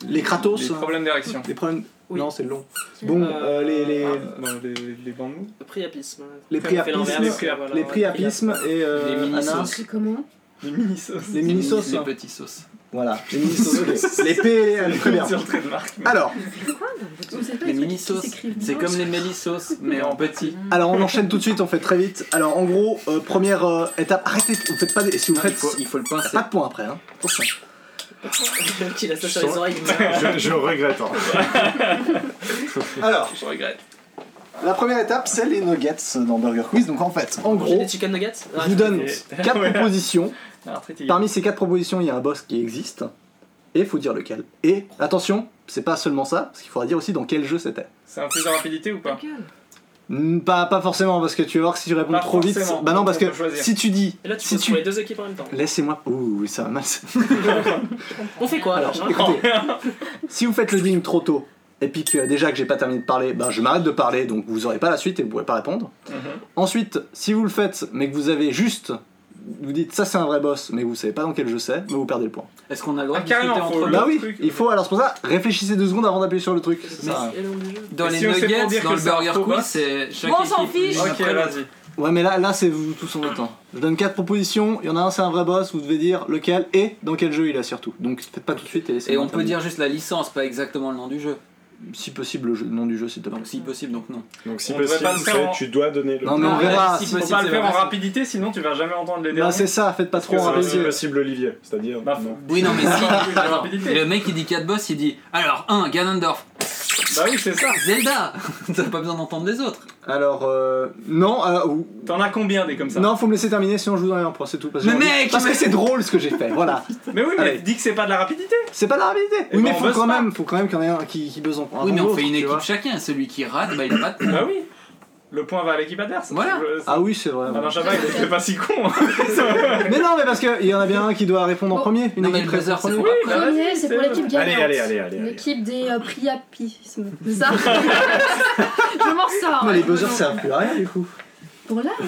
Les Kratos Les hein. problèmes d'érection. Les problèmes. Oui. Non, c'est long. Bon, Euh, euh, les, les, Bon, les, les bandes mous. Priapisme. Les Comme on fait priapismes, l'inverse, les les voilà, ouais. priapismes et. euh, Les mini-sauces. Anna. C'est comment Les mini-sauces. Les mini-sauces. Les hein. petits sauces. Voilà, les mini-sauces. ok. les P et les L, très bien. Sur le trademark. Alors, Vous savez pas Les trucs qui mini sauces. s'écrivent C'est bien comme les mélissos, mais en petit. alors on enchaîne tout de suite, on fait très vite. Alors en gros, euh, première euh, étape, arrêtez, vous faites pas des. Si vous Non, il, faites. faut, il faut le pincer. Pas de points après, hein. Attention. Le mec, il a ça sur Je les oreilles. Je, je regrette. hein. Alors, Je regrette. la première étape, c'est les nuggets dans Burger Quiz. Donc en fait, en Manger gros, des chicken nuggets je vous donne Ok. quatre Ah, Ouais. propositions. L'arthrite, il- Parmi ces quatre propositions, il y a un boss qui existe. Et il faut dire lequel. Et attention, c'est pas seulement ça, parce qu'il faudra dire aussi dans quel jeu c'était. C'est un quiz de rapidité ou pas Hmm, Pas, pas forcément, parce que tu vas voir que si tu réponds Pas trop vite. forcément. Bah non, parce On que peut choisir. si tu dis. Et là, tu si peux tu... trouver deux équipes en même temps. Laissez-moi. Ouh, ça va mal. On fait quoi alors Alors, écoutez, si vous faites le game trop tôt, et puis que déjà que j'ai pas terminé de parler, ben je m'arrête de parler, donc vous aurez pas la suite et vous pourrez pas répondre. Mhm. Ensuite, si vous le faites, mais que vous avez juste, vous dites ça c'est un vrai boss, mais vous savez pas dans quel jeu c'est, mais vous perdez le point. Est-ce qu'on a le droit Ah, de discuter carrément, faut entre le- nous Bah oui, truc. il faut alors c'est pour ça, réfléchissez deux secondes avant d'appuyer sur le truc. C'est Ça, ça. Et le nom du jeu Dans Et les si on sait pour nuggets, dire dans que le c'est un burger faux quiz, boss c'est chaque Bon, on s'en équipe fiche. une Ok, après l'autre. vas-y. Ouais, mais là, là c'est vous tous en même temps. Je donne quatre propositions, il y en a un c'est un vrai boss, vous devez dire lequel et dans quel jeu il est surtout. Donc faites pas tout de suite et laissez Et on peut dire juste la licence, pas exactement le nom du jeu. si possible le, jeu- le nom du jeu s'il te plaît. Donc si possible, donc non. Donc, si On devrait pas possible, le faire c'est- en- tu dois donner le. Non mais on Non, verra. si si- Faut possible, pas c'est le faire en vrai. rapidité, sinon tu vas jamais entendre les Non, derniers. Bah, c'est ça, faites pas trop en que c'est C'est rapide. aussi possible Olivier, c'est-à-dire. Bah, faut- non. Oui, non, mais si. La Alors, rapidité. le mec, il dit 4 boss, il dit alors 1, Ganondorf, Bah oui, c'est ça. Zelda T'as pas besoin d'entendre les autres. Alors euh, non, euh, ou- T'en as combien des comme ça non, faut me laisser terminer sinon je vous donne un point, c'est tout. Parce que Mais j'ai envie- mec, parce que mais- c'est drôle ce que j'ai fait, voilà. Mais oui, mais Allez. dis que c'est pas de la rapidité. C'est pas de la rapidité. Eh oui, ben, mais on faut bosse quand pas. même, faut quand même qu'il y en ait un qui, qui buzz en oui, mais on avant fait une l'autre, tu équipe vois. chacun. Celui qui rate, bah il a pas de point. Bah oui. Le point va à l'équipe adverse. Voilà. Je- Ah oui, c'est vrai. ouais. Alain Chabat, il était pas si con. hein. mais non, mais parce qu'il y en a bien un qui doit répondre en Bon. premier. Une Non, mais équipe le répond en buzzer, c'est premier. pour après. bah, Premier, vas-y, c'est pour l'équipe gagnante. Allez, allez, allez, allez. allez. L'équipe des euh, priapismes. C'est Ça Je m'en ressors. Non, les hein. buzzers servent plus à rien du coup. Pour là, oui.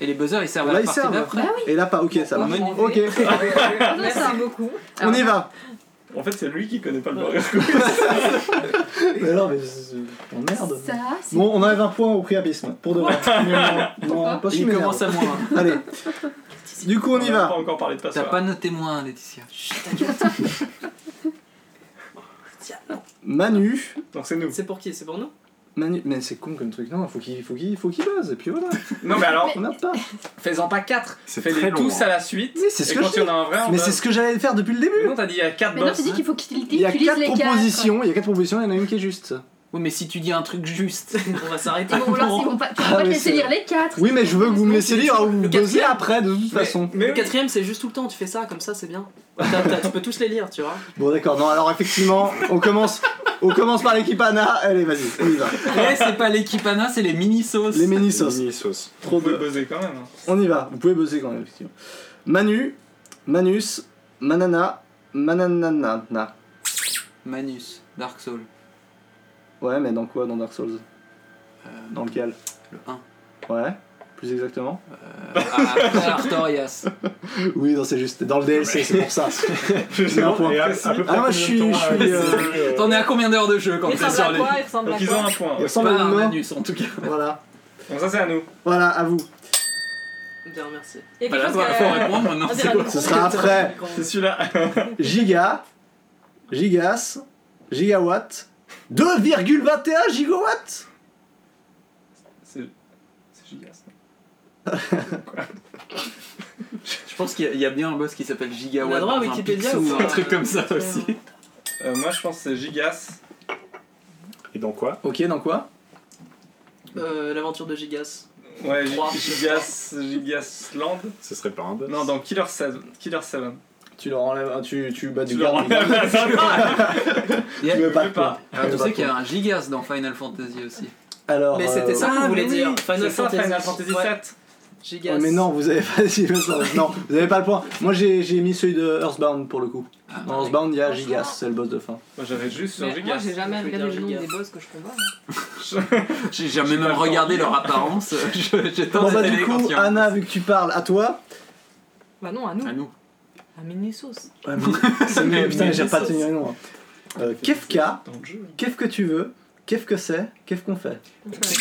Et les buzzers, ils servent Ah, à Là, la ils partie servent. d'après. Bah oui. Et là, pas. Ok, ça va. Bon, on Ok, fait- Merci. Merci beaucoup. on y va. En fait, c'est lui qui connaît pas le burger. Mais non, mais c'est- on merde. Ça, c'est Bon, on enlève un point au priapisme. Pour de vrai. Non, non, pas si Il merde. commence à moins. un. Allez. Du coup, on y On a va. Pas encore parlé de T'as passoire. pas noté moins, Laetitia. Manu. Donc c'est nous. C'est pour qui C'est pour nous Manu. Mais c'est con comme truc. Non, faut qu'il faut qu'il faut qu'il buzz. Et puis voilà. Non, mais alors, On n'a pas. fais-en pas 4. C'est très Fais-les long. tous à hein. la suite. Mais c'est ce Et que quand je il y en a un vrai, on Mais va- c'est ce que j'allais faire depuis le Mais début. non, t'as dit il y a 4 Mais non, boss. tu dis qu'il faut qu'il Il y a tu lises quatre les quatre. propositions. Il y a quatre propositions. Il y en a une qui est juste. Oui, mais si tu dis un truc juste. On va s'arrêter. Ils vont vouloir, ils vont pas, tu peux Ah, pas te mais laisser c'est- lire les quatre. Oui, mais je veux que vous me laissiez lire ou vous Le quatrième. buzzer après, de toute façon. Mais Le oui. quatrième, c'est juste tout le temps, tu fais ça, comme ça, c'est bien. T'as- t'as- tu peux tous les lire, tu vois. Bon, d'accord. Non, alors effectivement, on commence, on commence par l'équipe Anna. Allez, vas-y, on y va. Eh, c'est pas l'équipe Anna, c'est les mini-sauces. Les ménissos. Mini sauce. Trop Faut le de... buzzer quand même. hein. On y va. Vous pouvez buzzer quand même, effectivement. Manu, Manus, Manana, Mananana. Manus, Dark Souls. Ouais, mais dans quoi Dans Dark Souls Dans lequel Le un. Ouais. Plus exactement Euh, après Artorias. Oui, non, c'est juste dans le DLC, c'est pour ça. C'est un point. Et à, à peu près Ah, moi, je suis- combien de je temps, suis, euh, euh, c'est, euh, T'en es à combien d'heures de jeu quand Il t'es sur ressemble à les. quoi Il ressemble à Donc ils ont quoi euh, un euh, point. Il ressemble Pas à un une main. Manus en tout cas. Voilà. Donc ça, c'est à nous. Voilà, à vous. bien remercié. Il y a quelque Voilà, chose faut faut qu'à- répondre maintenant. Ah, on c'est dirait bon. un Ce sera gros- après. gros- C'est celui-là. Giga, gigas, gigawatt, 2,21 gigawatts C'est c'est gigas. Je pense qu'il y a- il y, a bien un boss qui s'appelle Gigawatt. On a droit à dans un Wikipédia pixel ou ou pas un truc comme ça aussi. Euh, moi, je pense que c'est gigas. Et dans quoi Ok, dans quoi Euh, L'aventure de Gigas. Ouais, Trois. gi- gigas, gigas land. Ce serait pas un boss. Non, dans Killer 7. Killer 7. Tu leur enlèves, ah, tu, tu bah, Tu du le garde. remets à la Il y a- Tu veux Je pas, veux pas. Alors, Je tu Ah, sais sais qu'il y Ah, pas. a un Gigas dans Final Fantasy aussi. Alors, Mais c'était ça Ah, que vous mais voulez oui, dire. C'est ça, Final Fantasy Ouais, 7. euh, Gigas. ouais, mais non, vous avez pas, non, vous avez pas le point. Moi, j'ai j'ai mis celui de Earthbound pour le coup. Dans Earthbound, il y a Franchement. Gigas, c'est le boss de fin. Moi, j'avais juste sur Mais Moi, gigas. j'ai jamais Je regardé vais dire le nom gigas. des boss que je combats. J'ai jamais J'ai même pas regardé entendu. leur apparence. Je- J'étais Bon, en bah, télé du quand coup, il y a un- Anna, vu que tu parles, à toi. Bah non, à nous. À nous. À Minisos. Ouais, mais- c'est mieux, putain, j'ai pas sauce. tenu le nom. hein. Euh, Kefka, Dans le jeu. qu'est-ce que tu veux, qu'est-ce que c'est, qu'est-ce qu'on fait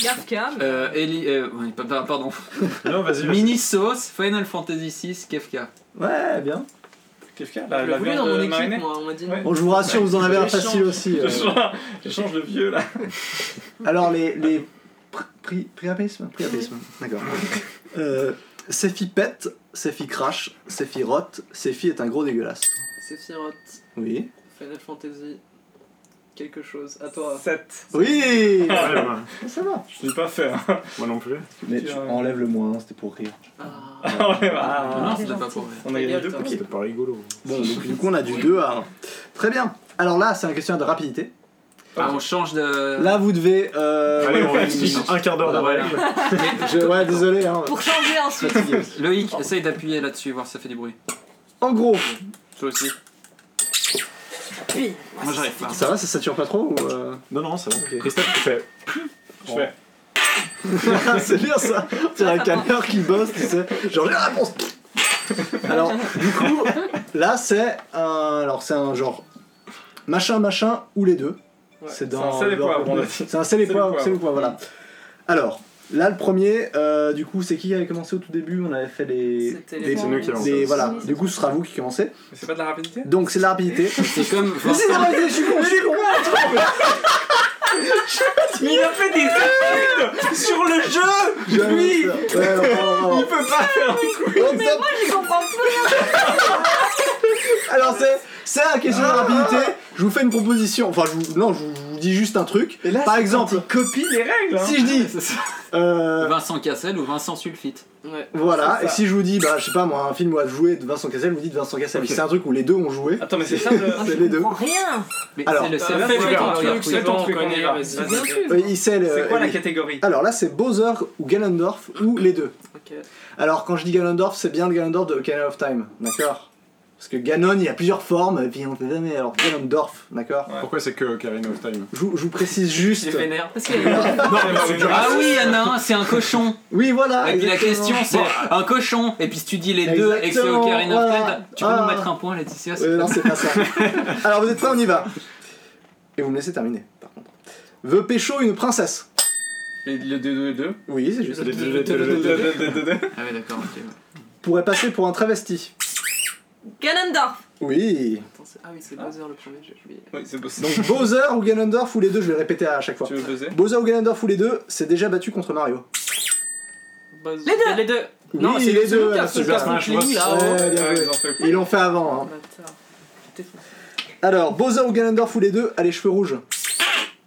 Kafka. mais- Euh, Eli, euh, ouais, pa- pa- pardon. Non, vas-y. vas-y. Mini Sauce, Final Fantasy VI, Ah, Kefka. Ouais, bien. Kefka, Je la, l'ai la voulu dans viande mon euh, équipe, marinée. moi, on m'a dit. Ouais. Bon, je vous rassure, vous en avez un Je change. facile aussi. euh. Je change- je change le vieux là. Alors, les, les pr- pri- priapismes Priapismes, d'accord. Euh, Sephi pète, Sephi crash, Sephi rote, Sephi est un gros dégueulasse. Sephiroth, Oui. Final Fantasy, quelque chose. À toi. 7. Oui Ouais, ouais. Ça va. Je l'ai pas fait. hein. Moi non plus. Mais tu enlèves le moins, c'était pour rire. Ah. On est marre. non, c'est c'était pas gentil. pour On a gagné deux. Ok. C'était pas rigolo. Bon, donc du coup, on a du 2 à 1. Très bien. Alors là, c'est un question de rapidité. Ah, on change de. Là, vous devez. Ah euh, Allez, on une réexplique minute. un quart d'heure Voilà. d'arrêt. Je- ouais, désolé. Hein, Pour changer ah, ensuite. fatigué. Loïc, essaye d'appuyer là-dessus, voir si ça fait du bruit. En gros, Toi aussi. Moi j'arrive pas. ça va, ça sature pas trop ou euh, Non, non, c'est bon. Ok. Christophe, tu fais. Je fais. C'est bien ça. C'est un canard qui bosse, tu sais. Genre, j'ai la réponse. Alors, du coup, là, c'est un, alors c'est un genre machin, machin ou les deux. Ouais, c'est c'est un dans. sel et leur poivre, contenu. on a dit. C'est un sel et Sel et poivre, poivre. sel et poivre, voilà. Alors, là, le premier, euh, du coup, c'est qui qui avait commencé au tout début On avait fait les. C'était des- les C'est nous qui avons. des- voilà, du coup ce sera vous qui commencez. Mais c'est pas de la rapidité Donc c'est de la rapidité. C'est Euh, comme. Mais c'est de la Vincent- rapidité, je suis con, je suis con. Mais il a fait des études sur le jeu Oui Ouais, non, non, non, non. Il peut pas faire mais moi, j'y comprends plus Alors, c'est, c'est la question de Ah. rapidité. Je vous fais une proposition. Enfin, je vous, non, je vous, je vous dis juste un truc. Ah, Par exemple, copie les règles hein. si je dis. euh, Vincent Cassel ou Vincent Sulfite. Ouais. voilà, C'est et ça. si je vous dis, bah, je sais pas moi, un film où a joué de Vincent Cassel, vous dites Vincent Cassel. Ok. C'est un truc où les deux ont joué. Attends, mais Ah, c'est euh, ça le. C'est les deux. Rien Mais Alors, c'est le Euh, seul fois qu'on fais ton truc, regarde fais plus. ton on truc, on connaît, y va. vas-y. Vas-y. Euh, il sait le- C'est quoi la Ellie. catégorie Alors là, c'est Bowser ou Ganondorf ou les deux. Ok. Alors quand je dis Ganondorf, c'est bien le Ganondorf de Ocarina of Time, d'accord Parce que Ganon, il y a plusieurs formes, et puis on ne sait jamais. Alors Ganondorf, d'accord Ouais. Pourquoi c'est que Ocarina of Time je, vous- je vous précise juste. J'ai vénère. Parce qu'il y a Ah oui, Anna, c'est un cochon. Oui, voilà. Et puis la Ah, exactement. question c'est un cochon. Et puis si tu dis les deux et que c'est Exactement, Ocarina of voilà. Time, tu peux Ah. nous mettre un point, Laetitia Euh, c'est non, c'est pas ça. Alors vous êtes prêts, on y va. Et vous me laissez terminer, par contre. Veut pécho une princesse Les 2-2-2. Oui, c'est juste. Ah ouais, d'accord, ok. Pourrait passer pour un travesti Ganondorf. Oui. Attends, c'est- Ah oui, c'est Bowser le premier, j'ai oublié. Oui, c'est possible. Donc Bowser ou Ganondorf ou les deux, je vais répéter à chaque fois. Tu veux buzzer Bowser ou Ganondorf ou les deux, c'est déjà battu contre Mario. Bowser. Les deux Les deux Oui, les deux. qui a ah, fait c'est ça. le Smash Bros. Ouais, bien joué. Ouais, ils ont fait Ils l'ont fait avant. hein. Alors, Bowser ou Ganondorf ou les deux a les cheveux rouges.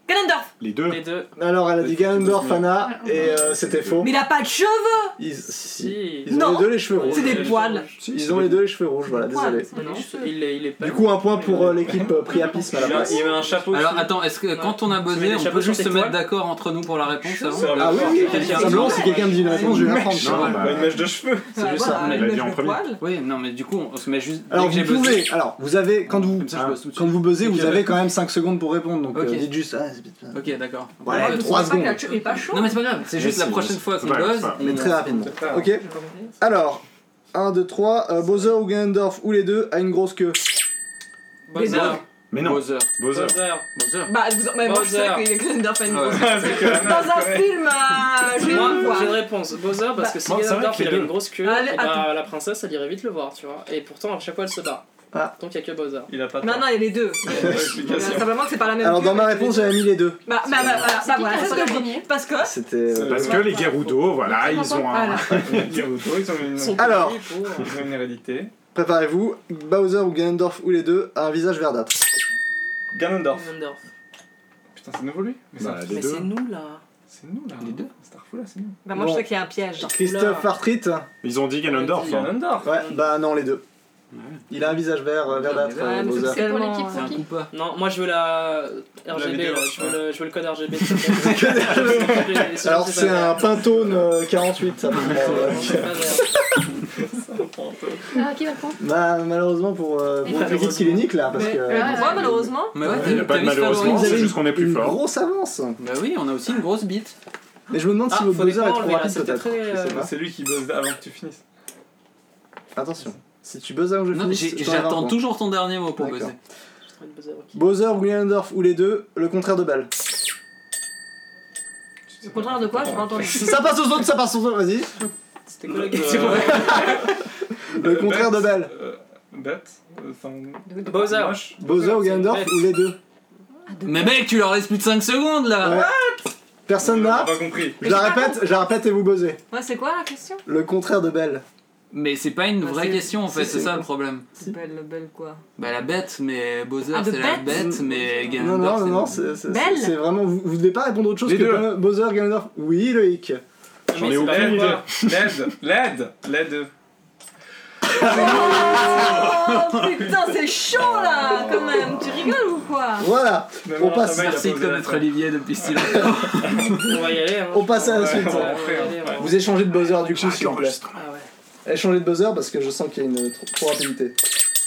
Ganondorf. Les deux Les deux. Alors, elle a dit Ganondorf, Anna, et euh, c'était faux. Mais il a pas de cheveux. Ils, si. Si. Ils ont Non. les deux les cheveux rouges. C'est des poils. Ils ont les deux les cheveux rouges, voilà, désolé. Non, il est, il est pas. Du coup, un point pour euh, l'équipe euh, Priapisme à la Il y a- place. il y avait un chapeau. Alors aussi. attends, est-ce que quand on a mets des buzzé, on chapeaux peut sur juste tes se mettre toiles d'accord entre nous pour la réponse avant Ça va. Ah oui, oui, Ouais. oui, simplement, si quelqu'un me dit une réponse, je vais la Non, prendre. bah, Pas une mèche de cheveux. Voilà, juste voilà, ça, on elle l'a lève dit en le premier. poil. Oui, non, mais du coup, on se met juste. dès Alors, que j'ai vous buzzé. pouvez, alors, vous avez, quand vous, Comme ça, je hein, bosse tout de suite. quand vous buzzez, vous Ok. avez quand même 5 secondes pour répondre, donc euh, Ok. dites juste, ah, c'est peut-être pas- Ok, d'accord. Ouais, je 3 sais pas que la secondes, cheveux est pas chaud. Non, mais c'est pas grave, c'est juste Mais la si, prochaine mais fois c'est qu'on pas grave, buzz. c'est pas grave. on- mais très rapidement. C'est pas- Ok, alors, euh, 1, 2, 3, Bowser ou Ganondorf, ou les deux, a une grosse queue. Bowser. Bowser. Mais non, Bowser. Bowser. Bowser. Bah, je vous en... mais moi je sais Bowser. qu'il est Glenderfan Ah ouais. Bowser. C'est que- Dans un film, euh, j'ai Moi, vu quoi. j'ai une réponse. Bowser, parce que si Moi, c'est vrai Ganondorf que les il avait deux. une grosse queue, Allez, et ben, attends. la princesse elle irait vite le voir, tu vois. Et pourtant, à chaque fois elle se bat. Ah. Donc il y a que Bowser. Il a pas Non, non, il y a les deux. de explication. Euh, Simplement que c'est pas la même. Alors queue, dans ma mais réponse, c'est les j'avais mis les deux. deux. Bah, bah, bah, voilà, C'est bah, qui voilà, qui a c'est ce que je gagné dis. Parce que. C'était. euh, Parce que les Gerudo, voilà, Ah, ils ont un. Voilà. Ils ont ils ont une- Son Alors. pays pour- ils ont une hérédité. Préparez-vous, Bowser ou Ganondorf ou les deux a un visage verdâtre. Ganondorf. Ganondorf. Putain, c'est nouveau lui Mais Bah, ça- les Mais deux. c'est nous là. c'est nous là. Les deux Starfou là, c'est nous. Bah, moi je Bon. sais qu'il y a un piège. Christophe Oula. Hartrit Ils ont dit Ganondorf. hein. Ganondorf. Ouais, bah non, les deux. Il a un visage vert, euh, verdâtre, Ouais, euh, Ouais, mais Bowser. c'est pour Tellement, l'équipe, euh, C'est c'est un qui coup pas. Non, moi je veux la RGB, vidéo, là. Je, veux ouais. le, je veux le code RGB. s'il te plaît. Je sais Alors pas c'est vert. un Pintone euh, 48, ça. Euh, euh, je sais pas vert. Ah, qui va le prendre Bah malheureusement pour euh, Mais pour le malheureusement. public qu'il est nique là, parce Mais- que. mais pourquoi, malheureusement Mais Il n'y a pas de malheureusement, Ils avaient c'est juste qu'on est plus une fort. grosse avance. Bah oui, on a aussi une grosse bite. Mais je me demande si Ah, votre faut les buzzer est prendre, trop mais là, rapide c'était peut-être. très, Je sais euh, pas. C'est lui qui bosse avant que tu finisses. Attention, si tu buzzes avant que je Non, finisse, je j'ai- t'en ai un J'attends point. toujours ton dernier mot pour D'accord. bosser. Je suis en train de buzzer, ok. Bowser ou Ganondorf ou les deux, le contraire de balle. Le contraire de quoi J'ai pas entendu. ça passe aux autres, ça passe aux autres, vas-y. C'était quoi la Euh, question Le contraire de balle. Euh, Bête euh, enfin, Bowser. moche. Bowser ou C'est Ganondorf bête. ou les deux. Mais mec, tu leur laisses plus de 5 secondes là Ouais. Personne On a là pas compris. Je la Mais j'ai pas répète, je la répète et vous buzzez. Ouais, c'est quoi la question Le contraire de balle. Mais c'est pas une Bah, vraie c'est- question en fait, c'est- c'est ça le problème. C'est belle, belle quoi Bah la bête, mais Bowser Ah, de c'est la bête bête, mais Non, non, Ganondorf non, c'est- non, c'est c'est- Belle. c'est vraiment. Vous, vous devez pas répondre autre chose Les que deux. Gan- Bowser, Ganondorf. Oui, Loïc. J'en ai Mais c'est pas aucune idée. grave. LED, LED, LED. Ah, Oh putain, c'est chaud là quand même Tu rigoles ou quoi Voilà, On passe. Merci de connaître Olivier depuis si longtemps. On va y aller. hein. on passe à la Ouais, suite. ouais. Vous échangez de buzzer du coup, s'il vous plaît. Ah ouais. Échangez de buzzer parce que je sens qu'il y a une trop, trop rapidité.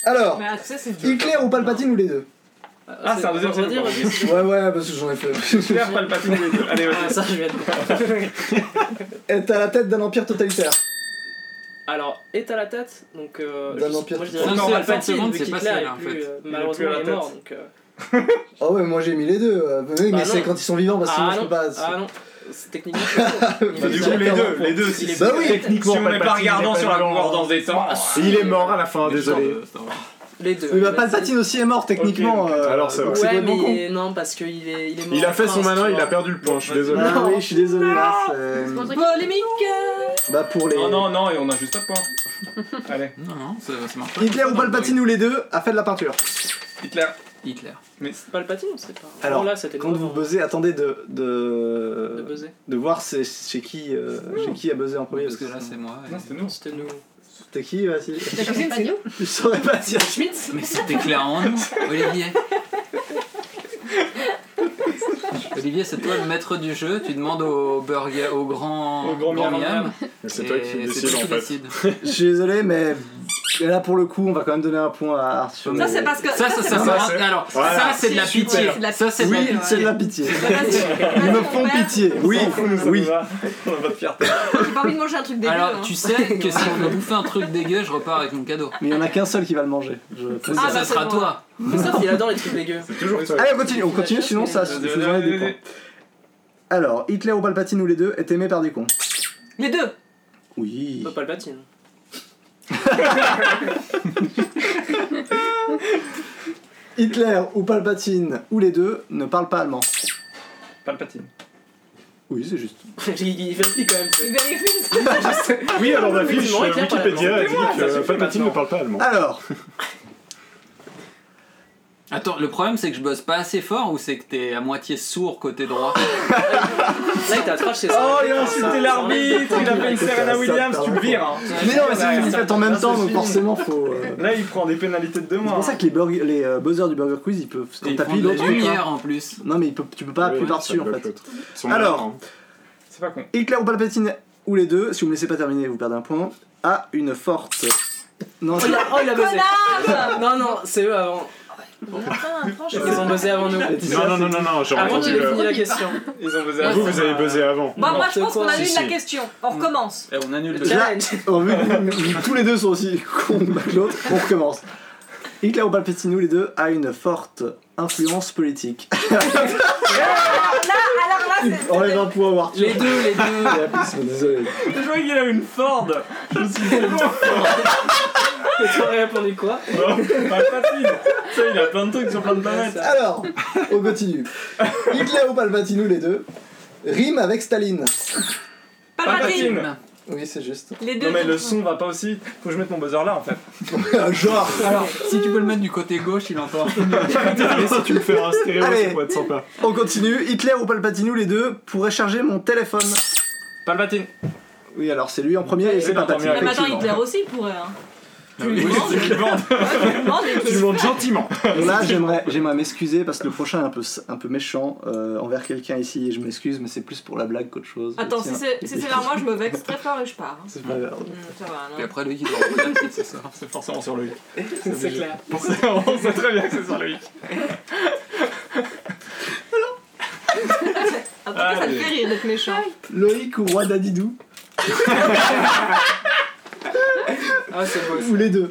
Alors, Mais ah, tu sais, c'est dur. Hitler ou Palpatine ou les deux Ah, c'est un deuxième Redis, tour. redis, s'il te Ouais, ouais, parce que j'en ai fait. Super Palpatine les deux. plaît. Allez, vas-y. Ah, ça, je vais être- Est à la tête d'un empire totalitaire. Alors, est à la tête, donc euh, D'un je- empire moi je Non, dirais non, c'est Alpha Palpatine, Seconde, vu c'est pas qu'Hitler celle-là, est en plus, fait. euh, est malheureusement plus à la il est mort, tête. donc... euh, Ah ouais, moi j'ai mis les deux. euh, Oui, mais Ah c'est non. quand ils sont vivants parce que sinon ah, je non, peux pas. ah non, c'est techniquement... Bah, du coup, les deux, les deux. Si, Il est- si Bah oui. Techniquement, on n'est pas Palpatine regardant n'est sur pas la mort. concordance des temps. Il est mort à la fin, Mais Ah, désolé. genre, euh, Star Wars. les deux. Oui, bah Vas-y. Palpatine aussi est mort techniquement. Ok. euh, Alors, ça va. donc c'est Ouais, complètement con. mais non, parce qu'il est, il est mort. Il a fait en son France, malin, tu il a vois. perdu le point, je suis désolé. Ah oui, je suis désolé. là, c'est- C'est pour ça qu'il- Polémique Bah pour les. Non, non, non, et on a juste un point. Allez, Non, non, ça, ça marche pas. Hitler ou Palpatine ou les deux a fait de la peinture. Hitler. Hitler. Mais Palpatine, on sait pas. Alors, Bon, là, c'était Quand drôle, vous hein, buzzez, attendez de de de, buzzer. de voir c'est- chez qui euh, chez qui a buzzé en premier. Parce que là c'est moi. et- non, c'était C'était nous. nous. C'était qui Vas-y. La cuisine, c'est nous Je saurais pas dire. Schmitz Mais c'était clairement nous, Olivier. Olivier, c'est toi le maître du jeu. Tu demandes au burger, au grand, Au grand miam. miam. Mais C'est Et toi qui décides en fait. décides. Je suis désolé, mais mais là pour le coup, on va quand même donner un point à Arthur. Ça, c'est parce que. Ça, ça, ça, Ça, ça, c'est- alors, Voilà. ça, c'est de la Super. pitié. C'est de la Ça, c'est de la Oui, pitié. c'est de la pitié. Ils Ils me font pitié. Oui, oui. On a pas de fierté. J'ai pas envie de manger un truc dégueu. Alors, hein. tu sais que si on me bouffe un truc dégueu, je repars avec mon cadeau. Mais il y en a qu'un seul qui va le manger. Je Ça, Ah, ça bah, c'est sera bon. toi. Christophe, il adore les trucs dégueux. C'est toujours toi. Allez, on continue, on continue, sinon ça se Vas-y, vous vas-y, enlève des vas-y, points. vas-y. Alors, Hitler ou Palpatine ou les deux est aimé par des cons. Les deux Oui. Pas Palpatine. Hitler ou Palpatine ou les deux ne parlent pas allemand. Palpatine. Oui, c'est juste. il il vérifie quand même. Ils vérifient Oui, alors la Mais fiche c'est marrant, euh, il y a pas Wikipédia la a dit langue. que Ça euh, suffit Palpatine ne maintenant. parle pas allemand. Alors, Attends, le problème, c'est que je bosse pas assez fort ou c'est que t'es à moitié sourd côté droit Là, il t'a attrapé, c'est Oh, ça. il a insulté l'arbitre, il a fait une Serena Williams, tu le vires. hein. mais non, mais c'est Ouais, qu'ils ouais. fait en même temps, donc forcément faut. euh, Là, il prend des pénalités de deux C'est mois. hein. pour ça que les, burgers- les euh, buzzers du Burger Quiz, ils peuvent. Et Quand ils font t'appuies de la l'autre. tu peux lumière hein. pas- en plus. hein. Non, mais ils peuvent- tu peux pas appuyer Oui, par-dessus ça en bloque fait. l'autre. Ils sont Alors. malins, hein. C'est pas con. Hitler ou Palpatine ou les deux, si vous me laissez pas terminer, vous perdez un point, a une forte. Non, Oh, il a, oh, il a buzzé. Connard Non, non, c'est eux avant. Putain, franchement. Ils ont buzzé avant nous. Laetitia, Non, non, non, non, non, j'ai Avant, entendu j'ai le. fini la question. Ils ont buzzé Ouais, à Vous, ça vous avez va. buzzé avant. Bon, moi, je pense qu'on a Si, eu si. la question. On recommence. Et on annule Là, on veut- tous les deux sont aussi cons l'un que l'autre, on recommence. Hitler ou Palpatine, les deux, a une forte influence politique. Ah, Alors là, c'est. Enlève un point, Arthur. Les deux, les deux. Et après, ils sont désolés. Je vois qu'il a une Ford. Je me suis dit, c'est bon. Et tu aurais répondu quoi Bah, Palpatine. Tu sais, il a plein de trucs sur plein de planètes. Alors, on continue. Hitler ou Palpatine, les deux, rime avec Staline. Palpatine Oui, c'est juste. Les deux. Non mais le son va pas aussi. Faut que je mette mon buzzer là en fait. Genre Alors, si tu peux le mettre du côté gauche, il entend. Allez, si tu me fais un stéréo, Allez. ça pourrait être sympa. On continue. Hitler ou Palpatine, les deux, pourraient charger mon téléphone. Palpatine. Oui, alors c'est lui en premier et c'est Oui, non, Palpatine. mais Ah, mais attends, effectivement. Hitler aussi pourrait. Hein. Oui, Ah demandes. c'est vivant. Non, mais- Tu montes gentiment. Bon, Là, j'aimerais, j'aimerais m'excuser parce que le prochain est un peu, un peu méchant euh, envers quelqu'un ici et je m'excuse, mais c'est plus pour la blague qu'autre chose. Attends, si Tiens. c'est si c'est vers moi, je me vexe très fort et je pars. C'est pas grave. Hum, ça va, non. Et après, lui, il doit reposer la petite, c'est ça. C'est forcément sur le hic. C'est clair. On sait très bien que c'est sur le hic. En tout cas, ça le fait rire d'être méchant. Loïc ou Roi Dadidou Ah, c'est beau. Ou les deux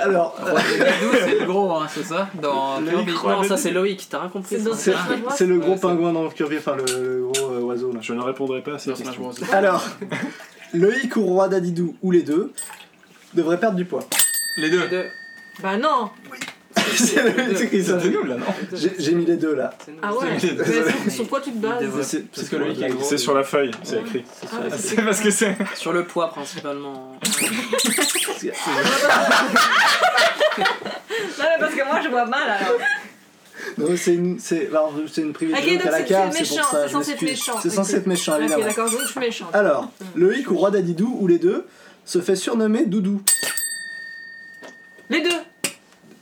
Alors, euh, Dadidou, c'est le gros, hein, c'est ça Dans Le Kirby. micro. Non, ça c'est Loïc, t'as rien compris. C'est dans ça. c'est, Smash Bros. c'est le gros Ouais, c'est- pingouin dans le Kirby, enfin le, le gros euh, oiseau là. Je ne répondrai pas à ces Dans Smash questions. Bros. Alors, Loïc ou Roi Dadidou ou les deux devraient perdre du poids. Les deux. Bah non c'est le truc qui C'est s'appelle. nul là non J'ai, j'ai mis les deux là. Ah ouais C'est- Mais sur- Sur quoi tu te bases Mais c'est- Parce que Loïc est gros. C'est sur la feuille, c'est écrit. Ah, mais c'est- C'est parce que c'est. Sur le poids principalement. Non, mais parce que moi, je vois mal alors. Non, c'est une, c'est, alors, c'est une privilège Ok, de donc à la c'est- cave, c'est c'est pour méchant, ça. c'est je censé être m'excuse. méchant. C'est censé Ok. être méchant, Ok, évidemment. d'accord, donc je suis méchante. Alors, Loïc ou Roi Dadidou ou les deux se fait surnommer Doudou. Les deux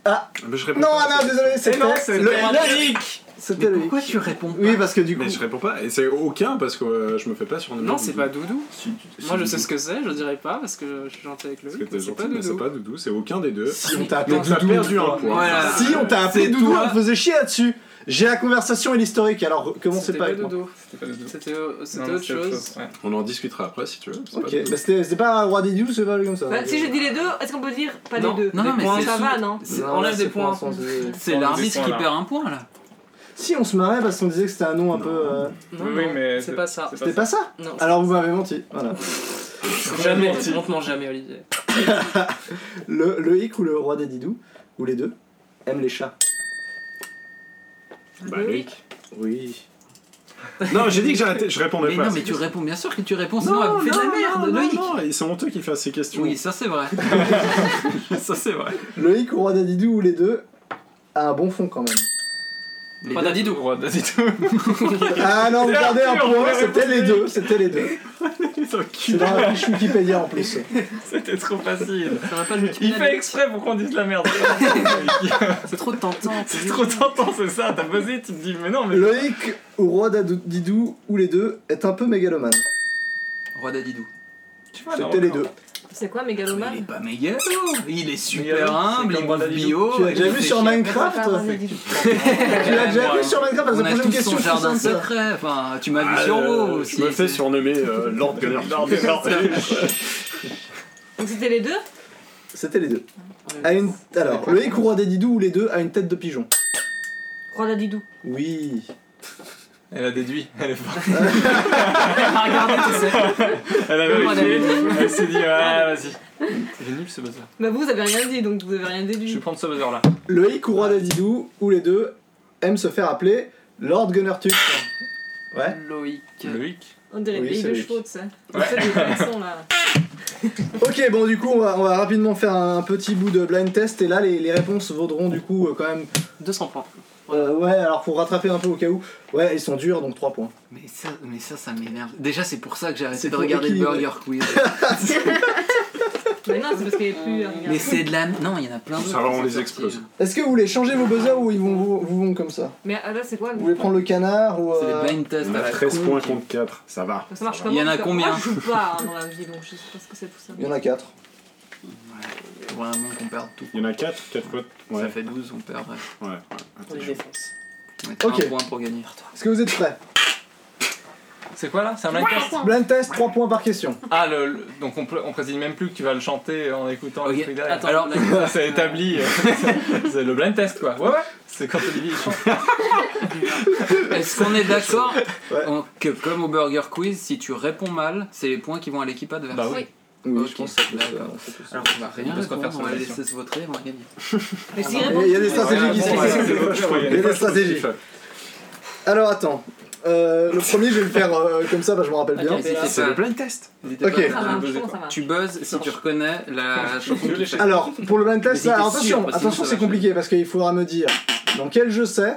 Euh, Mais je réponds Non, pas. Anna, désolé, c'était ah, non, c'est le- Loïc. Loïc. C'était Mais Loïc. pourquoi tu réponds pas Oui, parce que du coup. Mais je réponds pas, et c'est aucun parce que euh, je me fais pas sur Non, c'est pas Doudou. Si, Moi je sais ce que c'est, je dirais pas parce que je suis gentil avec Parce que Loïc. t'es mais C'est gentil, pas mais c'est Doudou. pas Doudou, c'est aucun des deux. Si on t'a appelé Donc t'as Doudou, perdu un toi. point. Voilà. Si on t'a appelé C'est Doudou, toi. on te faisait chier là-dessus. J'ai la conversation et l'historique, alors commencez C'était pas pas avec moi. Doudou. C'était pas les deux. C'était euh, Non, c'était non, autre chose. ouais. On en discutera après si tu veux. c'est pas Ok, Doudou. bah c'était c'était pas un Roi Dadidou, c'est pas comme ça. Bah, Si je dis les deux, est-ce qu'on peut dire pas les Non, deux non, Les non, mais points, c'est ça sous- va, non C'est- Non, Enlève là, des c'est pour points. l'instant, c'est- C'est l'arbitre points, qui là. perd un point là. Si on se marrait parce qu'on disait que c'était un nom un peu. euh, Non, Oui, non, mais c'est pas ça. C'était pas ça Non, Alors vous m'avez menti, voilà. jamais. On te ment jamais, Olivier. Le Loïc ou le Roi Dadidou, ou les deux, aiment les chats. Bah, Loïc. Oui. Non, j'ai dit que j'arrêtais, je répondais Mais pas. non, mais tu réponds, bien sûr que tu réponds, sinon elle fait de la non, merde, non, Loïc. non, ils sont honteux qu'ils fassent ces questions. Oui, ça c'est vrai. ça c'est vrai. Loïc ou Roi Dadidou, ou les deux, a un bon fond quand même. Les Pas deux- Dadidou. Roi Dadidou. Ah non, vous gardez un point, c'était les deux, c'était les deux. Ils ont C'est cul. dans la fiche Wikipédia en plus. C'était trop facile. Ça va pas le Il fait exprès pour qu'on dise la merde. C'est trop tentant. C'est trop tentant, c'est ça. T'as buzzé, tu te dis, mais non, mais. Loïc ou Roi Dadidou, ou les deux, est un peu mégalomane. Roi Dadidou. Tu vois, C'était non, les non. deux. C'est quoi Mais il est mégalomane pas méga Il est Mégalo, super c'est humble, comme il Roi bouffe Dadidou. bio. Tu l'as il déjà fait vu sur chier. Minecraft Tu l'as déjà vu sur Minecraft On La a prochaine tous son question, je jardin pense, ça. secret. Enfin, tu m'as vu Ah, sur euh, WoW aussi. je me fais surnommer euh, Lord Gunner. Lord Gunner. Donc c'était les deux C'était les deux. A une... Alors, Loïc ou Roi Dadidou, ou les deux, a une tête de pigeon. Roi Dadidou. Oui. Elle a déduit, elle est forte. Regardez, tu sais. Elle a Moi, vérifié, elle a elle s'est dit, ouais, vas-y. C'est nul ce buzzer. Bah vous, vous avez rien dit, donc vous avez rien Je vais déduit. prendre ce buzzer là. Loïc ou Roi Dadidou, ou les deux, aiment se faire appeler Lord Gunnertux. Ouais Loïc. Loïc. On dirait Oui, des c'est de lui. chevaux, tu sais. En fait, hein. des collections, là. Ok, bon, du coup, on va, on va rapidement faire un petit bout de blind test, et là, les, les réponses vaudront, du coup, euh, quand même... 200 points. euh, ouais, alors, pour rattraper un peu au cas où, ouais, ils sont durs, donc 3 points. Mais ça, mais ça, ça m'énerve. Déjà, c'est pour ça que j'ai C'est arrêté de pour regarder le équilibrer. Burger Quiz. Mais non, c'est parce qu'il est plus. hein, Mais regarde. c'est de la. Non, il y en a plein d'autres. Ça va, on qui les sont sortis. explose. Est-ce que vous voulez changer vos buzzers, ou ils vont, vous, vous vont comme ça Mais ah, là, c'est quoi le Vous voulez prendre le canard, ou... C'est des euh, blind tests. On a à la 13 con points qui- contre 4, ça va. Ça marche va. comment Il y en a parce que combien Moi, je joue pas hein, dans la vie, donc je sais pas ce que c'est tout ça. Il y en a 4. Vraiment qu'on perde tout. Il y en a 4, 4 potes. Ça Ouais, fait 12, on perd. Ouais. ouais. On les défonce. On mettra Ok. un point pour gagner. Est-ce que vous êtes prêts C'est quoi là C'est un blind test Blind test, 3 points par question. Ah, le, le- donc on, pr- on précise même plus que tu vas le chanter en écoutant Ok. le truc derrière. Attends, Alors, Oh, là- ça établit. euh, c'est- c'est le blind test quoi. Ouais, ouais. C'est quand Olivier il chante. Est-ce qu'on est d'accord Ouais. en- que, comme au Burger Quiz, si tu réponds mal, c'est les points qui vont à l'équipe adverse Bah oui. Oui, Ok, je pense que c'est d'accord. c'est tout ça. Alors, on va rien On peut se répondre, refaire sur on va la laisser se voter, on va gagner. Mais s'il Il y a- répond Ah, il y a des tout de suite, stratégies qui Ouais, sont- ouais, ouais. Il y a des stratégies. Alors attends, Euh, le premier je vais le faire euh, comme ça, bah, je m'en rappelle bien. Ok. N'hésitez C'est pas- blind test. n'hésitez Ok. pas à- ça marche, je buzzer, ah. pense que ça marche. Tu buzzes si tu reconnais la chanson Je qui l'ai fait. Alors, pour le blind test, Mais là, t'es sûr, attention, parce que attention sinon, ça c'est va compliqué parce qu'il faudra me dire dans quel jeu c'est.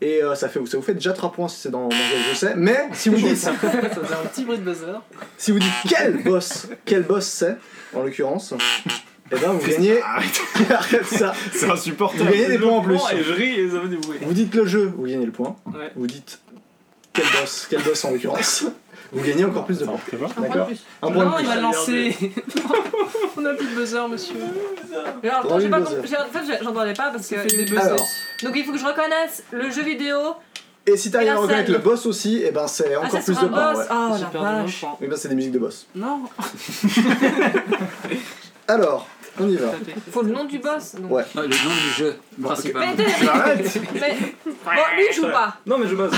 Et euh, ça, fait, ça vous fait déjà 3 points si c'est dans, dans quel jeu c'est. Mais si vous dites, Ça faisait un petit bruit de buzzer. si vous dites quel boss, quel boss c'est, en l'occurrence, et ben vous gagnez. Arrête ça. C'est insupportable. Vous gagnez des points en plus. Et je ris et ça fait du bruit. Vous dites le jeu, vous gagnez le point. Ouais. Vous dites quel boss, quel boss en l'occurrence, vous gagnez encore plus de points. C'est bon Un point de D'accord. plus. Un point de Non, plus. il m'a lancé. On a plus de buzzer, monsieur. Mais alors, Dans j'ai une pas buzzer. compris- j'ai- En fait, j'ai- j'entendais pas parce que. Fais des buzzers. Alors, Donc il faut que je reconnaisse le jeu vidéo. et si Et t'arrives la à reconnaître scène. le boss aussi, et ben c'est Ah, encore ça, plus c'est de un points. boss. ouais. Oh J'ai la perdu mon vache. point. Et ben c'est des musiques de boss. Non, Alors, on y va. faut le nom du boss. donc. Ouais. Non, le nom du jeu, Mais, principal. t'es- Arrête mais- Bon, lui, il joue pas. Non, mais je buzz.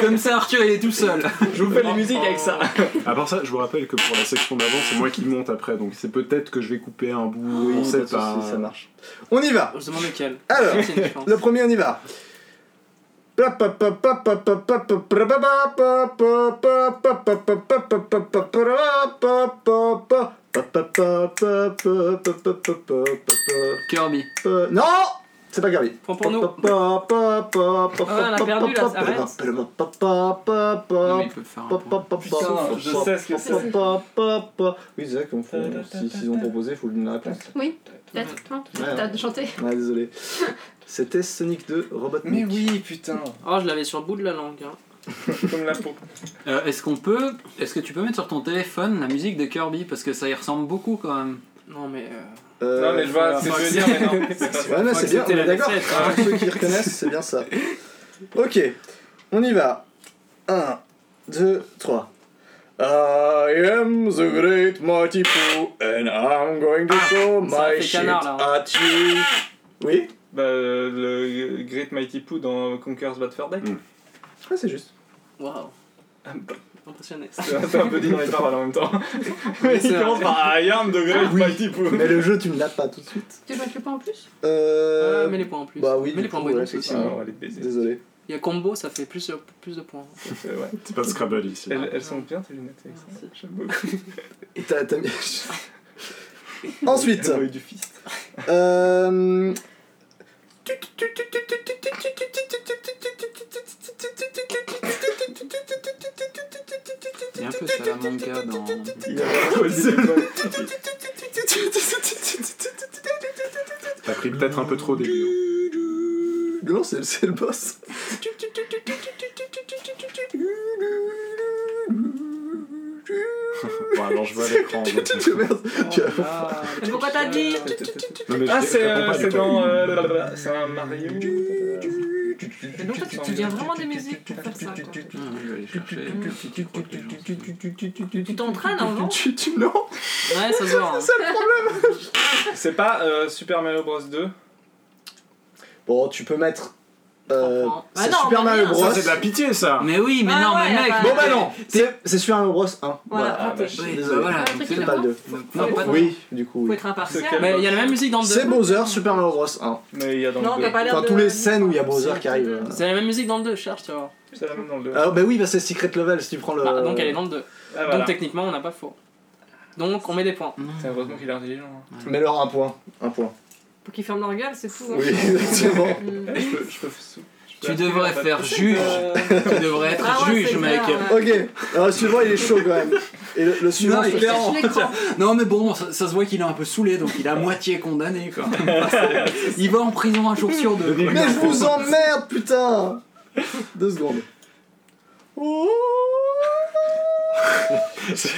Comme ça, Arthur, il est tout seul. Je vous fais les musiques avec ça. À part ça, je vous rappelle que pour la section d'avant, c'est moi qui monte après, donc c'est peut-être que je vais couper un bout. on sait pas de pas. soucis, ça marche. On y va. Je demande lequel. Alors, C'est une chance. le premier, on y va. Kirby. Non C'est pas Kirby. Prends pour nous. on a perdu, là, ça arrête. Non, mais il peut faire un point. Putain, je sais ce que c'est. Oui, c'est vrai qu'on faut- si- s'ils ont proposé, il faut lui donner la réponse. Oui, peut-être. Non, Ouais. T'as chanté. Ah, désolé. C'était Sonic 2 Robot Mais oui, putain. Oh, je l'avais sur le bout de la langue. hein. Comme la peau. Euh, est-ce qu'on peut, est-ce que tu peux mettre sur ton téléphone la musique de Kirby parce que ça y ressemble beaucoup quand même. Non, mais. euh, Euh, Non, mais je vois ce que tu veux dire, mais non. c'est pas ça. Ouais, mais c'est bien, on c'était est la d'accord. recette, hein. Pour ceux qui reconnaissent, c'est bien ça. Ok, on y va. 1, 2, 3. I am the great Mighty Pooh and I'm going to throw Ah, ça my fait shit canard, là, hein. at you. Oui Bah, euh, le Great Mighty Pooh dans Conker's Bad Fur Day. Mm. Ouais, c'est juste. Waouh. Impressionné. C'est un peu dit dans les paroles en même temps. Mais c'est il commence vrai. par I am the Great Mighty Pooh. Mais le jeu, tu ne l'as pas tout de suite. Tu joues avec le point en plus Euh. Euh, mets les points en plus. bah oui, mets du les points coup, bonus. ouais, aussi. Ah, effectivement. on va les baiser. Désolé. Il y a combo, ça fait plus, plus de points. Euh, ouais. C'est pas de Scrabble ici. Elles, elles sont bien tes lunettes, Alexandre. J'aime beaucoup. T'as, t'as mis... Ensuite. Elles ont eu du fist. Euh... Il y a un peu Salamanca dans. Ah, Il y a un peu de- T'as pris peut-être un peu trop des hein. Non, c'est, c'est le boss. Bon, alors je vois l'écran. donc. Merde. Tu as- Mais pourquoi t'as dit Non, mais Ah, je- je c'est réponds euh, pas c'est du tout. dans. euh, blablabla. C'est un Mario. Mais donc toi, tu te viens vraiment des musiques pour faire ça. quoi. Ah, je vais aller chercher. Tu crois que les gens sont- Tu t'entraînes avant Tu, tu, non, Ouais, ça se voit. hein. C'est pas euh, Super Mario Bros 2. Bon, tu peux mettre. Euh, Comprends. c'est Ah non, Super on va Mario bien. Bros. Ça, c'est de la pitié, ça. Mais oui, mais Ah non, ouais, mais mec. bah- Bon, bah non, c'est, c'est Super Mario Bros 1. Voilà, Ah, raté. vache. Oui, Désolé. bah voilà. Un truc c'est qui là. n'a Pas le deux. Non, pas de- Oui, du coup, Faut oui. être impartial. C'est quel- Mais Euh, il y a la même musique dans le C'est 2. Bowser, Super Mario Bros 1. Mais il y a dans Non, le t'as deux. pas l'air Enfin, de. tous les scènes où il y a Bowser qui arrive. euh. C'est la même musique dans le 2, cherche, tu vois. C'est la même dans le 2. Ah, bah oui, bah c'est Secret Level si tu prends le. Bah, donc elle est dans le 2. Ah, voilà. Donc techniquement, on n'a pas faux. Donc on met des points. Hmm. C'est heureusement qu'il est intelligent. hein. Mais leur un point. Un point. Pour qu'ils ferment leur gueule, c'est tout. hein. Oui, exactement. Mm. Eh, Je peux. je peux- je peux Tu devrais appeler faire la- juge. Euh, Tu devrais Ah être ouais, juge, c'est mec. clair, ouais. Ok, alors le suivant il est chaud quand même. Et le, le suivant, Non, je- il est- Clairement. Je l'écran. Non, mais bon, ça, ça se voit qu'il est un peu saoulé, donc il est à moitié condamné, quoi. Il va en prison un jour sur deux. Mais je vous emmerde, putain Deux secondes. Oh. C'est-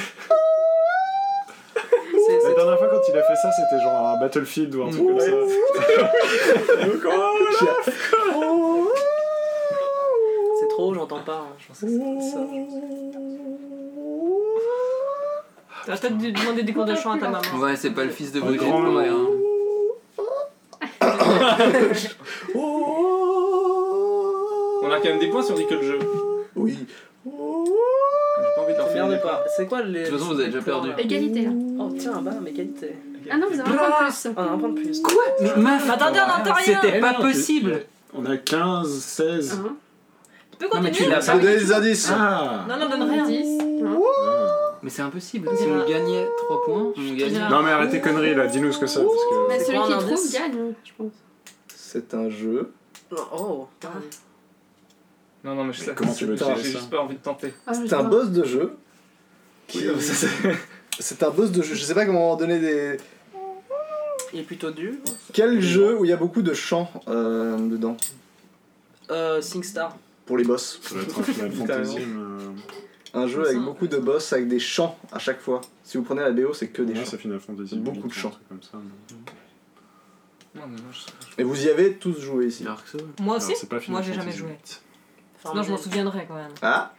La c'est- dernière fois, quand il a fait ça, c'était genre un Battlefield ou un truc comme ça. Oh. C'est trop, j'entends pas. hein. Je pense que c'est ça. Tu vas peut-être dû demander des cours de chant à ta maman. Ouais, c'est pas le fils de Un Bogey. grand loup. ouais, hein. On a quand même des points si on dit que le jeu. Oui. J'ai pas envie de leur faire Merde des pas. C'est quoi les. De toute façon, vous avez déjà perdu. Égalité là. Oh tiens, bah, mais qualité. Ah non, vous avez un point de plus. On a un point de plus. Quoi Mais meuf, Mais attendez, on n'entend rien c'était pas non, possible. On a 15, 16. Un, Tu peux Non, mais tu continuer l'as mais- Je donne des indices. Ah. Non, non, donne rien. 10. Mais c'est impossible. Si on gagnait 3 points, on gagnait. dirais- Non, mais arrêtez conneries là, dis-nous ce que c'est. Parce que... Bah, celui quoi, qui un trouve indice gagne, je pense. C'est un jeu. Oh. Ah. Non, non, mais je sais. Comment tu veux J'ai Ah, dire j'ai ça juste pas envie de tenter. Ah, je C'est sais un pas. boss de jeu. qui- ça, c'est- C'est un boss de jeu. Je sais pas comment donner des. Il est plutôt dur. Quel jeu où il y a beaucoup de chants euh, dedans Euh, SingStar. pour les boss Ça doit être un Final Fantasy. euh, Un jeu avec beaucoup de boss, avec des chants à chaque fois. Si vous prenez la BO, c'est que mais- des Ouais, chants. c'est Final Fantasy. Beaucoup de un chants. truc Comme ça, mais- Non, mais moi, je- Et vous y avez tous joué Ah ici. Dark Souls. Moi aussi Alors, c'est pas Final Moi, j'ai jamais Fantasy. joué. Farming- Non, je m'en souviendrai quand même. Ah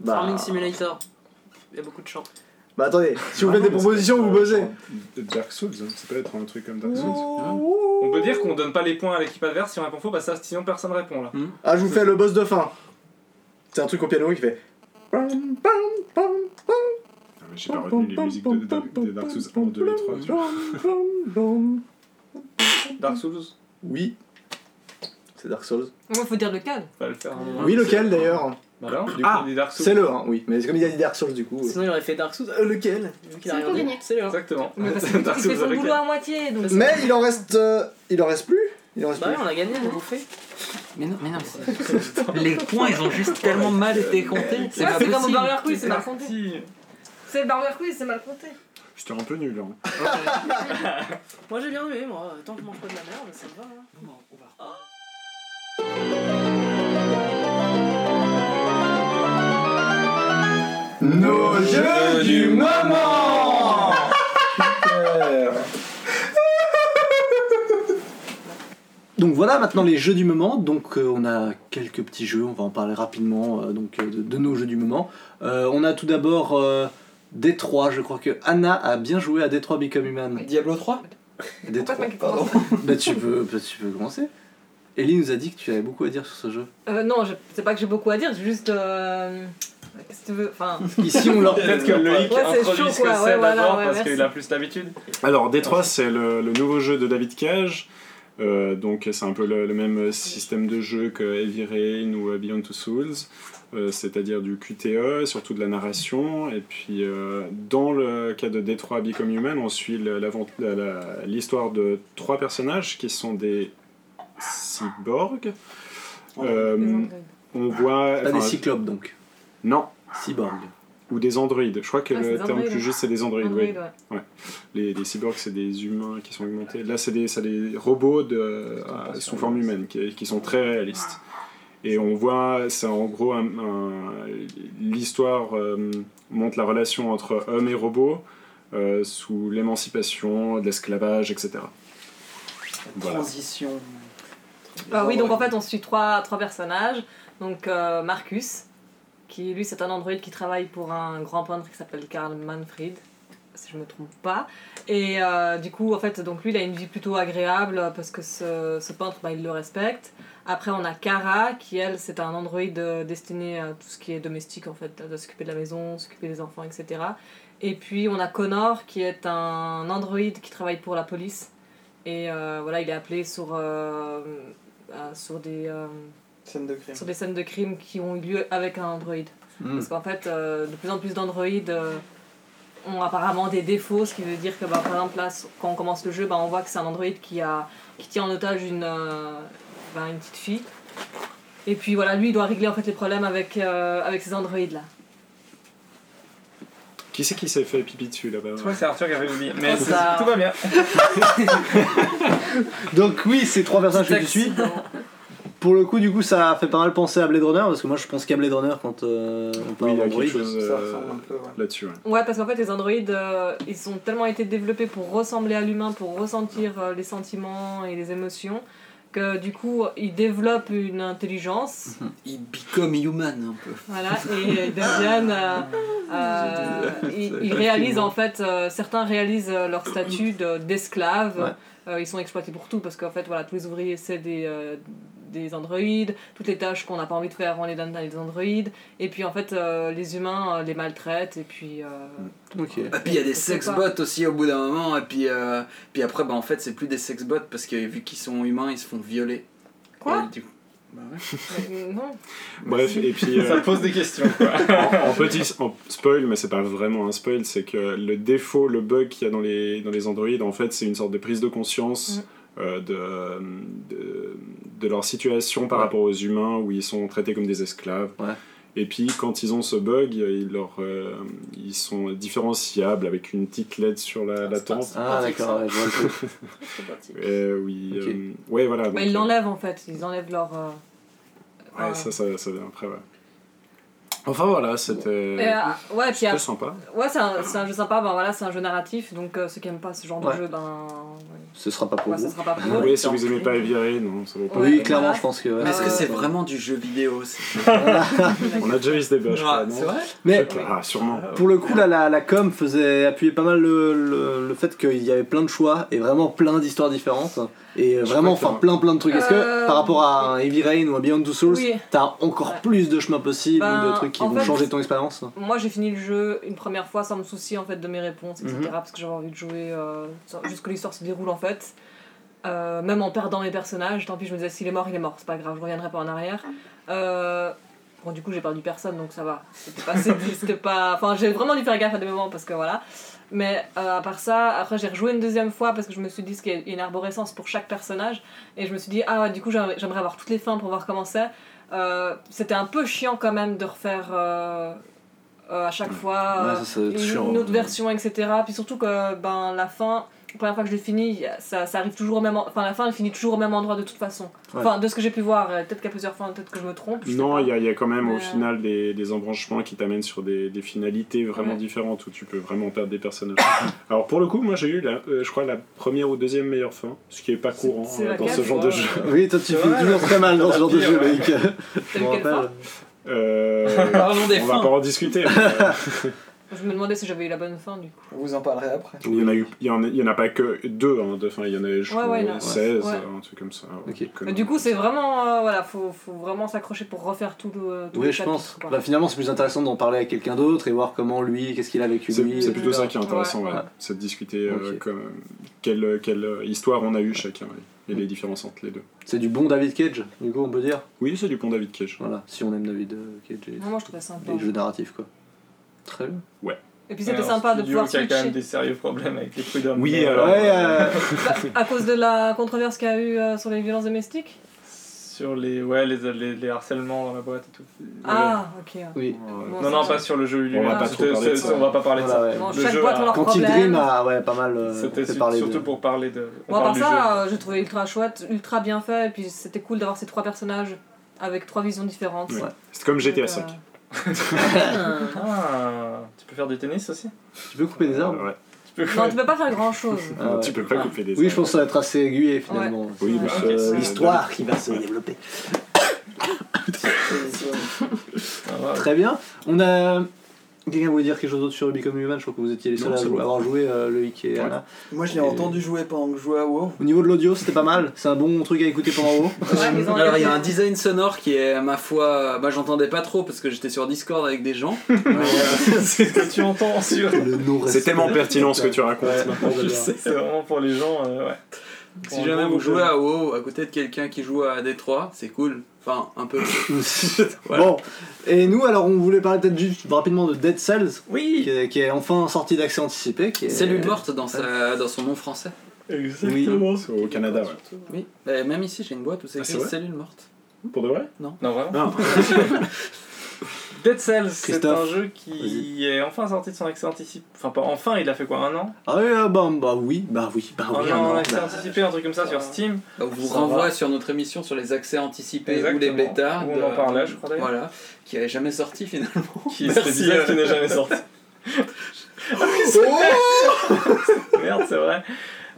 Bah- Farming Simulator. Il y a beaucoup de chants. Bah attendez, si vous Ah faites non, des mais propositions, c'est vous pas, bossez. genre, Dark Souls, hein, c'est peut être un truc comme Dark Souls. On peut dire qu'on donne pas les points à l'équipe adverse si on répond faux, parce que sinon personne répond là. Ah, je vous fais le boss de fin. C'est un truc au piano qui fait. Ah, mais J'ai pas retenu les musiques de, de- des Dark Souls 1, 2 et 3. tu vois. Dark Souls, Oui. C'est Dark Souls. Au moins, faut dire le cadre. on va le faire un moment. Oui, lequel d'ailleurs Bah là, du coup, Ah, on dit Dark Souls. C'est le 1, oui. Mais c'est comme il y a dit Dark Souls du coup. Sinon, il aurait fait Dark Souls. Euh, lequel Vu qu'il a C'est rien pour dit. gagner. C'est le un. Exactement. Mais parce que Dark tu fais Souls son avec boulot à moitié, donc. Mais il en reste. euh, il en reste plus Il en reste Bah ouais, plus. on a gagné, on a bouffé. Mais non, mais non. c'est- Les points, ils ont juste tellement mal été comptés. C'est Ouais, pas c'est comme au possible. Burger Quiz, c'est mal la- compté. Si. C'est le Burger Quiz, c'est mal compté. J'étais un peu nul. Hein. Moi, j'ai bien aimé, moi. Tant que je mange pas de la merde, ça me va. hein. Nos jeux du moment Donc voilà maintenant les jeux du moment. Donc euh, on a quelques petits jeux, on va en parler rapidement euh, donc, euh, de, de nos jeux du moment. Euh, on a tout d'abord euh, Détroit, je crois que Anna a bien joué à Détroit Become Human. Diablo 3 Détroit, Pourquoi t'as pardon. bah, tu, peux, bah, tu peux commencer. Ellie nous a dit que tu avais beaucoup à dire sur ce jeu. Euh, non, je- c'est pas que j'ai beaucoup à dire, c'est juste. euh, Qu'est-ce que tu veux Enfin. Ici on leur Peut-être que Loïc Ouais, c'est introduit chaud, ce que quoi. c'est Ouais, voilà, d'abord ouais, parce merci. qu'il a plus l'habitude. Alors, Détroit, c'est le, le nouveau jeu de David Cage. Euh, donc, c'est un peu le, le même système de jeu que Heavy Rain ou euh, Beyond Two Souls, Euh, c'est-à-dire du QTE, surtout de la narration. Et puis, euh, dans le cas de Détroit Become Human, on suit le- l'avent- la- la- l'histoire de trois personnages qui sont des cyborgs. Hum, Euh, on voit. Oh, Pas des enfin, cyclopes donc. Non, Cyborg. ou des androïdes. Je crois que Ah, c'est le des terme androïdes, plus juste, c'est des androïdes. oui. Android, ouais. Les, les cyborgs, c'est des humains qui sont augmentés. Là, c'est des, c'est des robots de, euh, sous forme humaine qui, qui sont très réalistes. Et on voit, c'est en gros un- un- l'histoire euh, montre la relation entre hommes et robots euh, sous l'émancipation, de l'esclavage, etc. Voilà. Transition. Ah oui, donc en fait, on suit trois, trois personnages. Donc euh, Marcus, qui lui, c'est un androïde qui travaille pour un grand peintre qui s'appelle Karl Manfred, si je me trompe pas. Et euh, du coup, en fait, donc lui, il a une vie plutôt agréable euh, parce que ce, ce peintre, bah, il le respecte. Après, on a Kara, qui elle, c'est un androïde euh, destiné à tout ce qui est domestique, en fait, de s'occuper de la maison, s'occuper des enfants, etc. Et puis, on a Connor, qui est un androïde qui travaille pour la police. Et euh, voilà, il est appelé sur euh, euh, sur des, euh, Scène de crime. sur des scènes de crime qui ont eu lieu avec un android. Hmm. Parce qu'en fait, euh, de plus en plus d'androïdes euh, ont apparemment des défauts, ce qui veut dire que bah, par exemple, là, sur- quand on commence le jeu, bah, on voit que c'est un androïde qui, a, qui tient en otage une, euh, bah, une petite fille. Et puis voilà, lui, il doit régler en fait les problèmes avec, euh, avec ces androïdes là. Qui c'est qui s'est fait pipi dessus là-bas Je crois que c'est Arthur qui avait oublié. Mais Oh, c'est- ça. tout va bien. Donc oui, ces trois personnages que tu Petit suis. accident. Pour le coup, du coup, ça fait pas mal penser à Blade Runner parce que moi, je pense qu'à Blade Runner quand euh, on Oui, parle il y a d'Android. quelque chose Ça euh, ressemble un peu, ouais. là-dessus. ouais. Ouais, parce qu'en fait, les androïdes, euh, ils ont tellement été développés pour ressembler à l'humain, pour ressentir euh, les sentiments et les émotions, que du coup il développe une intelligence, Il become human un peu. voilà, et il devient, euh, euh, il, il réalise en fait, euh, certains réalisent euh, leur statut de- d'esclave, Euh, ils sont exploités pour tout parce qu'en fait voilà tous les ouvriers c'est des euh, des androïdes, toutes les tâches qu'on n'a pas envie de faire on les donne à des androïdes, et puis en fait euh, les humains euh, les maltraitent et puis euh, Ok. Et puis il y a des Je sais pas. sexbots aussi au bout d'un moment. Et puis, euh, puis après, bah, en fait, c'est plus des sexbots parce que vu qu'ils sont humains, ils se font violer. Quoi Et du- Bah ouais. euh, Ah, non Bref, et puis. euh, Ça pose des questions, quoi. en, en petit s- en spoil, mais c'est pas vraiment un spoil, c'est que le défaut, le bug qu'il y a dans les, dans les Android, en fait, c'est une sorte de prise de conscience Mm. euh, de, de, de leur situation par Ouais. rapport aux humains, où ils sont traités comme des esclaves. Ouais. Et puis, quand ils ont ce bug, ils, leur, euh, ils sont différenciables avec une petite LED sur la, la tempe. Ah d'accord, ouais, je vois le truc. Ah. C'est parti. Euh, oui, Ok. euh, ouais, voilà. donc, Bah, ils l'enlèvent en fait, ils enlèvent leur euh, euh, ouais, ça, ça, ça vient après, ouais. Enfin voilà, c'était Et, euh, ouais, puis c'était après, sympa. ouais, c'est un, c'est un jeu sympa, ben voilà, c'est un jeu narratif, donc euh, ceux qui aiment pas ce genre Ouais. de jeu, ben. ouais, Ce sera pas pour ouais, ça vous. sera pas pour eux. Oui, si vous aimez pas Aviary, non, ça vaut pas. Ouais, oui, clairement, voilà. je pense que. Mais ouais, Est-ce Euh, que c'est ouais. vraiment du jeu vidéo c'est- On a déjà eu ce débat, je crois. Ah, non C'est vrai Mais Ah, sûrement. Euh, pour le coup, là, la, la com faisait appuyer pas mal le, le- le fait qu'il y avait plein de choix et vraiment plein d'histoires différentes. Et euh, Je vraiment, crois que enfin, plein plein de trucs. Est-ce que Euh, par rapport à un Heavy Rain ou un Beyond Two Souls, Oui. t'as encore Ouais. plus de chemins possibles ou de Ben, trucs qui en vont fait, changer ton expérience Moi j'ai fini le jeu une première fois sans me soucier en fait de mes réponses, etc. Mhm. Parce que j'avais envie de jouer euh, sans- jusqu'où l'histoire se déroule en fait. Euh, même en perdant mes personnages, tant pis, je me disais s'il est mort, il est mort, c'est pas grave, je reviendrai pas en arrière. Euh, bon, du coup j'ai perdu personne donc ça va. C'était pas. c'était- c'était pas enfin, j'ai vraiment dû faire gaffe à des moments parce que voilà. Mais euh, à part ça, après j'ai rejoué une deuxième fois parce que je me suis dit qu'il y a une arborescence pour chaque personnage. Et je me suis dit, ah ouais, du coup j'aimerais j'aimerais avoir toutes les fins pour voir comment c'est. Euh, C'était un peu chiant quand même de refaire euh, euh, à chaque fois euh, Ouais, ça, ça doit être une, chiant. une autre version, etc. Puis surtout que ben, la fin, la première fois que je l'ai fini, ça, ça arrive toujours au même en- Enfin, la fin elle finit toujours au même endroit de toute façon. Ouais. Enfin, de ce que j'ai pu voir, euh, peut-être qu'il y a plusieurs fins, peut-être que je me trompe. je sais Non, pas. il y, a- il y a quand même au Mais, euh, final des, des embranchements qui t'amènent sur des, des finalités vraiment Ouais. différentes où tu peux vraiment perdre des personnages. Alors pour le coup, moi j'ai eu, la, euh, je crois, la première ou deuxième meilleure fin, ce qui est pas courant c'est euh, dans laquelle, ce genre de toi jeu. Oui, toi, tu Ouais, fais toujours très mal dans ce genre de jeu, mec. T'as Je eu me quelle rappelle. Euh, Parlons des on va pas fins. en discuter. mais, euh, Je me demandais si j'avais eu la bonne fin du coup. Vous en parlerez après. Il y en a eu, il y en a, il y en a pas que deux, hein, de fin, il y en a je Ouais, crois, ouais, il y en a- 16, ouais. euh, un truc comme ça. Ok. une connerie. Mais du coup, c'est vraiment. euh, voilà, faut, faut vraiment s'accrocher pour refaire tout le. tout Oui, le je chapitre, pense. quoi. Bah, finalement, c'est plus intéressant d'en parler à quelqu'un d'autre et voir comment lui, qu'est-ce qu'il a vécu C'est lui. c'est et plutôt tout. ça qui est intéressant, Ouais, ouais. ouais. c'est de discuter euh, Ok. comme- quelle, quelle, euh, histoire on a eu chacun ouais, et les différences entre les deux. C'est du bon David Cage, du coup, on peut dire. Oui, c'est du pont David Cage. Voilà, si on aime David euh, Cage et Non, moi, je trouvais sympa. les jeux narratifs, quoi. Très bien. Et puis, c'était Alors, sympa de studio pouvoir qui a switcher. quand même des sérieux problèmes avec les prud'hommes. Oui, Mais, alors, Ouais, euh, Bah, à cause de la controverse qu'il y a eu euh, sur les violences domestiques Sur les, ouais, les, les, les harcèlements dans la boîte et tout. Euh, Ah, ok. ouais. oui. Bon, Non, ça non, va. pas sur le jeu On lui-même. va pas C'était- trop parler de c'est- ça. On va pas parler de ça. Voilà, ouais. Bon, Le chaque jeu boîte a a- leur Quantic problème. Dream a ouais, pas mal euh, C'était fait su- parler surtout de... pour parler de. on Bon, à parle part du ça, jeu. euh, j'ai trouvé ultra chouette, ultra bien fait, et puis c'était cool d'avoir ces trois personnages avec trois visions différentes. Ouais. C'est comme Donc, GTA euh, 5. Ah, tu peux faire du tennis aussi Tu peux couper des arbres Ouais. Tu peux Non, tu peux pas faire grand chose. Ah ouais. Tu peux pas couper des Oui, je pense que ça va être assez aiguillé finalement. Oui, Ouais. bah, Euh, Ok, c'est- L'histoire qui va se développer. Ah, ouais. Très bien. On a. Quelqu'un voulait dire quelque chose d'autre sur Become Human Je crois que vous étiez les Non, seuls à c'est jou- bon. avoir joué euh, Loïc et Ouais. Anna. Moi, je l'ai Et- entendu jouer pendant que je jouais à WoW. Au niveau de l'audio, c'était pas mal. C'est un bon truc à écouter pendant haut. Ouais, ils ont Alors il y a regardé. un design sonore qui est à ma foi, bah j'entendais pas trop parce que j'étais sur Discord avec des gens. Mais, euh, C'est ce que tu entends sur. C'est tellement pertinent ce que tu racontes. maintenant. Ouais. Je sais, c'est vraiment pour les gens. euh, ouais. Pour si un jamais gros vous jeu. jouez à WoW à côté de quelqu'un qui joue à D3, c'est cool. Enfin un peu. Voilà. Bon, et nous, alors, on voulait parler peut-être juste rapidement de Dead Cells, qui Oui est, qui est enfin sorti d'accès anticipé. Qui est... Cellule morte dans, sa, dans son nom français. Exactement. C'est Au Canada, ouais. Oui. Bah, même ici j'ai une boîte où c'est Ah, c'est écrit vrai cellule morte. Pour de vrai Non, vraiment. Non. Dead Cells, c'est Christophe, un jeu qui est enfin sorti de son accès anticipé. Enfin, pas enfin, il a fait quoi Un an Ah oui, ah, bah, bah oui, bah oui, bah oui. Un an en non, accès bah, anticipé, un truc comme ça sur Steam. Bah, on vous Ça renvoie va. sur notre émission sur les accès anticipés ou les Exactement. bêtas. Où on en parlait, je crois, d'ailleurs. Voilà, qui n'est jamais sorti finalement. Qui Merci, c'est euh. Oh bizarre qui Oh n'est jamais sorti. Merde, c'est vrai.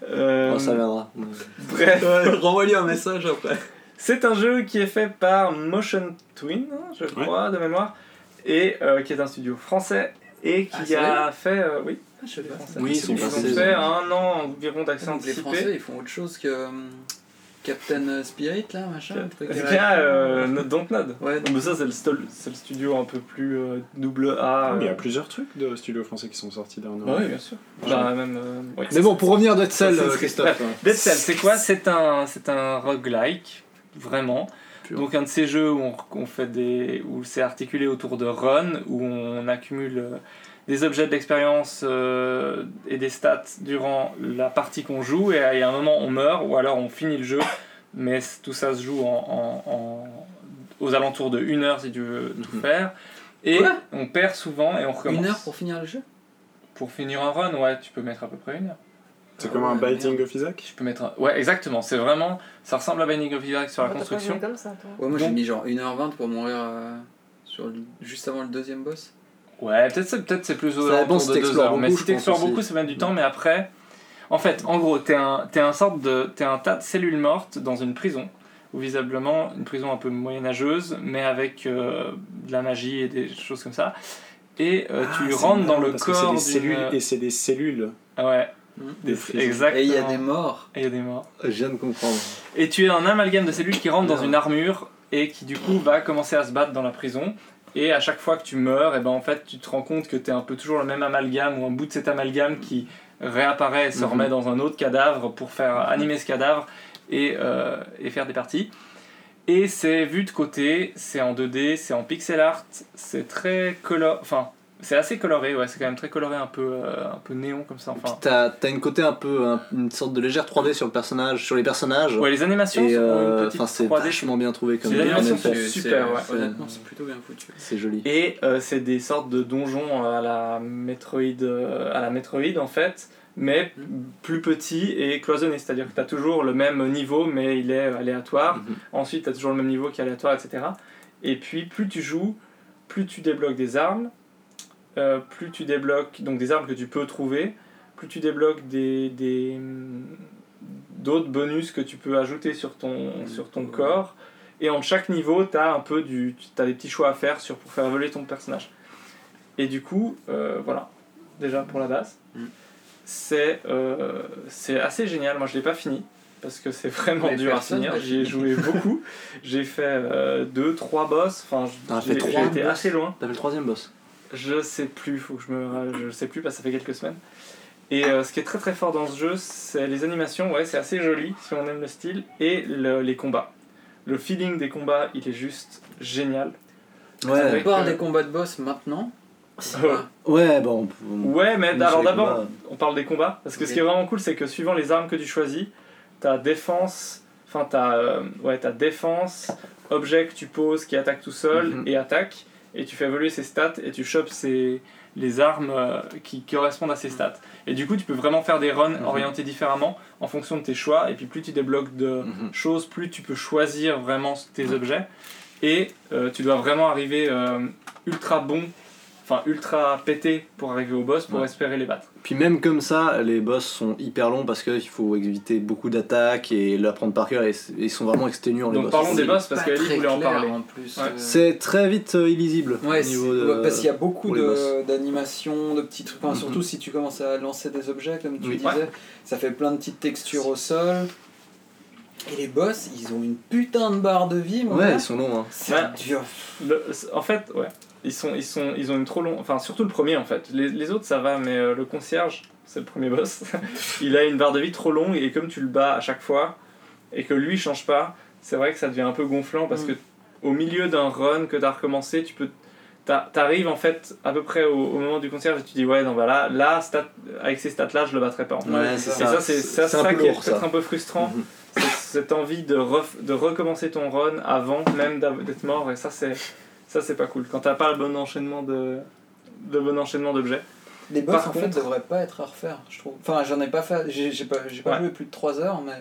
Euh, Oh, ça viendra. Bref. Renvoie-lui un message après. C'est un jeu qui est fait par Motion Twin, hein, je crois, de mémoire, et euh, qui est un studio français et qui Ah, a fait. euh, oui, Je sais pas. Oui, ils sont ils ont passés. fait un an environ d'accès Ah, Les Français, anticipé. ils font autre chose que euh, Captain Spirit, là, machin. un truc Il y avec- a euh, Not Dontnod. Ouais, Mais ça, c'est le, stol- c'est le studio un peu plus euh, double Ah, A. mais il y a euh. plusieurs trucs de studios français qui sont sortis Bah dernièrement. oui, bien sûr. Bah, même, euh, oui. Mais bon, pour revenir à Dead Cell, Ça, c'est- euh, Christophe. Dead Cell, c'est quoi C'est un, c'est un roguelike, vraiment. Pur. Donc un de ces jeux où on, on fait des, où c'est articulé autour de run, où on accumule euh, des objets de l'expérience euh, et des stats durant la partie qu'on joue, et à, et à un moment on meurt ou alors on finit le jeu, mais c- tout ça se joue en, en- en- aux alentours de une heure si tu veux tout Mhm. faire. Et Quoi on perd souvent et on recommence. Une heure pour finir le jeu Pour finir un run, ouais, tu peux mettre à peu près une heure. C'est Ah comme un ouais, Biting of Isaac Tu peux mettre. un- Ouais, exactement. C'est vraiment. Ça ressemble à Binding of Isaac sur la Pourquoi Ah, t'as pas joué construction. comme ça, toi Ouais, moi j'ai Donc- mis genre 1h20 pour mourir euh, sur le- juste avant le deuxième boss. Ouais, peut-être c'est peut-être c'est plus aux Ça dépend alentours si de deux t'explores heures. mais beaucoup, je si pense t'explores aussi. beaucoup, ça met du temps. Mais après, en fait, en gros, t'es un t'es un sorte de t'es un tas de cellules mortes dans une prison. Ou visiblement une prison un peu moyenâgeuse, mais avec euh, de la magie et des choses comme ça. Et Bah, euh, tu Ah, c'est rentres dans marrant, le parce corps que c'est des d'une- cellules et c'est des cellules. Ah ouais. Mhm. Des- prisons. exactement. Et il y a des morts. Et il y a des morts. Je viens de comprendre. Et tu es un amalgame de cellules qui rentrent dans une armure et qui du coup va commencer à se battre dans la prison. Et à chaque fois que tu meurs, et ben en fait tu te rends compte que tu es un peu toujours le même amalgame ou un bout de cet amalgame qui réapparaît et se Mhm. remet dans un autre cadavre pour faire animer ce cadavre et, euh, et faire des parties. Et c'est vu de côté, c'est en 2D, c'est en pixel art, c'est très color... Enfin, c'est assez coloré, ouais, c'est quand même très coloré, un peu, euh, un peu néon comme ça. Enfin, T'as t'as une côté un peu, un- une sorte de légère 3D sur, le personnage, sur les personnages. ouais, les animations Et sont euh, une petite enfin, c'est 3D, vachement bien trouvé comme C'est en l'animation, effet. c'est super, ouais. Honnêtement, c'est plutôt bien foutu. C'est joli. Et euh, c'est des sortes de donjons à la Metroid, euh, à la Metroid en fait, mais p- plus petit et cloisonné. C'est-à-dire que tu as toujours le même niveau, mais il est euh, aléatoire. Mhm. Ensuite, tu as toujours le même niveau qui est aléatoire, etc. Et puis, plus tu joues, plus tu débloques des armes, euh, plus tu débloques donc des armes que tu peux trouver, plus tu débloques des, des, d'autres bonus que tu peux ajouter sur ton, sur ton corps. Et en chaque niveau, tu as un peu du, t'as des petits choix à faire sur, pour faire voler ton personnage. Et du coup, euh, voilà, déjà pour la base. Mm. C'est euh, c'est assez génial. Moi, je l'ai pas fini parce que c'est vraiment Mais dur à personne finir. l'a J'y ai joué beaucoup. J'ai fait euh, deux, trois boss. Enfin, T'en as fait j'ai j'ai trois été boss assez loin. T'as fait le troisième boss. Je sais plus, faut que je me je sais plus parce que ça fait quelques semaines. Et euh, ce qui est très très fort dans ce jeu, c'est les animations, ouais, c'est assez joli si on aime le style et le- les combats. Le feeling des combats, il est juste génial. On Ouais, Avec, parle euh, des combats de boss maintenant. C'est Oh. pas- ouais bon. on- Ouais, mais on est sur alors les d'abord, combats. on parle des combats parce que ce qui est vraiment cool, c'est que suivant les armes que tu choisis, ta défense, enfin ta euh, ouais, ta défense, objet que tu poses qui attaque tout seul Mhm. et attaque et tu fais évoluer ses stats et tu chopes ses les armes euh, qui correspondent à ses stats. Et du coup, tu peux vraiment faire des runs Mhm. orientés différemment en fonction de tes choix. Et puis, plus tu débloques de Mhm. choses, plus tu peux choisir vraiment tes objets. Et euh, tu dois vraiment arriver euh, ultra bon, enfin ultra pété pour arriver au boss pour Ouais. espérer les battre. Puis même comme ça, les boss sont hyper longs parce qu'il faut éviter beaucoup d'attaques et l'apprendre par cœur et c- ils sont vraiment exténuants les Donc boss. parlons des C'est- boss parce pas qu'Eli très voulait en clair, parler. En plus, Ouais. euh, C'est très vite euh, illisible Ouais, au niveau c'est- de. ouais, parce qu'il y a beaucoup pour les de- boss. d'animations, de petits trucs. Enfin, Mhm. Surtout si tu commences à lancer des objets, comme tu Oui. disais, ça fait plein de petites textures au sol. Et les boss, ils ont une putain de barre de vie, mon Ouais, gars. ils sont longs. hein. C'est Ouais. dur. Le- en fait, ouais. Ils, sont, ils, sont, ils ont une trop longue. Enfin, surtout le premier en fait. Les, les autres ça va, mais euh, le concierge, c'est le premier boss, il a une barre de vie trop longue et comme tu le bats à chaque fois et que lui change pas, c'est vrai que ça devient un peu gonflant parce que au milieu d'un run que t'as recommencé, tu peux. t'a- T'arrives en fait à peu près au, au moment du concierge et tu dis ouais, non, bah là, là stat- avec ces stats là, je le battrai pas. en fait. Ouais, c'est Et ça. ça, c'est ça, Ah, C'est un ça peu qui est lourd, ça. peut-être un peu frustrant. Mhm. C'est Cette envie de, ref- de recommencer ton run avant même d'av- d'être mort, et ça, c'est ça c'est pas cool. Quand t'as pas le bon enchaînement de, de bon enchaînement d'objets. Les boss, Par en contre- fait, devraient pas être à refaire, je trouve. Enfin, j'en ai pas fait. J'ai j'ai pas, j'ai pas Ouais. joué plus de 3 heures, mais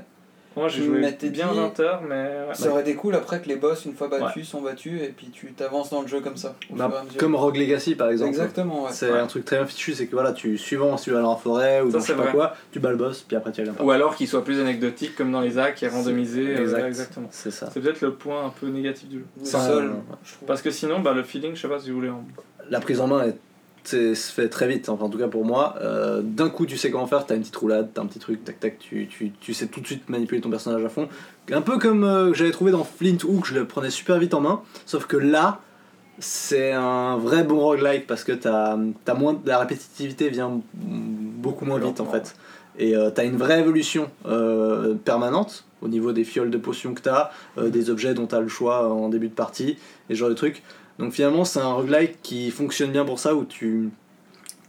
Moi, j'ai joué Mais t'es bien dit- 20 heures, mais. Ça aurait des cool après que les boss, une fois battus, sont battus et puis tu t'avances dans le jeu comme ça. au Bah, fur et à mesure. comme Rogue Legacy par exemple. Exactement, ouais. C'est un truc très bien fichu, c'est que voilà, tu suivant si tu vas dans la forêt ou Ça, dans je c'est sais pas vrai. quoi, tu bats le boss, puis après tu reviens pas. Ou alors qu'il soit plus anecdotique, comme dans les AC, qui est randomisé. euh, Exact. exactement. C'est ça. C'est peut-être le point un peu négatif du jeu. Le Ça, sol, euh, je trouve. Parce que sinon, bah, le feeling, je sais pas si vous voulez. en- La prise en main est- c'est- se fait très vite, enfin en tout cas pour moi. Euh, D'un coup, tu sais comment faire, t'as une petite roulade, t'as un petit truc, tac tac, tu, tu, tu sais tout de suite manipuler ton personnage à fond. Un peu comme euh, j'avais trouvé dans Flint Hook, je le prenais super vite en main, sauf que là, c'est un vrai bon roguelike parce que t'as as moins, la répétitivité vient mm, beaucoup moins vite en fait. Et euh, t'as une vraie évolution euh, permanente au niveau des fioles de potions que t'as, euh, des objets dont t'as le choix en début de partie, et ce genre de trucs. Donc finalement, c'est un roguelike qui fonctionne bien pour ça où tu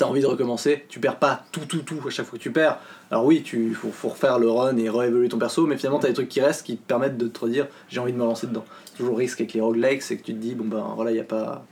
as envie de recommencer, tu perds pas tout tout tout à chaque fois que tu perds. Alors oui, tu faut, faut refaire le run et réévoluer ton perso, mais finalement tu as des trucs qui restent qui te permettent de te dire j'ai envie de me lancer dedans. C'est Toujours le risque avec les roguelikes, c'est que tu te dis bon ben voilà, il y a pas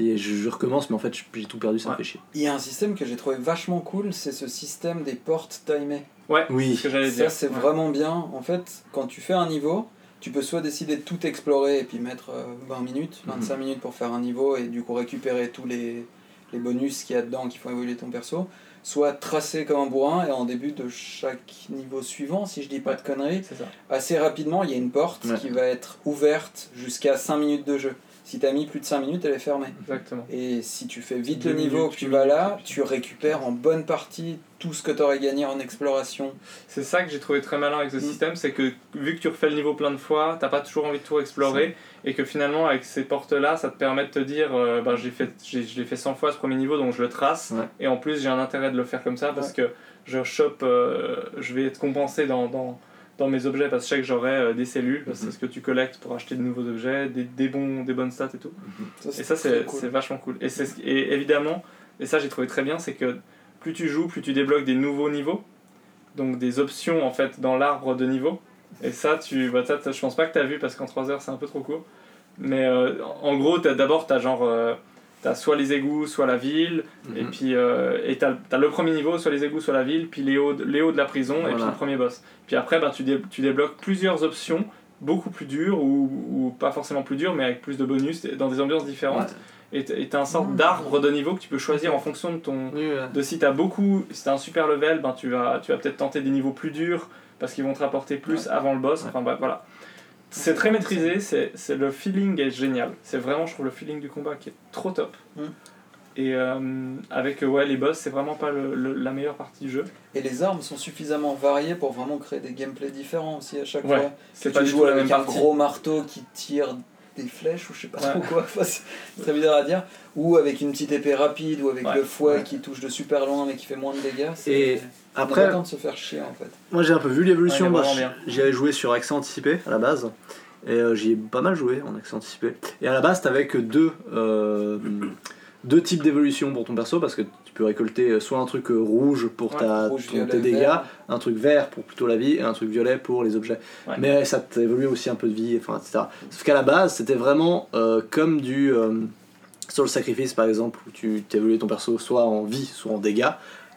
et je, je recommence mais en fait j'ai tout perdu, ça me Ouais. fait chier. Il y a un système que j'ai trouvé vachement cool, c'est ce système des portes timées. Ouais, c'est Oui. ce que j'allais Ça, dire. c'est Ouais. vraiment bien. En fait, quand tu fais un niveau, tu peux soit décider de tout explorer et puis mettre euh, 20 minutes, Mhm. 25 minutes pour faire un niveau et du coup récupérer tous les, les bonus qu'il y a dedans qui font évoluer ton perso, soit tracer comme un bourrin et en début de chaque niveau suivant, si je dis pas de conneries, C'est ça. assez rapidement, il y a une porte Ouais. qui va être ouverte jusqu'à 5 minutes de jeu. Si t'as mis plus de 5 minutes, elle est fermée. Exactement. Et si tu fais vite Deux le niveau minutes, que tu une vas minute, là, et puis- tu récupères en bonne partie tout ce que t'aurais gagné en exploration. C'est ça que j'ai trouvé très malin avec ce Mm. système, c'est que vu que tu refais le niveau plein de fois, t'as pas toujours envie de tout explorer, et que finalement avec ces portes-là, ça te permet de te dire, euh, bah, j'ai fait, j'ai, je l'ai fait 100 fois ce premier niveau, donc je le trace, Ouais. et en plus j'ai un intérêt de le faire comme ça parce que je chope, euh, je vais être compensé dans, dans, dans mes objets parce que je sais que j'aurai euh, des cellules, parce que c'est ce que tu collectes pour acheter de nouveaux objets, des, des bons, des bonnes stats et tout. Et ça, très c'est cool. c'est vachement cool. Et, c'est ce qui- et évidemment, et ça j'ai trouvé très bien, c'est que plus tu joues, plus tu débloques des nouveaux niveaux, donc des options en fait dans l'arbre de niveau. Et ça, tu, bah, ça, ça, je pense pas que t'as vu parce qu'en 3 heures c'est un peu trop court. Mais euh, en gros, t'as- d'abord, t'as genre. euh, t'as soit les égouts, soit la ville, et Mhm. puis euh, et t'as t'as le premier niveau, soit les égouts, soit la ville, puis les hauts de, les hauts de la prison, et puis Voilà. le premier boss. Puis après, bah, tu, dé- tu débloques plusieurs options, beaucoup plus dures, ou, ou pas forcément plus dures, mais avec plus de bonus, dans des ambiances différentes. Et t'- Et t'as un sorte d'arbre de niveau que tu peux choisir en fonction de ton, de si t'as beaucoup, si t'as un super level, ben tu vas, tu vas peut-être tenter des niveaux plus durs parce qu'ils vont te rapporter plus avant le boss. Enfin bref, voilà. C'est très maîtrisé, c'est c'est- le feeling est génial. C'est vraiment, je trouve, le feeling du combat qui est trop top. Mm. Et euh, avec euh, ouais, les boss, c'est vraiment pas le- le- la meilleure partie du jeu. Et les armes sont suffisamment variées pour vraiment créer des gameplays différents aussi à chaque Ouais, fois. C'est tu pas du joues tout la avec même un partie. gros marteau qui tire des flèches ou je sais pas Ouais. trop quoi, enfin, c'est c'est très bizarre à dire. Ou avec une petite épée rapide ou avec Ouais, le fouet ouais. qui touche de super loin mais qui fait moins de dégâts. c'est- Et on a Après, pas le temps de se faire chier en fait. Moi j'ai un peu vu l'évolution, Ouais, il est moi, vraiment j- bien. j'y avais joué sur accès anticipé à la base, et euh, j'y ai pas mal joué en accès anticipé. Et à la base t'avais que deux, euh, deux types d'évolution pour ton perso, parce que tu peux récolter soit un truc euh, rouge pour Ouais, ta, Rouge, ton- violet, tes dégâts, vert. un truc vert pour plutôt la vie, et un truc violet pour les objets. Ouais. Mais euh, ça t'évolue aussi un peu de vie, enfin, etc. Sauf qu'à la base c'était vraiment euh, comme du... euh, sur le sacrifice par exemple où tu t'évoluais ton perso soit en vie soit en dégâts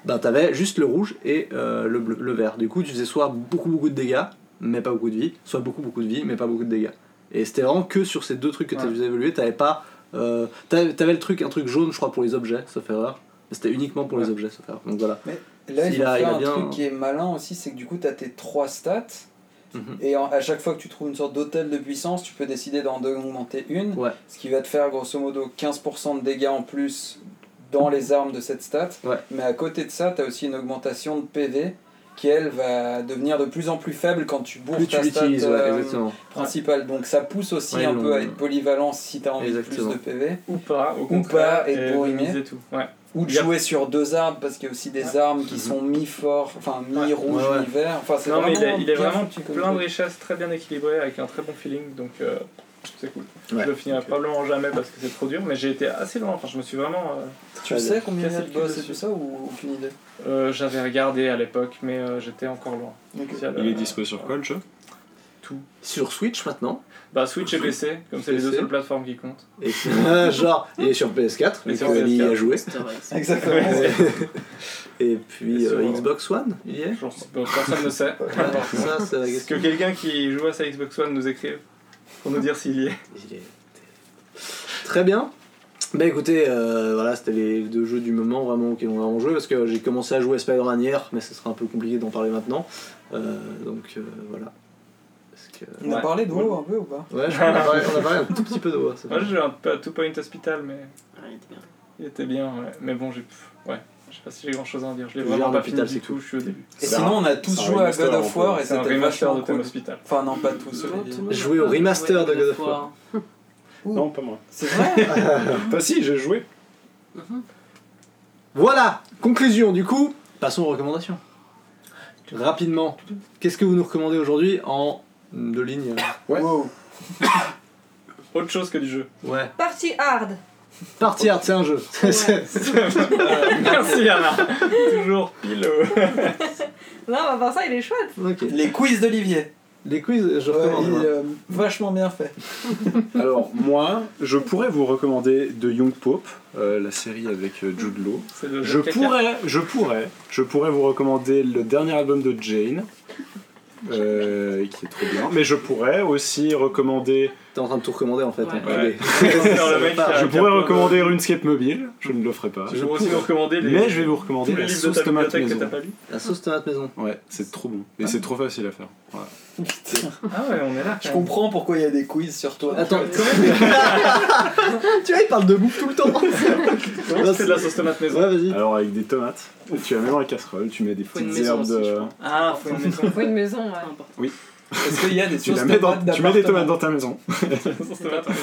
ben t'avais juste le rouge et euh, le, bleu, le vert du coup tu faisais soit beaucoup beaucoup de dégâts mais pas beaucoup de vie soit beaucoup beaucoup de vie mais pas beaucoup de dégâts et c'était vraiment que sur ces deux trucs que tu faisais évoluer t'avais pas euh, t'avais t'avais le truc un truc jaune je crois pour les objets sauf erreur Mais c'était uniquement pour les objets sauf erreur donc voilà Là, S'il ils ont a- fait il a un bien- truc qui est malin aussi, c'est que du coup, tu as tes trois stats. Mhm. Et en- à chaque fois que tu trouves une sorte d'hôtel de puissance, tu peux décider d'en augmenter une. Ouais. Ce qui va te faire grosso modo 15% de dégâts en plus dans les armes de cette stat. Ouais. Mais à côté de ça, tu as aussi une augmentation de PV qui, elle, va devenir de plus en plus faible quand tu bourres plus tu ta stat l'utilises ouais, euh, exactement principale. Donc ça pousse aussi Ouais, un l'on- peu à être polyvalent si tu as envie Exactement. de plus de PV. Ou pas, au Ou contraire, pas, et de bourriner. minimiser tout. Ouais. Ou de Il y a- jouer sur deux arbres parce qu'il y a aussi des armes qui sont mi-fort, enfin mi-rouge, Mhm. Ouais, ouais. mi-vert. Enfin, c'est Non, mais vraiment il est, il est bien vraiment foutu comme plein de truc. richesses, très bien équilibré, avec un très bon feeling, donc euh, c'est cool. Ouais. Je le finirai probablement jamais parce que c'est trop dur, mais j'ai été assez loin, enfin je me suis vraiment... euh, Tu sais combien il y a Casser de le cul boss et dessus. tout ça ou aucune idée Euh, J'avais regardé à l'époque, mais euh, j'étais encore loin. euh, Il est dispo sur quoi le jeu sur Switch maintenant Bah Switch et PC, comme c'est les deux PC. seules plateformes qui comptent. et puis, euh, genre il est sur PS4 Et donc sur euh, il y a PS4. joué Exactement. et Et puis Et sur- euh, Xbox One, il y est J'en sais pas, Personne ne sait. Ça, c'est la Est-ce que question. quelqu'un qui joue à sa Xbox One nous écrive pour nous dire s'il y est Il est- Très bien. Bah écoutez, euh, voilà, c'était les deux jeux du moment vraiment auxquels on a en jeu parce que j'ai commencé à jouer à Spider-Man hier, mais ce sera un peu compliqué d'en parler maintenant. Euh, donc euh, voilà. Parce que... On a Ouais. parlé de WoW un peu ou pas Ouais, je crois qu'on a parlé- on a parlé un tout petit peu de WoW, c'est Moi, vrai. j'ai un peu à Two Point Hospital, mais Ouais, Ah, il était bien. il était bien, ouais. Mais bon, j'ai. pff, Ouais, je sais pas si j'ai grand chose à en dire. Je l'ai J'ai un vraiment pas fini hôpital, du c'est tout, je suis au début. Et C'est sinon, un- on a tous Bah, c'est un joué à remaster, God of on War peut- et C'est un c'était remaster vachement de Thème cool. Hospital. Enfin, non, pas tous, Tout le monde- Olivier. tout le monde Jouer a au peur de remaster jouer à de God of War. Non, pas moi. C'est vrai hein. Bah si, j'ai joué. Voilà, conclusion du coup, passons aux recommandations. Rapidement, qu'est-ce que vous nous recommandez aujourd'hui en deux lignes Ouais. Wow. Autre chose que du jeu. Ouais. Party hard Party Hard, c'est un jeu. Ouais. Merci, Anna. Toujours pile. au- Non, à part ça, il est chouette ok. Les quiz d'Olivier. Les quiz, je Ouais, recommande. hein. il moi. est, euh, vachement bien fait. Alors, moi, je pourrais vous recommander The Young Pope, euh, la série avec euh, Jude Law. C'est le Je caca. pourrais, je pourrais, je pourrais vous recommander le dernier album de Jane, euh, qui est trop bien. Mais je pourrais aussi recommander. T'es en train de tout recommander en fait. Ouais. enculé. Alors, le mec, il a Je un pourrais carton de- recommander RuneScape Mobile. Je ne le ferai pas. Je pourrais aussi vous recommander euh, les. Mais je vais vous tous recommander les la livres de sauce ta tomate bibliothèque que maison. t'as pas lu. La sauce tomate maison. Ouais, c'est trop bon. Et c'est trop facile à faire. Voilà. Ah ouais, on est là. Je comprends pourquoi il y a des quiz sur toi. Attends, tu vois, il parle de bouffe tout le temps. Comment c'est de la sauce tomate Ouais, maison vas-y. Alors avec des tomates, tu la mets dans la casserole, tu mets des Faut une petites maison herbes aussi, je de. crois. Ah, faut une maison. Faut une maison, ouais. Est-ce qu'il y a des Tu, sauces la mets dans- tomates tu mets des d'appartement tomates dans ta maison. Sauce tomate maison.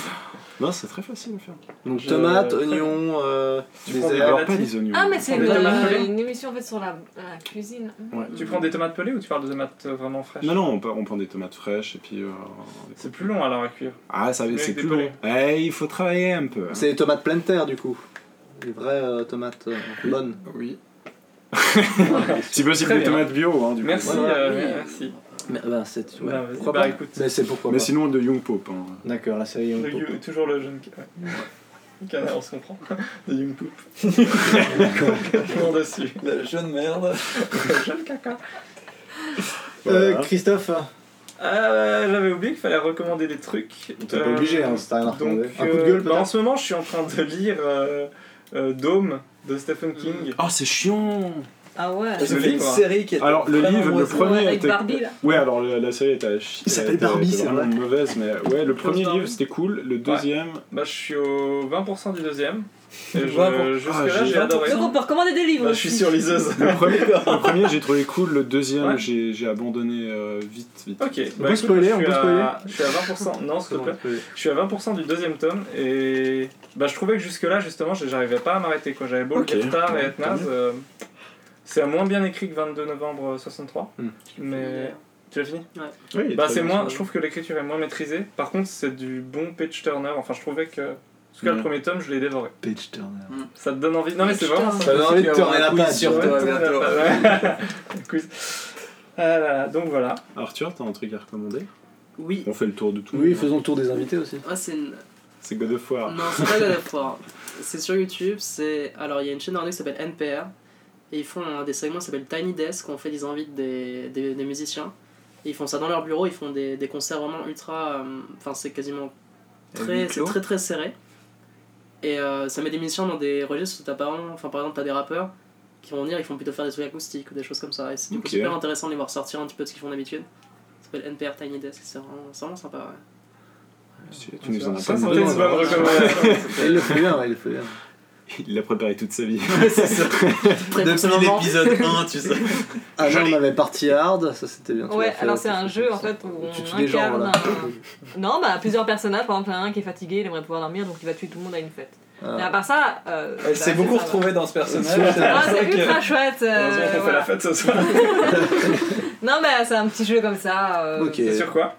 Non, c'est très facile à faire. Donc Je- tomates, oignons, euh, Tu des prends des herbes. Alors pas les oignons. Ah, mais c'est Des une, tomates euh, pelées une émission en fait sur la, la cuisine. Tu prends des tomates pelées ou tu parles de tomates euh, vraiment fraîches Non, non, on, pa- on prend des tomates fraîches et puis. euh, C'est plus long alors à cuire. Ah, ça, Mais c'est avec des plus long. pelés. Eh, il faut travailler un peu. hein. C'est des tomates pleine terre du coup. Des vraies euh, tomates euh, bonnes. Oui. si possible, Très des bien. tomates bio, hein, du coup. Merci, Ouais, ouais. euh, merci. Mais, bah, c'est, ouais, Bah, vas-y, pourquoi bah, pas écoute. Mais c'est pourquoi Mais pas. sinon, de Young Pope. hein. D'accord, la série Young Le Pope. you- toujours le jeune. ca- Ouais. Canard, on se comprend. Le Young Poop. Complètement dessus. La jeune merde. Jeune caca. Euh, Voilà. Christophe, Euh, J'avais oublié qu'il fallait recommander des trucs. t'es pas Euh, obligé, hein, si t'as rien à Donc, recommander. Un euh, coup de gueule bah, en peut-être ce moment, je suis en train de lire euh, euh, Dome de Stephen Mm. King. Oh, c'est chiant Ah ouais. Ils ont Le fait une livre. série qui est. Alors, le vraiment livre, le mauvaise. premier. Ouais, avec était- Barbie, là. Ouais, alors le- la série était à chier. Il s'appelle Barbie, c'est vrai. mauvaise, mais ouais, le premier Barbie. livre, c'était cool. Le deuxième. Bah, je suis au 20% du deuxième. Et je- 20%. Jusque-là, Ah, j'ai j'ai- adoré. Donc on peut recommander des livres. Bah, je suis sur liseuse. Le premier, le premier, j'ai trouvé cool. Le deuxième, Ouais. j'ai j'ai abandonné euh, vite, vite. Ok, bah On peut spoiler, on peut spoiler. Je suis à 20%. Non, s'il te plaît. Ouais. Je suis à 20% du deuxième tome et bah, je trouvais que jusque-là, justement, j'arrivais pas à m'arrêter. quoi. J'avais beau Ok. le lire tard et être naze. euh, c'est moins bien écrit que 22 novembre 63. Hmm. Mais. Tu l'as fini Oui, il est Bah, très c'est bien, moins. celui-là. Je trouve que l'écriture est moins maîtrisée. Par contre, c'est du bon page turner. Enfin, je trouvais que. En tout cas, Hmm. le Ouais. premier tome, je l'ai dévoré. Page Turner. Ça te donne envie. Non, mais c'est vraiment Ça donne envie de tourner la quiz page. sur ouais. toi. Quiz. Ah là là, donc voilà. Arthur, t'as un truc à recommander Oui. On fait le tour de tout. Oui, faisons le tour des invités aussi. Ah, c'est une- C'est God of War. Non, c'est pas God of War. C'est sur YouTube. C'est alors il y a une chaîne nordique qui s'appelle NPR et ils font un des segments qui s'appelle Tiny Desk où on fait des invites des, des, des musiciens. Et ils font ça dans leur bureau. Ils font des, des concerts vraiment ultra. euh, Enfin, c'est quasiment Huis très c'est clos. très très serré. Et euh, ça met des musiciens dans des registres où t'as pas vraiment- Enfin, par exemple, t'as des rappeurs qui vont venir. Ils font plutôt faire des trucs acoustiques ou des choses comme ça. Et c'est du coup Ok. super intéressant de les voir sortir un petit peu de ce qu'ils font d'habitude. Ça s'appelle NPR Tiny Desk. C'est vraiment, c'est vraiment sympa. ouais. Tu nous en as Ça, pas c'est demandé. une hein. bonne recommandation. Il le fait bien, il le fait bien. Il l'a préparé toute sa vie. c'est ça. Prêt pour ce Depuis moment l'épisode 1, tu sais. Ah non, on avait Party Hard, ça c'était bien. tu Ouais, l'as fait, alors c'est t'as un fait jeu ça. en fait où on Tu tues des gens, incarne voilà. un... Non, bah plusieurs personnages, par exemple, il y en a un qui est fatigué, il aimerait pouvoir dormir donc il va tuer tout le monde à une fête. Mais à Ah. part ça. Euh, bah, Elle s'est c'est beaucoup ça, retrouvée dans ce personnage. voilà. Ah, C'est c'est vrai que- ultra chouette! euh, Heureusement qu'on fait voilà. la fête ce soir. Non, mais c'est un petit jeu comme ça. euh, Ok. C'est sur quoi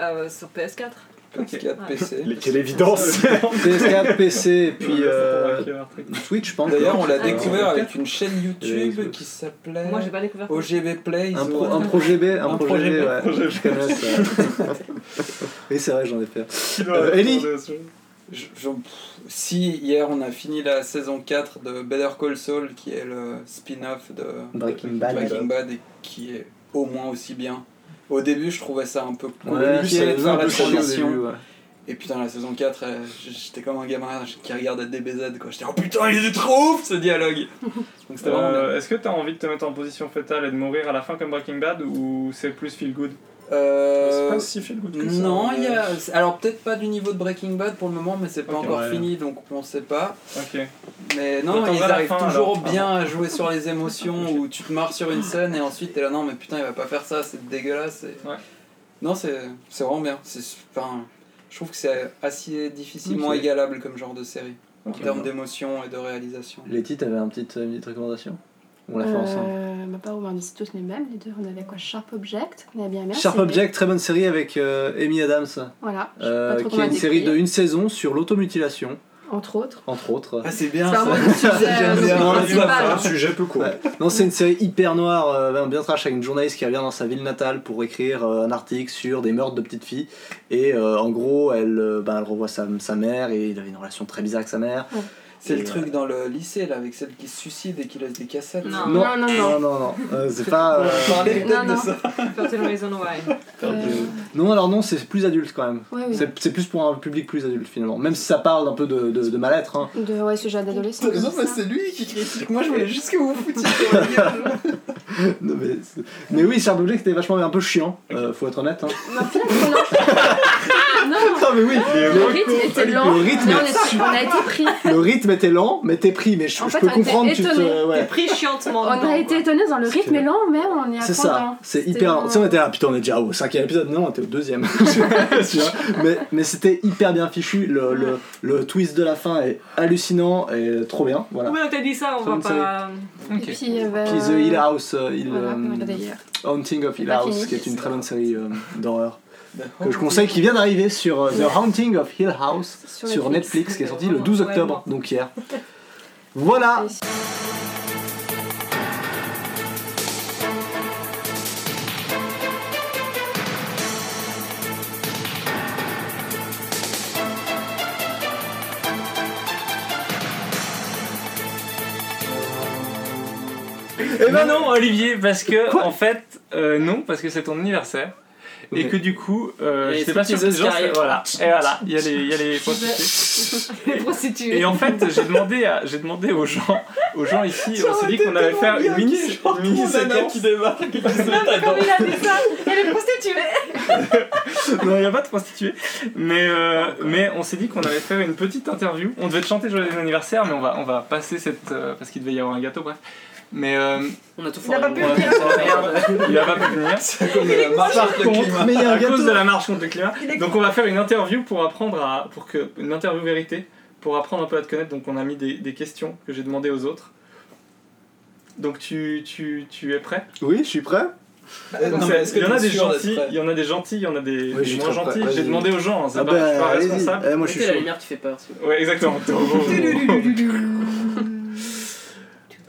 euh, sur PS4. PS4, PC. Les- Quelle évidence PS4, PC, et puis euh, Puis. Switch, pas D'ailleurs, on encore. l'a Ah, oui. découvert avec une chaîne Euh, YouTube qui Euh, s'appelait Moi j'ai pas découvert. oh, OGB Play. Un, pro, un projet B, un, Un projet B, projet B, ouais. projet B. Je connais ça. oui, c'est vrai, j'en ai fait. Euh, Ellie Je- je- pff, si hier on a fini la saison 4 de Better Call Saul, qui est le spin-off de Breaking de Bad. Breaking Bad et qui est au moins aussi bien. Au début, je trouvais ça un peu Ouais, compliqué de c'est faire un la peu chiant au transition. début, ouais. Et putain, la saison 4, euh, j- j'étais comme un gamin qui regardait DBZ, quoi. J'étais, oh putain, il est trop ouf ce dialogue! Donc c'était vraiment bien. Euh, Est-ce que t'as envie de te mettre en position fétale et de mourir à la fin comme Breaking Bad ou c'est plus feel good Euh, C'est pas si feel good que ça. non, mais- il y a. Alors peut-être pas du niveau de Breaking Bad pour le moment, mais c'est pas Ok, encore ouais. fini, donc on sait pas. Ok. Mais Mais non, t'en ils vas à la arrivent fin, toujours alors. bien à jouer sur les émotions où tu te marres sur une scène et ensuite t'es là, non, mais putain, il va pas faire ça, c'est dégueulasse. et- Ouais. Non, c'est c'est vraiment bien. C'est enfin, Je trouve que c'est assez difficilement Ok. égalable comme genre de série Ok. en termes d'émotion et de réalisation. Letty, t'avais un petit, une petite recommandation On l'a fait ensemble. Euh, bah, pas où on était tous les mêmes, les deux. On avait quoi Sharp Object, on avait bien bien. Sharp c'est- Object, très bonne série avec euh, Amy Adams, Voilà. je sais euh, pas trop qui est comment une série de décrire, une saison sur l'automutilation, Entre autres. entre autres. Ah, c'est bien C'est ça! vraiment le sujet, J'aime euh, bien. le principal. Un sujet peu court. Ouais. Non, c'est une série hyper noire, euh, bien trash, avec une journaliste qui revient dans sa ville natale pour écrire euh, un article sur des meurtres de petites filles. Et euh, en gros, elle, euh, bah, elle revoit sa, sa mère et il avait une relation très bizarre avec sa mère. C'est le Et, truc dans le lycée là, avec celle qui se suicide et qui laisse des cassettes. Non. Non, non, non. non, non, non. Euh, c'est pas. euh, Parlez peut-être Non, de non. ça. Fertile Reason Why. Euh, Non, alors non, c'est plus adulte quand même. ouais, oui. C'est c'est plus pour un public plus adulte finalement. Même si ça parle un peu de, de, de mal-être. hein. De ouais, sujet d'adolescence. Non, mais c'est lui qui critique. Moi, je voulais juste que vous vous foutiez sur la gueule. Non, mais, c'est- mais oui, Sharp Object était vachement un peu chiant, euh, faut être honnête. hein. Non, Non, mais oui, le rythme était lent. le rythme Là, on, est est- on a été pris. le rythme était lent, mais t'es pris. Mais je, En je fait, peux on était comprendre, tu te. étonnés. ouais. T'es pris chiantement. On dedans, a été quoi. étonnés dans le C'est rythme est vrai. lent, mais on est à C'est ça, c'est hyper. Tu sais, on était là, putain, on est déjà au cinquième épisode. Non, on était au deuxième. Tu vois mais mais c'était hyper bien fichu. Le, le, le twist de la fin est hallucinant et trop bien. Voilà. Oui, on t'a dit ça, on Sur une va pas. euh, Et puis, il y avait, Puis The Hill House, euh, Hill, Voilà, qu'on euh, a regardé hier. Haunting of Hill Pas House, fini. qui est une très bonne série euh, d'horreur. Que je conseille, qui vient d'arriver sur euh, The Haunting of Hill House Sur sur Netflix, qui est sorti le 12 Ouais, octobre, donc hier. Voilà, Eh ben non, Olivier, parce que Quoi en fait, euh, non, parce que c'est ton anniversaire. Et Ok. que du coup, euh, Et je sais les pas si stripteaseuses les gens. qui arrivent. Voilà, et voilà, il y a les, il y a les prostituées. Les prostituées. Et en fait, j'ai demandé, à- j'ai demandé aux gens, aux gens ici, on s'est dit qu'on allait faire une mini, une mini séquence. démarre. Comme il a dit ça, et les prostituées. Non, il n'y a pas de prostituées. Mais, euh, mais on s'est dit qu'on allait faire une petite interview. On devait te chanter Joyeux anniversaire, mais on va, on va passer cette. euh, parce qu'il devait y avoir un gâteau, bref. Mais euh, On a tout Il a pas foiré. pu le dire. il a pas pu venir. Par mais il y a un à cause de gâteau. la marche contre le climat. Il est- Donc on va faire une interview pour apprendre à pour que une interview vérité pour apprendre un peu à te connaître. Donc on a mis des, des questions que j'ai demandées aux autres. Donc tu, tu, tu es prêt Oui, je suis prêt. Donc, c'est- Il y en a des gentils, il y en a des gentils, il y en a des, Oui, je des suis moins très prêt, gentils. vas-y. J'ai demandé aux gens, hein, c'est Ah pas, je suis bah, pas allez-y. responsable. Eh, moi je suis Mettez la chaud. lumière qui fait peur. s'il vous Ouais, exactement.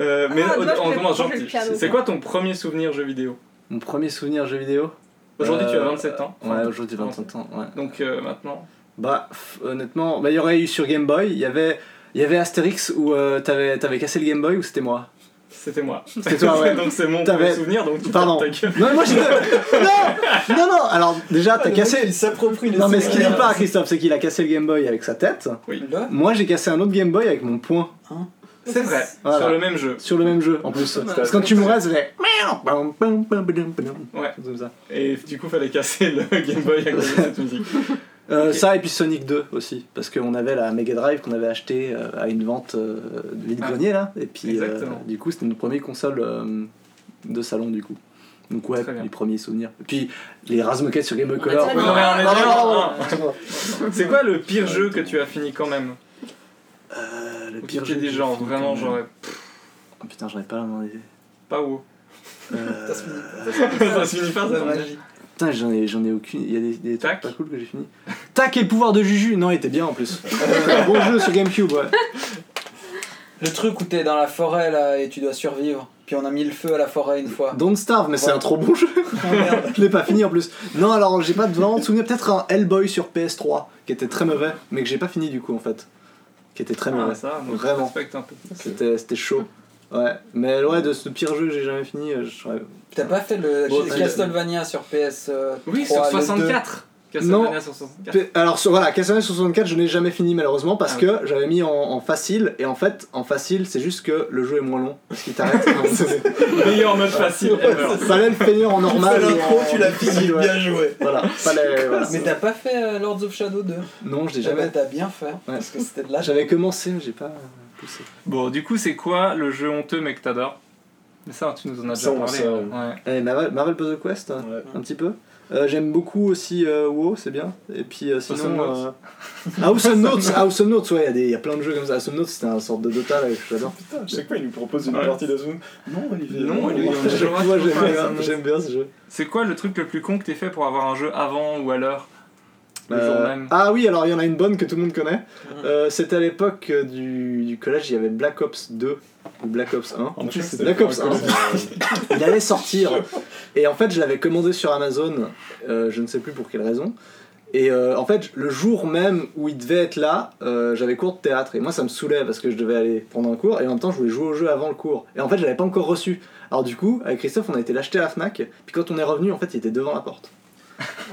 Euh, mais Ah, dommage, on je commence vais prendre le gentil. piano. C'est quoi ton premier souvenir jeu vidéo Mon premier souvenir jeu vidéo Aujourd'hui tu as Euh, 27 ans. Ouais, aujourd'hui 25 ans, ouais. Donc euh, maintenant. Bah, pff, honnêtement, bah, il y aurait eu sur Game Boy, il y avait, il y avait Astérix où euh, t'avais, t'avais cassé le Game Boy ou c'était moi C'était moi. C'était toi, ouais. donc c'est mon T'avais- premier souvenir. Donc tu Pardon. tapes ta gueule. Non, mais moi j'étais. non Non, non Alors, déjà, t'as cassé. Il s'approprie les Non, mais ce qu'il dit pas, Christophe, c'est qu'il a cassé le Game Boy avec sa tête. Là, Moi, j'ai cassé un autre Game Boy avec mon poing. C'est vrai. Voilà. Sur le même jeu. Sur le même jeu, en plus. Parce que quand tu mourais, ça fait. Ouais. Comme ça. Et du coup, fallait casser le Game Boy à cause de cette musique. Euh, Ok. Ça et puis Sonic 2 aussi, parce qu'on avait la Mega Drive qu'on avait acheté euh, à une vente euh, de vide-grenier là, et puis euh, Ah. Exactement. du coup c'était notre première console euh, de salon du coup. Donc ouais, Très bien. les premiers souvenirs. Et puis les Razmoket sur Game Boy On a Color. Ah, dit Ouais, non, on est en Non, non, Edge, non, hein. non. C'est quoi le pire jeu que tu as fini quand même Euh, Le Ou qui pire était jeu. des que genres j'ai fait, vraiment quand genre même. Oh, putain, j'en ai pas la main. les- pas wow. Euh, ça se finit pas ça. Putain, j'en ai, j'en ai aucune. Il y a des, des trucs Tac. pas cool que j'ai fini. Tac et le pouvoir de Juju. Non, il était bien en plus. Euh, bon jeu sur Gamecube, ouais. Le truc où t'es dans la forêt là et tu dois survivre. Puis on a mis le feu à la forêt une fois. Don't Starve, mais c'est Ouais. un trop bon jeu. Oh, merde. Je l'ai pas fini en plus. Non, alors j'ai pas vraiment de souvenir. Peut-être un Hellboy sur PS3 qui était très mauvais, mais que j'ai pas fini du coup en fait. Qui était très mauvais. Ah, ça, moi, je Vraiment. respecte un peu. C'était c'était chaud. Ouais, mais ouais, de ce pire jeu que j'ai jamais fini, euh, je serais- T'as pas fait le Bon, chez c'est- Castlevania sur PS. euh, Oui, trois, sur le 64. Non. Castlevania sur 64. P- Alors sur, voilà, Castlevania 64, je n'ai jamais fini malheureusement parce Ah que j'avais mis en, en facile et en fait en facile c'est juste que le jeu est moins long parce qu'il t'arrête. Meilleur Ah, mode facile ever. fallait le finir en normal. C'est ou l'intro, en tu l'as difficile, fini, ouais. bien joué. Voilà, fallait, voilà. Mais t'as pas fait euh, Lords of Shadow 2 Non, je l'ai Eh ben, jamais. T'as bien fait, parce que c'était de là. J'avais commencé, mais j'ai pas poussé. Bon, du coup, c'est quoi le jeu honteux mais que t'adores Mais ça, tu nous en as Ça, déjà on parlé. sait, hein. Ouais. Eh, Marvel, Marvel Puzzle Quest, Ouais. un petit peu. Euh, J'aime beaucoup aussi euh, WoW, c'est bien. Et puis euh, Awesome sinon. Notes. euh, Awesome Notes, Awesome Notes, ouais, il y a des- il y, a plein de jeux comme ça. Awesome Notes, c'était un sorte de Dota là, que j'adore. Putain, chaque fois, il nous propose une Ouais. partie de Zoom. Non, Olivier. Non, Olivier, on Moi, a j'aime toujours pas fait Awesome bien, Notes. j'aime bien ce jeu. C'est quoi le truc le plus con que t'aies fait pour avoir un jeu avant ou à l'heure Le Euh, jour même. Ah oui, alors il y en a une bonne que tout le monde connaît. Euh, C'était à l'époque euh, du, du collège, il y avait Black Ops 2 ou Black Ops 1. En plus, c'était Black pas Ops 1. un il allait sortir. Et en fait, je l'avais commandé sur Amazon, euh, je ne sais plus pour quelle raison. Et euh, en fait, le jour même où il devait être là, euh, j'avais cours de théâtre. Et moi, ça me saoulait parce que je devais aller prendre un cours. Et en même temps, je voulais jouer au jeu avant le cours. Et en fait, je l'avais pas encore reçu. Alors du coup, avec Christophe, on a été l'acheter à la FNAC. Puis quand on est revenu, en fait, il était devant la porte.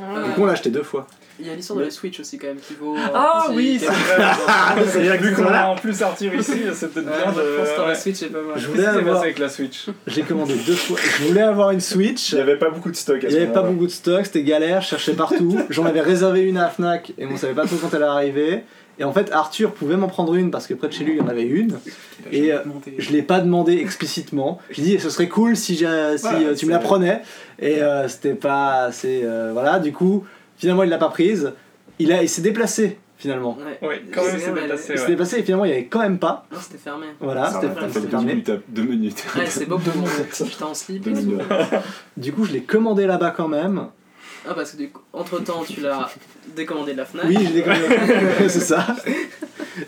Donc on l'a acheté deux fois. Il y a l'histoire de la Switch aussi, quand même, qui vaut. Ah oui, c'est vrai. C'est bien que Vu ça qu'on va. a en plus Arthur ici, c'est peut-être Ouais, bien je pense que de. dans la Ouais. Switch, c'est pas mal. Je Qu'est-ce qui voulais s'est passé avoir, avec la Switch j'ai commandé deux fois. Je voulais avoir une Switch. Il n'y avait pas beaucoup de stock à Il ce n'y avait pas moment-là. beaucoup de stock, c'était galère, je cherchais partout. J'en avais réservé une à la Fnac et on savait pas trop quand elle arrivait. Et en fait, Arthur pouvait m'en prendre une parce que près de chez lui, il y en avait une. Et euh, je l'ai pas demandé explicitement. J'ai dit, ce serait cool si, j'ai- si Voilà, euh, tu me la c'est- prenais. Et euh, c'était pas assez. euh, voilà, du coup, finalement, il l'a pas prise. Il, a- il s'est déplacé finalement. Ouais. Ouais, quand même, Je sais, c'est mais- bien passé. Il s'est ouais. déplacé et finalement, il y avait quand même pas. Non, c'était fermé. Voilà, Ça, c'était t'as fait c'était deux fermé. minutes à- deux minutes. Ouais, c'est beau pour J'étais en slip. Deux et tout. minutes. Du coup, je l'ai commandé là-bas quand même. Ah, parce que du coup, entre temps, tu l'as décommandé de la Fnac. Oui, je l'ai commandé. c'est ça.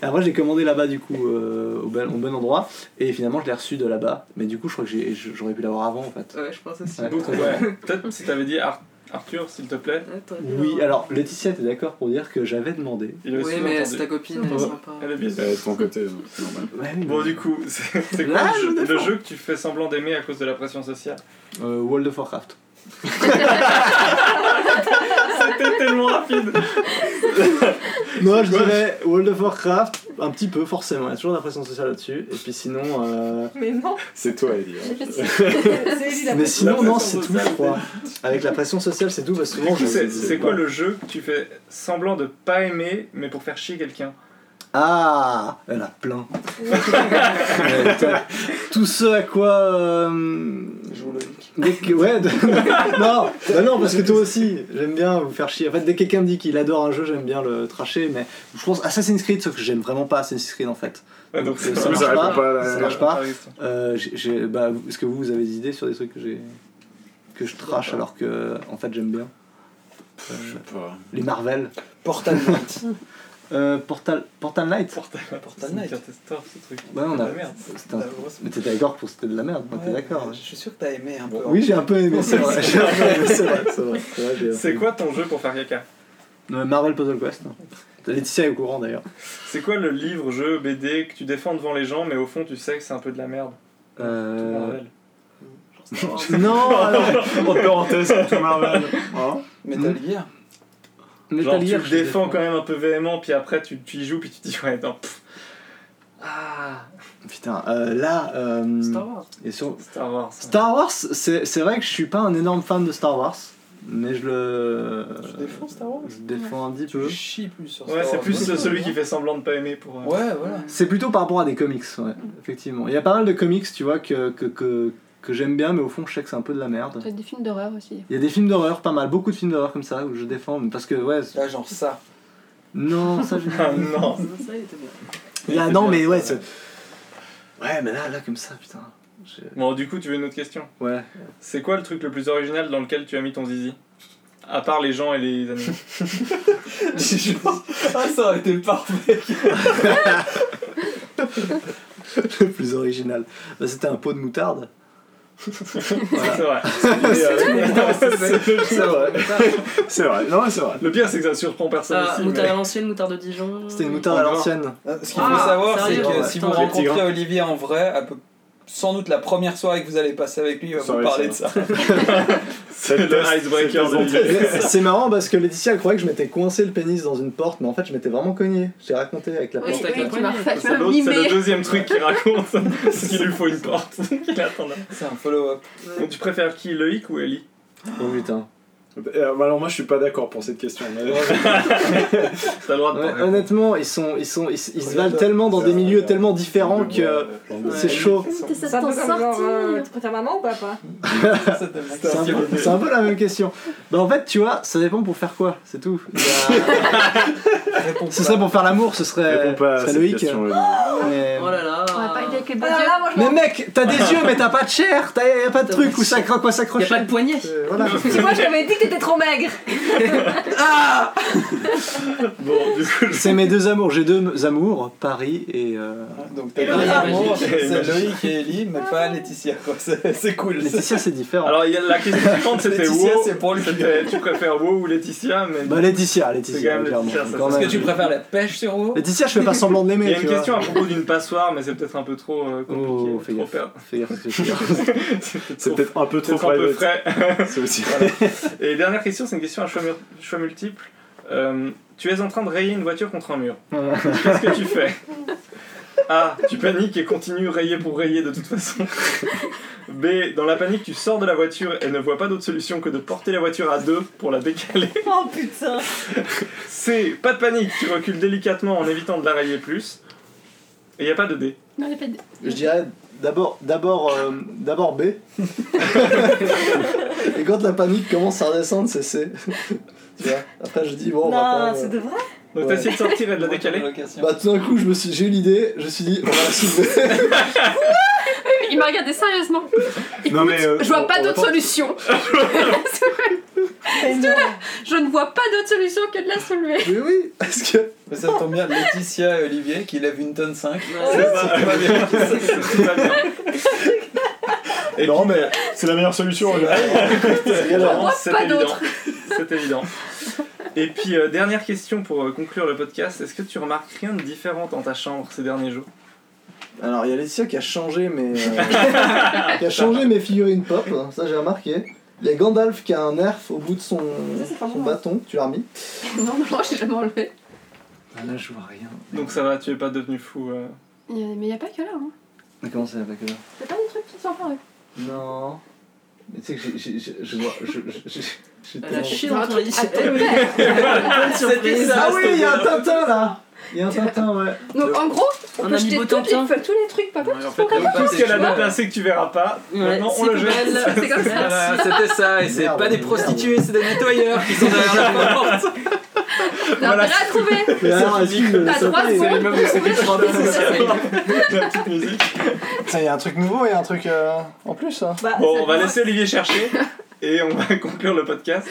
Après, je l'ai commandé là-bas, du coup, euh, au, bon, au bon endroit. Et finalement, je l'ai reçu de là-bas. Mais du coup, je crois que j'ai- j'aurais pu l'avoir avant, en fait. Ouais, je pense aussi. Ouais. Beaucoup, ouais. Peut-être si t'avais dit Ar- Arthur, s'il te plaît. Ouais, t'aurais pu Oui, l'avoir. alors, Laetitia était d'accord pour dire que j'avais demandé. Il aurait Oui, souvent mais entendu. c'est ta copine, elle est Ouais. sympa. Elle est bien. Euh, de ton côté, non, c'est normal. Bon, du coup, c'est c'est quoi Là, le, je jeu, me le défends. jeu que tu fais semblant d'aimer à cause de la pression sociale Euh, World of Warcraft. C'était tellement rapide Non, je dirais World of Warcraft, un petit peu, forcément. Il y a toujours de la pression sociale là-dessus. Et puis sinon. euh, Mais non, C'est toi, Ellie. hein. c'est lui la Mais sinon, pression non, c'est tout, sociale, je crois. Avec la pression sociale, c'est tout, parce que Du souvent, coup, je- c'est je- c'est quoi le jeu que tu fais semblant de pas aimer, mais pour faire chier quelqu'un Ah, elle a plein. Euh, t'as- Tout ce à quoi. euh, Joue le dès que- ouais, de- non, bah non, parce que toi aussi, j'aime bien vous faire chier. En fait, dès que quelqu'un me dit qu'il adore un jeu, j'aime bien le tracher, mais je pense Assassin's Creed, sauf que j'aime vraiment pas Assassin's Creed en fait. euh, Ah, donc Ça c'est marche répond pas, pas à la- ça marche pas. Euh, j'ai- j'ai- bah, Est-ce que vous, vous avez des idées sur des trucs que j'ai que je trash alors que en fait j'aime bien Euh, Je sais pas. Les Marvel. Portal Knight. Euh, Portal, Portal Knight Portal, Portal C'est une Knight. catastrophe, ce truc. Ouais, on C'est de a. la merde. c'était un- Bah, grosse- Mais t'es d'accord pour que c'était de la merde, t'es Ouais, d'accord. Je suis sûr que t'as aimé un peu. hein. Oui, j'ai un peu aimé, c'est vrai. J'ai un peu aimé, c'est vrai, c'est vrai, c'est vrai, j'ai- C'est quoi ton jeu pour faire caca Euh, Marvel Puzzle Quest. non. Laetitia est au courant d'ailleurs. C'est quoi le livre, jeu, BD que tu défends devant les gens, mais au fond tu sais que c'est un peu de la merde Tout le monde Euh... Oh, révèle. Non, alors, En parenthèse, tout Marvel. Hein Metal Gear. Genre, Metal tu Gear, le je défends quand même un peu véhément, puis après tu, tu y joues, puis tu te dis ouais, non. pff. Ah, Putain, euh, là. Euh... Star Wars. et sur- Star Wars. ouais. Star Wars, c'est c'est vrai que je suis pas un énorme fan de Star Wars, mais je le. Tu défends Star Wars Je défends un petit Je peu. chie plus sur Star Ouais, c'est Wars. plus euh, celui qui fait semblant de pas aimer pour. euh, Ouais, voilà. C'est plutôt par rapport à des comics, ouais, effectivement. Il y a pas mal de comics, tu vois, que, que, que, que j'aime bien, mais au fond, je sais que c'est un peu de la merde. T'as des films d'horreur aussi. Il y a des films d'horreur, pas mal, beaucoup de films d'horreur comme ça, où je défends, mais parce que, ouais. c'est- Là, genre ça. Non, ça, je. Ah non. Ça, il était bien. Là, C'est non, bien, mais ça, ouais. ouais. c'est- Ouais, mais là, là, comme ça, putain. Je- Bon, du coup, tu veux une autre question Ouais. C'est quoi le truc le plus original dans lequel tu as mis ton zizi À part les gens et les animaux. Ah, ça aurait été parfait. le plus original. Bah, c'était un pot de moutarde. C'est vrai. C'est vrai. C'est vrai. Non, mais c'est vrai. Le pire, c'est que ça surprend personne Ah, ici. moutarde mais- à l'ancienne, moutarde de Dijon. C'était une moutarde à Encore. l'ancienne. Euh, Ce qu'il Ah, faut savoir, c'est sérieux que Ouais, si attends, vous j'ai rencontrez tigre. Olivier en vrai, à peu- sans doute la première soirée que vous allez passer avec lui, il va Ça vous va, parler de ça ça. C'est le test, c'est icebreaker le de test. l'idée. Mais C'est marrant parce que Laetitia elle croyait que je m'étais coincé le pénis dans une porte, mais en fait je m'étais vraiment cogné. J'ai raconté avec la Oui, porte. avec oui, la tu m'as refait, tu C'est m'as l'autre- c'est le mimé. deuxième truc qu'il raconte, c'est qu'il lui faut une porte. qu'il attend là. C'est un follow-up. Donc, tu préfères qui, Loïc ou Ellie Oh putain. Euh, bah alors moi je suis pas d'accord pour cette question. mais- T'as le droit de Ouais, parler. honnêtement, ils sont, ils sont, ils, ils se valent Regarde, tellement dans c'est des un- milieux tellement différents que c'est Ouais. chaud. T'essaies de C'est un t'en peu comme genre, euh, sortir. tu préfères maman ou papa Ça, t'aimes bien. C'est un, peu- c'est un peu la même question. Bah en fait, tu vois, ça dépend pour faire quoi, c'est tout. Réponds Ce pas. serait pour faire l'amour, ce serait, Réponds pas ce à serait cette Loïc. Ah. question. Olivier. Mais... Oh là là. On va pas aider avec les beaux Alors yeux. Ah, là, moi je mais m'en mec, t'as des yeux, mais t'as pas de chair, t'as y a pas de truc où ça cro- quoi Y a s'accrocher. pas de poignée. Euh, Voilà. Tu vois, je t'avais dit que t'étais trop maigre. Bon, du coup, C'est mes deux amours. J'ai deux amours, Paris et. euh, Donc t'as Et deux Loïc. amours, c'est Magique. Ah. Loïc et Ellie, mais pas Laetitia. quoi. C'est c'est cool. Laetitia, c'est différent. alors il y a la question suivante, c'était Laetitia, Wo. c'est pour lui. C'était- Tu préfères Wo ou Laetitia mais... Bah Laetitia, C'est quand Laetitia, même clairement. Laetitia, ça, Quand Est-ce même. que tu préfères la pêche sur vous Laetitia, je fais pas semblant de l'aimer. Il y a tu une vois. question à propos d'une passoire, mais c'est peut-être un peu trop euh, compliqué. Oh, fais trop gaffe. per- Fais gaffe à ce que je dis. C'est trop- peut-être un peu trop peut-être un peu private. frais. C'est aussi. Et dernière question, c'est une question à choix, mur- choix multiple. Euh, tu es en train de rayer une voiture contre un mur. Qu'est-ce que tu fais A. Tu paniques et continues rayer pour rayer de toute façon. B. Dans la panique, tu sors de la voiture et ne vois pas d'autre solution que de porter la voiture à deux pour la décaler. Oh putain C. Pas de panique, tu recules délicatement en évitant de la rayer plus. Et il n'y a pas de D. Non, les pas de- Je dirais d'abord, d'abord, euh, d'abord B. Et quand la panique commence à redescendre, c'est C. Tu vois Après, je dis Oh, bon, on va Non, prendre, c'est euh, de vrai Donc Ouais. t'essayes de sortir et de la décaler. Bah tout d'un coup, je me suis, j'ai eu l'idée. Je me suis dit, on va la soulever. Il m'a regardé sérieusement. Non, mais, euh, je vois on- pas on d'autre attend. solution. Je ne vois pas d'autre solution que de la soulever. Mais oui, parce que Mais ça tombe bien, Laetitia et Olivier qui lèvent une tonne 5. C'est pas- c'est pas bien. Et Non puis- mais c'est la meilleure solution. Olivier. Clairement, Moi, c'est pas évident. d'autre. C'est évident. Et puis, euh, dernière question pour euh, conclure le podcast. Est-ce que tu remarques rien de différent dans ta chambre ces derniers jours Alors, il y a Laetitia qui a changé mes, euh, qui a changé mes figurines pop, hein, ça j'ai remarqué. Il y a Gandalf qui a un nerf au bout de son, Ça, c'est pas son moi. bâton, tu l'as remis Non, non, j'ai jamais enlevé. Ah, Là, je vois rien. Donc ça va, tu es pas devenu fou. euh. Il y a- Mais il n'y a pas que là. Hein. Mais comment ça, pas que là C'est pas des trucs qui sont apparus. Non. Mais tu sais que j'ai- j'ai- j'ai- je vois. je- je- je- j'ai Elle a tellement- chié Ah, dans ton lit. C'était ça. Ah oui, il y a un Tintin là Il y a un Tintin, ouais. Donc en gros, on Un peut ami jeter beau toutes les, Tintin. feuilles, tous les trucs, papa. Ouais, en fait, pourquoi même pas Tout ce tes qu'elle a choix. déplacé que tu verras pas, maintenant on c'est le jette. poubelle. C'est comme ça. Voilà, Ah c'était ça, et c'est Merde, pas des merde. prostituées, c'est des nettoyeurs qui sont derrière la porte. T'as Voilà. intérêt à trouver. Mais alors, est-ce qu'il le T'as sait trois pas, il- secondes. Même si c'est Oui, quelque chose c'est de- ça. La petite musique. Putain, il y a un truc nouveau et un truc euh, en plus. hein. Bah, Bon, ça- on va laisser Olivier chercher et on va conclure le podcast.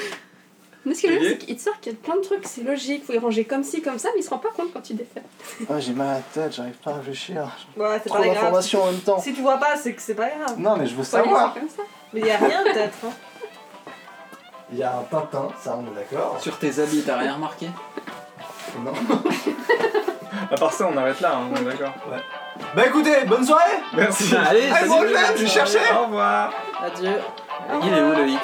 Mais ce qui est Olivier logique, c'est qu'il te sort qu'il y a plein de trucs, c'est logique, faut les ranger comme ci, comme ça, mais il se rend pas compte quand tu défais. Ah, j'ai mal à la tête, j'arrive pas à réfléchir. Ouais, c'est Trop pas grave. d'informations en même temps. Si tu vois pas, c'est que c'est pas grave. Non, mais je veux Faut les laisser savoir. comme ça. Mais y a rien peut-être. hein. Il y a un Tintin, ça on est d'accord Sur tes habits, t'as rien remarqué Non. À part ça, on arrête là, hein, on est d'accord. Bah écoutez, bonne soirée Merci. Allez, Allez, salut. bon, je l'aime, j'ai cherché Au revoir. Adieu. Il est où Loïc